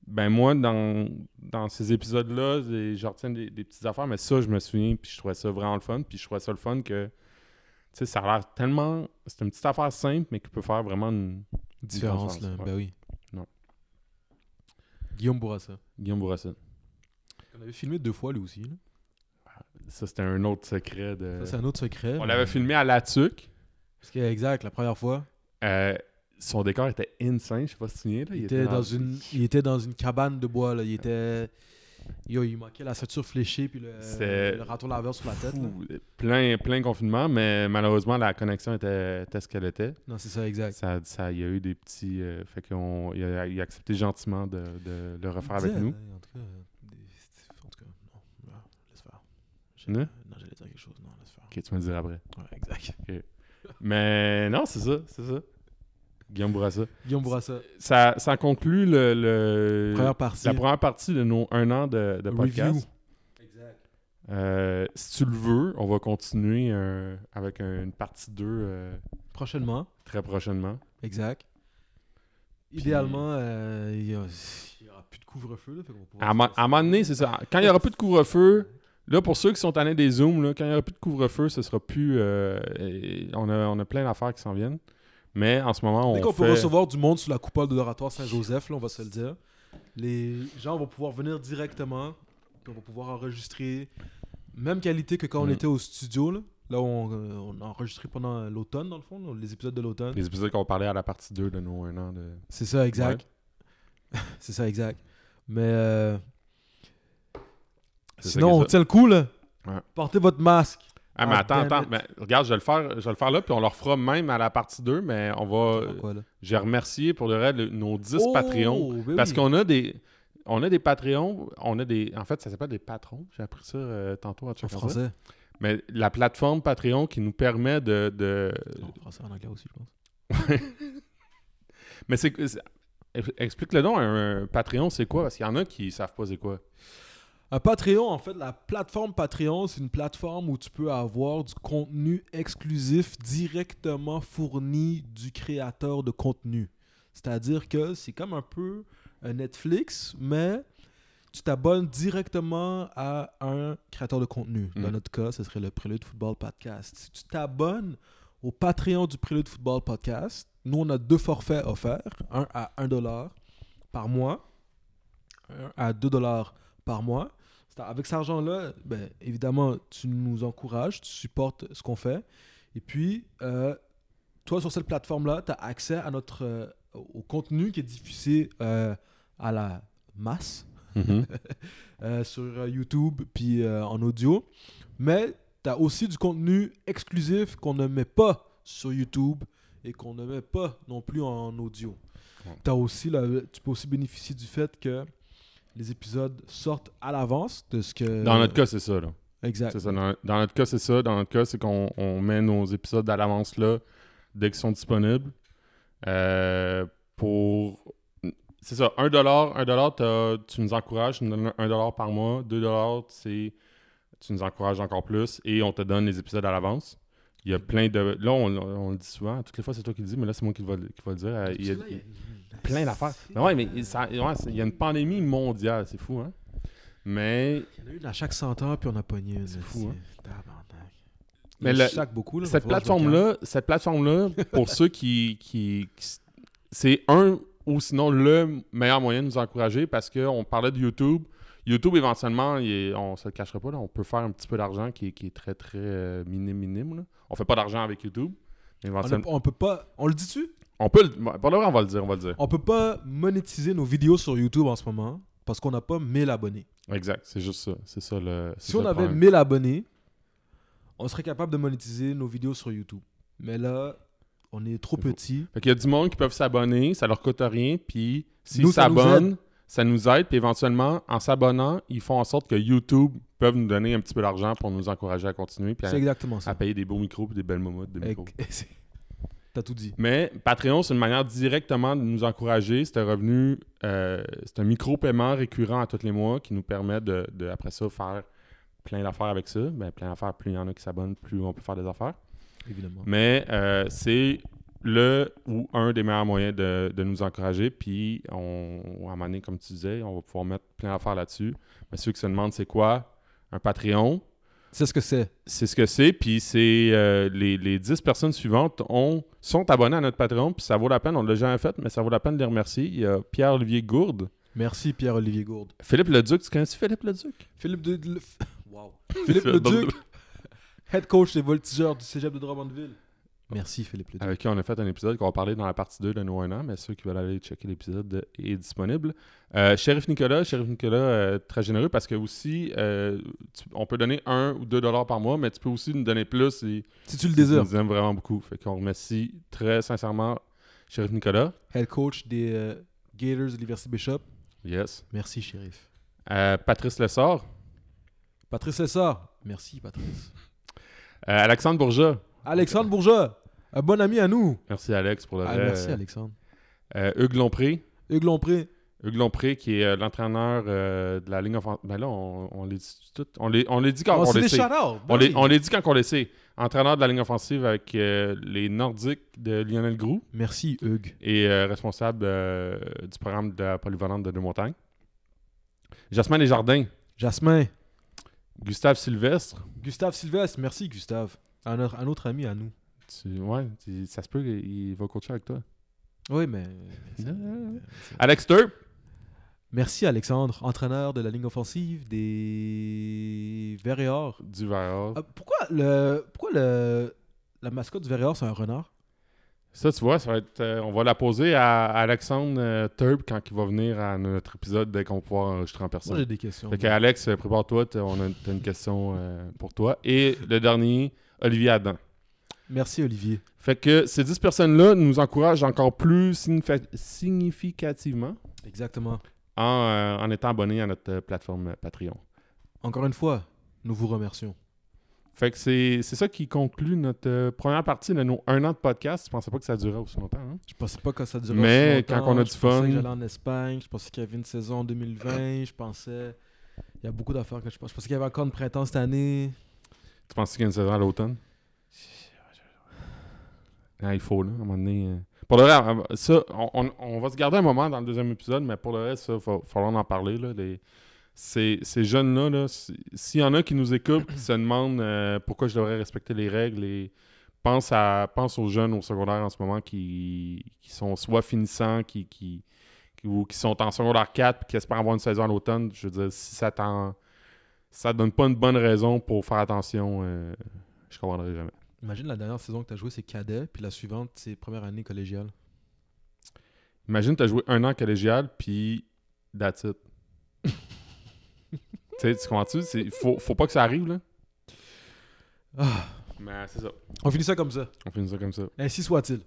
Ben, moi, dans, dans ces épisodes-là, j'ai- je retiens des, des petites affaires, mais ça, je me souviens, puis je trouvais ça vraiment le fun, puis je trouvais ça le fun que. Tu sais, ça a l'air tellement. C'est une petite affaire simple, mais qui peut faire vraiment une une
Différence, là.
différence, ouais.
Ben oui.
Non.
Guillaume Bourassa.
Guillaume Bourassa.
On avait filmé deux fois, lui aussi. là.
Ça, c'était un autre secret. De...
Ça, c'est un autre secret.
Euh, on
mais-
l'avait filmé à La Tuque.
Parce que, exact, la première fois,
Euh, son décor était insane, je sais pas si tu te souviens. Là,
il, était dans une, il était dans une cabane de bois, là. Il était... Yo, il manquait la ceinture fléchée puis
C'est
le, le raton laveur sur la tête. là.
Fou, plein, plein confinement, mais malheureusement, la connexion était, était ce qu'elle était.
Non, c'est ça, exact.
Ça, ça, il y a eu des petits. euh, fait qu'on, il, a, il a accepté gentiment de, de le refaire avec
Disait,
nous.
hein, En tout cas, des- en tout cas, non. Ah, Laisse faire. J'ai-
Non?
Non, j'allais dire quelque chose. Non, laisse faire.
Ok, tu me le diras après.
Ouais, exact.
Mais non, c'est ça, c'est ça. Guillaume Bourassa.
Guillaume Bourassa,
Ça, ça conclut le, le-
première partie.
la première partie de nos un an de, de podcast.
Review. Exact.
Euh, si tu le veux, on va continuer euh, avec un- une partie 2 euh,
Prochainement.
très prochainement.
Exact. Idéalement, euh, il n'y aura plus de couvre-feu. là, fait qu'on va pouvoir
À, ma-
se-
à un moment donné, c'est ça. Quand il n'y aura plus de couvre-feu, là, pour ceux qui sont tannés des Zooms, là, quand il n'y aura plus de couvre-feu, ce sera plus. euh, et on, a, on a plein d'affaires qui s'en viennent. Mais en ce moment, on.
Dès qu'on peut
fait-
recevoir du monde sous la coupole de l'oratoire Saint-Joseph, là, on va se le dire. Les gens vont pouvoir venir directement, puis on va pouvoir enregistrer. Même qualité que quand on
Mm.
était au studio, là, là où on, euh, on a enregistré pendant l'automne, dans le fond, là, les épisodes de l'automne.
Les épisodes qu'on parlait à la partie 2 de nos un an de.
C'est ça, exact. C'est ça, exact. Mais euh,
C'est ça
sinon,
qui est
on
ça.
tient le coup, là.
Ouais.
Portez votre masque.
Ah, mais
Ah,
attends,
damn
attends.
it.
mais regarde, je vais, le faire, je vais le faire là, puis on le refera même à la partie 2, mais on va.
Ou quoi, là?
J'ai remercié pour le reste le- nos 10
Oh,
Patreons.
ben
Parce
oui.
qu'on a des. On a des Patreons, on a des. En fait, ça s'appelle des patrons. J'ai appris ça euh, tantôt à
En
Check Français.
français.
Mais la plateforme Patreon qui nous permet de. de-
En français, en anglais aussi, je pense.
Mais c'est. c'est- Explique-le donc, un, un Patreon, c'est quoi Parce qu'il y en a qui savent pas c'est quoi.
Un Patreon, en fait, la plateforme Patreon, c'est une plateforme où tu peux avoir du contenu exclusif directement fourni du créateur de contenu. C'est-à-dire que c'est comme un peu un Netflix, mais tu t'abonnes directement à un créateur de contenu. Dans
Mm.
notre cas, ce serait le Prélude Football Podcast. Si tu t'abonnes au Patreon du Prélude Football Podcast, nous, on a deux forfaits offerts, un à 1$ dollar par mois, un à 2$ dollars par mois. C'est- Avec cet argent-là, ben, évidemment, tu nous encourages, tu supportes ce qu'on fait. Et puis, euh, toi, sur cette plateforme-là, tu as accès à notre, euh, au contenu qui est diffusé euh, à la masse Mhm. euh, sur euh, YouTube puis euh, en audio. Mais tu as aussi du contenu exclusif qu'on ne met pas sur YouTube et qu'on ne met pas non plus en audio.
Ouais.
T'as aussi la- tu peux aussi bénéficier du fait que les épisodes sortent à l'avance de ce que...
Dans notre cas, c'est ça. Là.
Exact.
C'est ça, dans, dans notre cas, c'est ça. Dans notre cas, c'est qu'on on met nos épisodes à l'avance là, dès qu'ils sont disponibles. Euh, pour. C'est ça, 1$, 1$, t'as- tu nous encourages, tu nous donnes 1$ par mois. 2$, c'est. Tu nous encourages encore plus et on te donne les épisodes à l'avance. Il y a plein de. Là, on, on le dit souvent. Toutes les fois, c'est toi qui le dis, mais là, c'est moi qui va, le- qui va le dire. Euh, Il y a, il y a plein d'affaires. Mais ouais, mais ça- ouais, c'est- il y a une pandémie mondiale, c'est fou, hein? Mais
Il y en a une à chaque 100 ans, puis on a pogné une. C'est
fou, hein.
Tabarnak.
Mais
Il y en a
le-
chaque beaucoup, là,
cette
va falloir que je me calme.
plateforme-là, cette plateforme-là, pour ceux qui, qui, qui s- c'est un ou sinon le meilleur moyen de nous encourager parce qu'on parlait de YouTube. YouTube, éventuellement, il est- on se le cachera pas, là, on peut faire un petit peu d'argent qui, est- qui est très, très euh, minime, minime. là. On fait pas d'argent avec YouTube,
On, ne-
Éventuellement.
on peut pas. On le dit-tu
On peut le... Pour le vrai, on va le dire, on va le dire.
On peut pas monétiser nos vidéos sur YouTube en ce moment parce qu'on n'a pas 1000 abonnés.
Exact, c'est juste ça. C'est ça le... c'est
Si
ça
on
le
avait
problème.
1000 abonnés, on serait capable de monétiser nos vidéos sur YouTube. Mais là, on est trop
C'est fou.
petit.
Fait qu'il y a du monde qui peuvent s'abonner, ça leur coûte rien, puis s'ils
Nous, ça nous
s'abonnent, ça nous aide, puis éventuellement, en s'abonnant, ils font en sorte que YouTube peuvent nous donner un petit peu d'argent pour nous encourager à continuer, puis
C'est
à,
exactement
à
ça.
payer des beaux micros, puis des belles momottes, des micros.
Ec- c'est- T'as tout dit.
Mais Patreon, c'est une manière directement de nous encourager. C'est un revenu, euh, c'est un micro-paiement récurrent à tous les mois qui nous permet de, de, après ça, faire plein d'affaires avec ça. Ben, plein d'affaires, plus il y en a qui s'abonnent, plus on peut faire des affaires.
Évidemment.
Mais euh, c'est le ou un des meilleurs moyens de, de nous encourager. Puis, on, à un moment donné, comme tu disais, on va pouvoir mettre plein d'affaires là-dessus. Mais ceux qui se demandent c'est quoi un Patreon,
C'est ce que c'est.
c'est ce que c'est. Puis, c'est euh, les, les 10 personnes suivantes ont, sont abonnées à notre Patreon. Puis, ça vaut la peine. On l'a jamais fait, mais ça vaut la peine de les remercier. Il y a Pierre-Olivier Gourde.
Merci Pierre-Olivier Gourde.
Philippe Leduc, tu connais-tu Philippe Leduc?
Philippe de... de- Wow. Philippe Leduc, head coach des voltigeurs du cégep de Drummondville. Merci Philippe Leduc.
avec euh, qui on a fait un épisode qu'on va parler dans la partie 2 de Nous un an, mais ceux qui veulent aller checker l'épisode est disponible. Euh, Sheriff Nicolas, Sheriff Nicolas, euh, très généreux parce que aussi, euh, tu- on peut donner 1 ou 2 dollars par mois, mais tu peux aussi nous donner plus. Si,
Si tu le
si tu
désires.
nous aimes vraiment beaucoup. Fait qu'on remercie très sincèrement Sheriff Nicolas.
Head coach des euh, Gators de l'Université Bishop.
Yes.
Merci shérif.
Euh, Patrice Lessard.
Patrice Lessard. Merci Patrice.
Euh, Alexandre Bourgeat.
Alexandre Bourgeat, un bon ami à nous.
Merci Alex pour le
Ah,
vrai.
merci Alexandre.
Euh, Hugues Lompré.
Hugues Lompré.
Hugues Lompré, qui est euh, l'entraîneur euh, de la ligne offensive. Ben là, on, on les dit tout. On les, on les dit quand
Oh,
on
c'est
les
des
sait.
shout-outs.
On
Ben
les,
oui.
on les dit quand on les sait. Entraîneur de la ligne offensive avec euh, les Nordiques de Lionel Groux
Merci Hugues.
et euh, responsable euh, du programme de la polyvalente de Deux-Montagnes. Jasmin Desjardins,
Jasmin.
Gustave Sylvestre.
Gustave Sylvestre. Merci Gustave. Un, autre- un autre ami à nous.
Tu- ouais, tu- ça se peut qu'il va coacher avec toi.
Oui, mais...
Alex Turp,
Merci Alexandre, entraîneur de la ligne offensive des Verts et Or.
du Verre.
Ah, pourquoi le pourquoi le la mascotte du Verts et Or, c'est un renard
Ça, tu vois, ça va être, euh, on va la poser à Alexandre euh, Turp quand il va venir à notre épisode dès qu'on va pouvoir enregistrer en personne.
Moi j'ai des questions.
Fait que Alex, euh, prépare-toi, t'as- on a t'as une question euh, pour toi. Et le dernier, Olivier Adam.
Merci Olivier.
Fait que ces 10 personnes-là nous encouragent encore plus signifi- significativement
Exactement.
en, euh, en étant abonnés à notre euh, plateforme euh, Patreon.
Encore une fois, nous vous remercions.
Fait que c'est c'est ça qui conclut notre euh, première partie de nos un an de podcast. Je pensais pas que ça durait aussi longtemps. hein?
Je pensais pas que ça durait
Mais
aussi longtemps.
quand on a du
je pensais
fun-
que j'allais en Espagne, je pensais qu'il y avait une saison en 2020, je pensais il y a beaucoup d'affaires que je pense. Je pensais qu'il y avait encore une printemps cette année.
Tu pensais qu'il y a une saison à l'automne? Ah, il faut, là, à un moment donné. euh. Pour le reste, euh, ça, on, on- on va se garder un moment dans le deuxième épisode, mais pour le reste, ça, va falloir en parler. Là, les- ces, ces jeunes-là, là, si- s'il y en a qui nous écoutent, qui se demandent euh, pourquoi je devrais respecter les règles, et pense, à, pense aux jeunes au secondaire en ce moment qui, qui sont soit finissants, qui, qui, qui- ou qui sont en secondaire 4 puis qui espèrent avoir une saison à l'automne. Je veux dire, si ça t'en ça donne pas une bonne raison pour faire attention, euh, je comprendrai jamais.
Imagine la dernière saison que tu as joué c'est cadet, puis la suivante c'est première année collégiale.
Imagine, t'as joué un an collégial, puis that's it. Tu sais, tu comprends-tu? C'est- Faut, faut pas que ça arrive, là.
Ah,
Mais c'est ça.
on finit ça comme ça.
On finit ça comme ça.
Ainsi soit-il.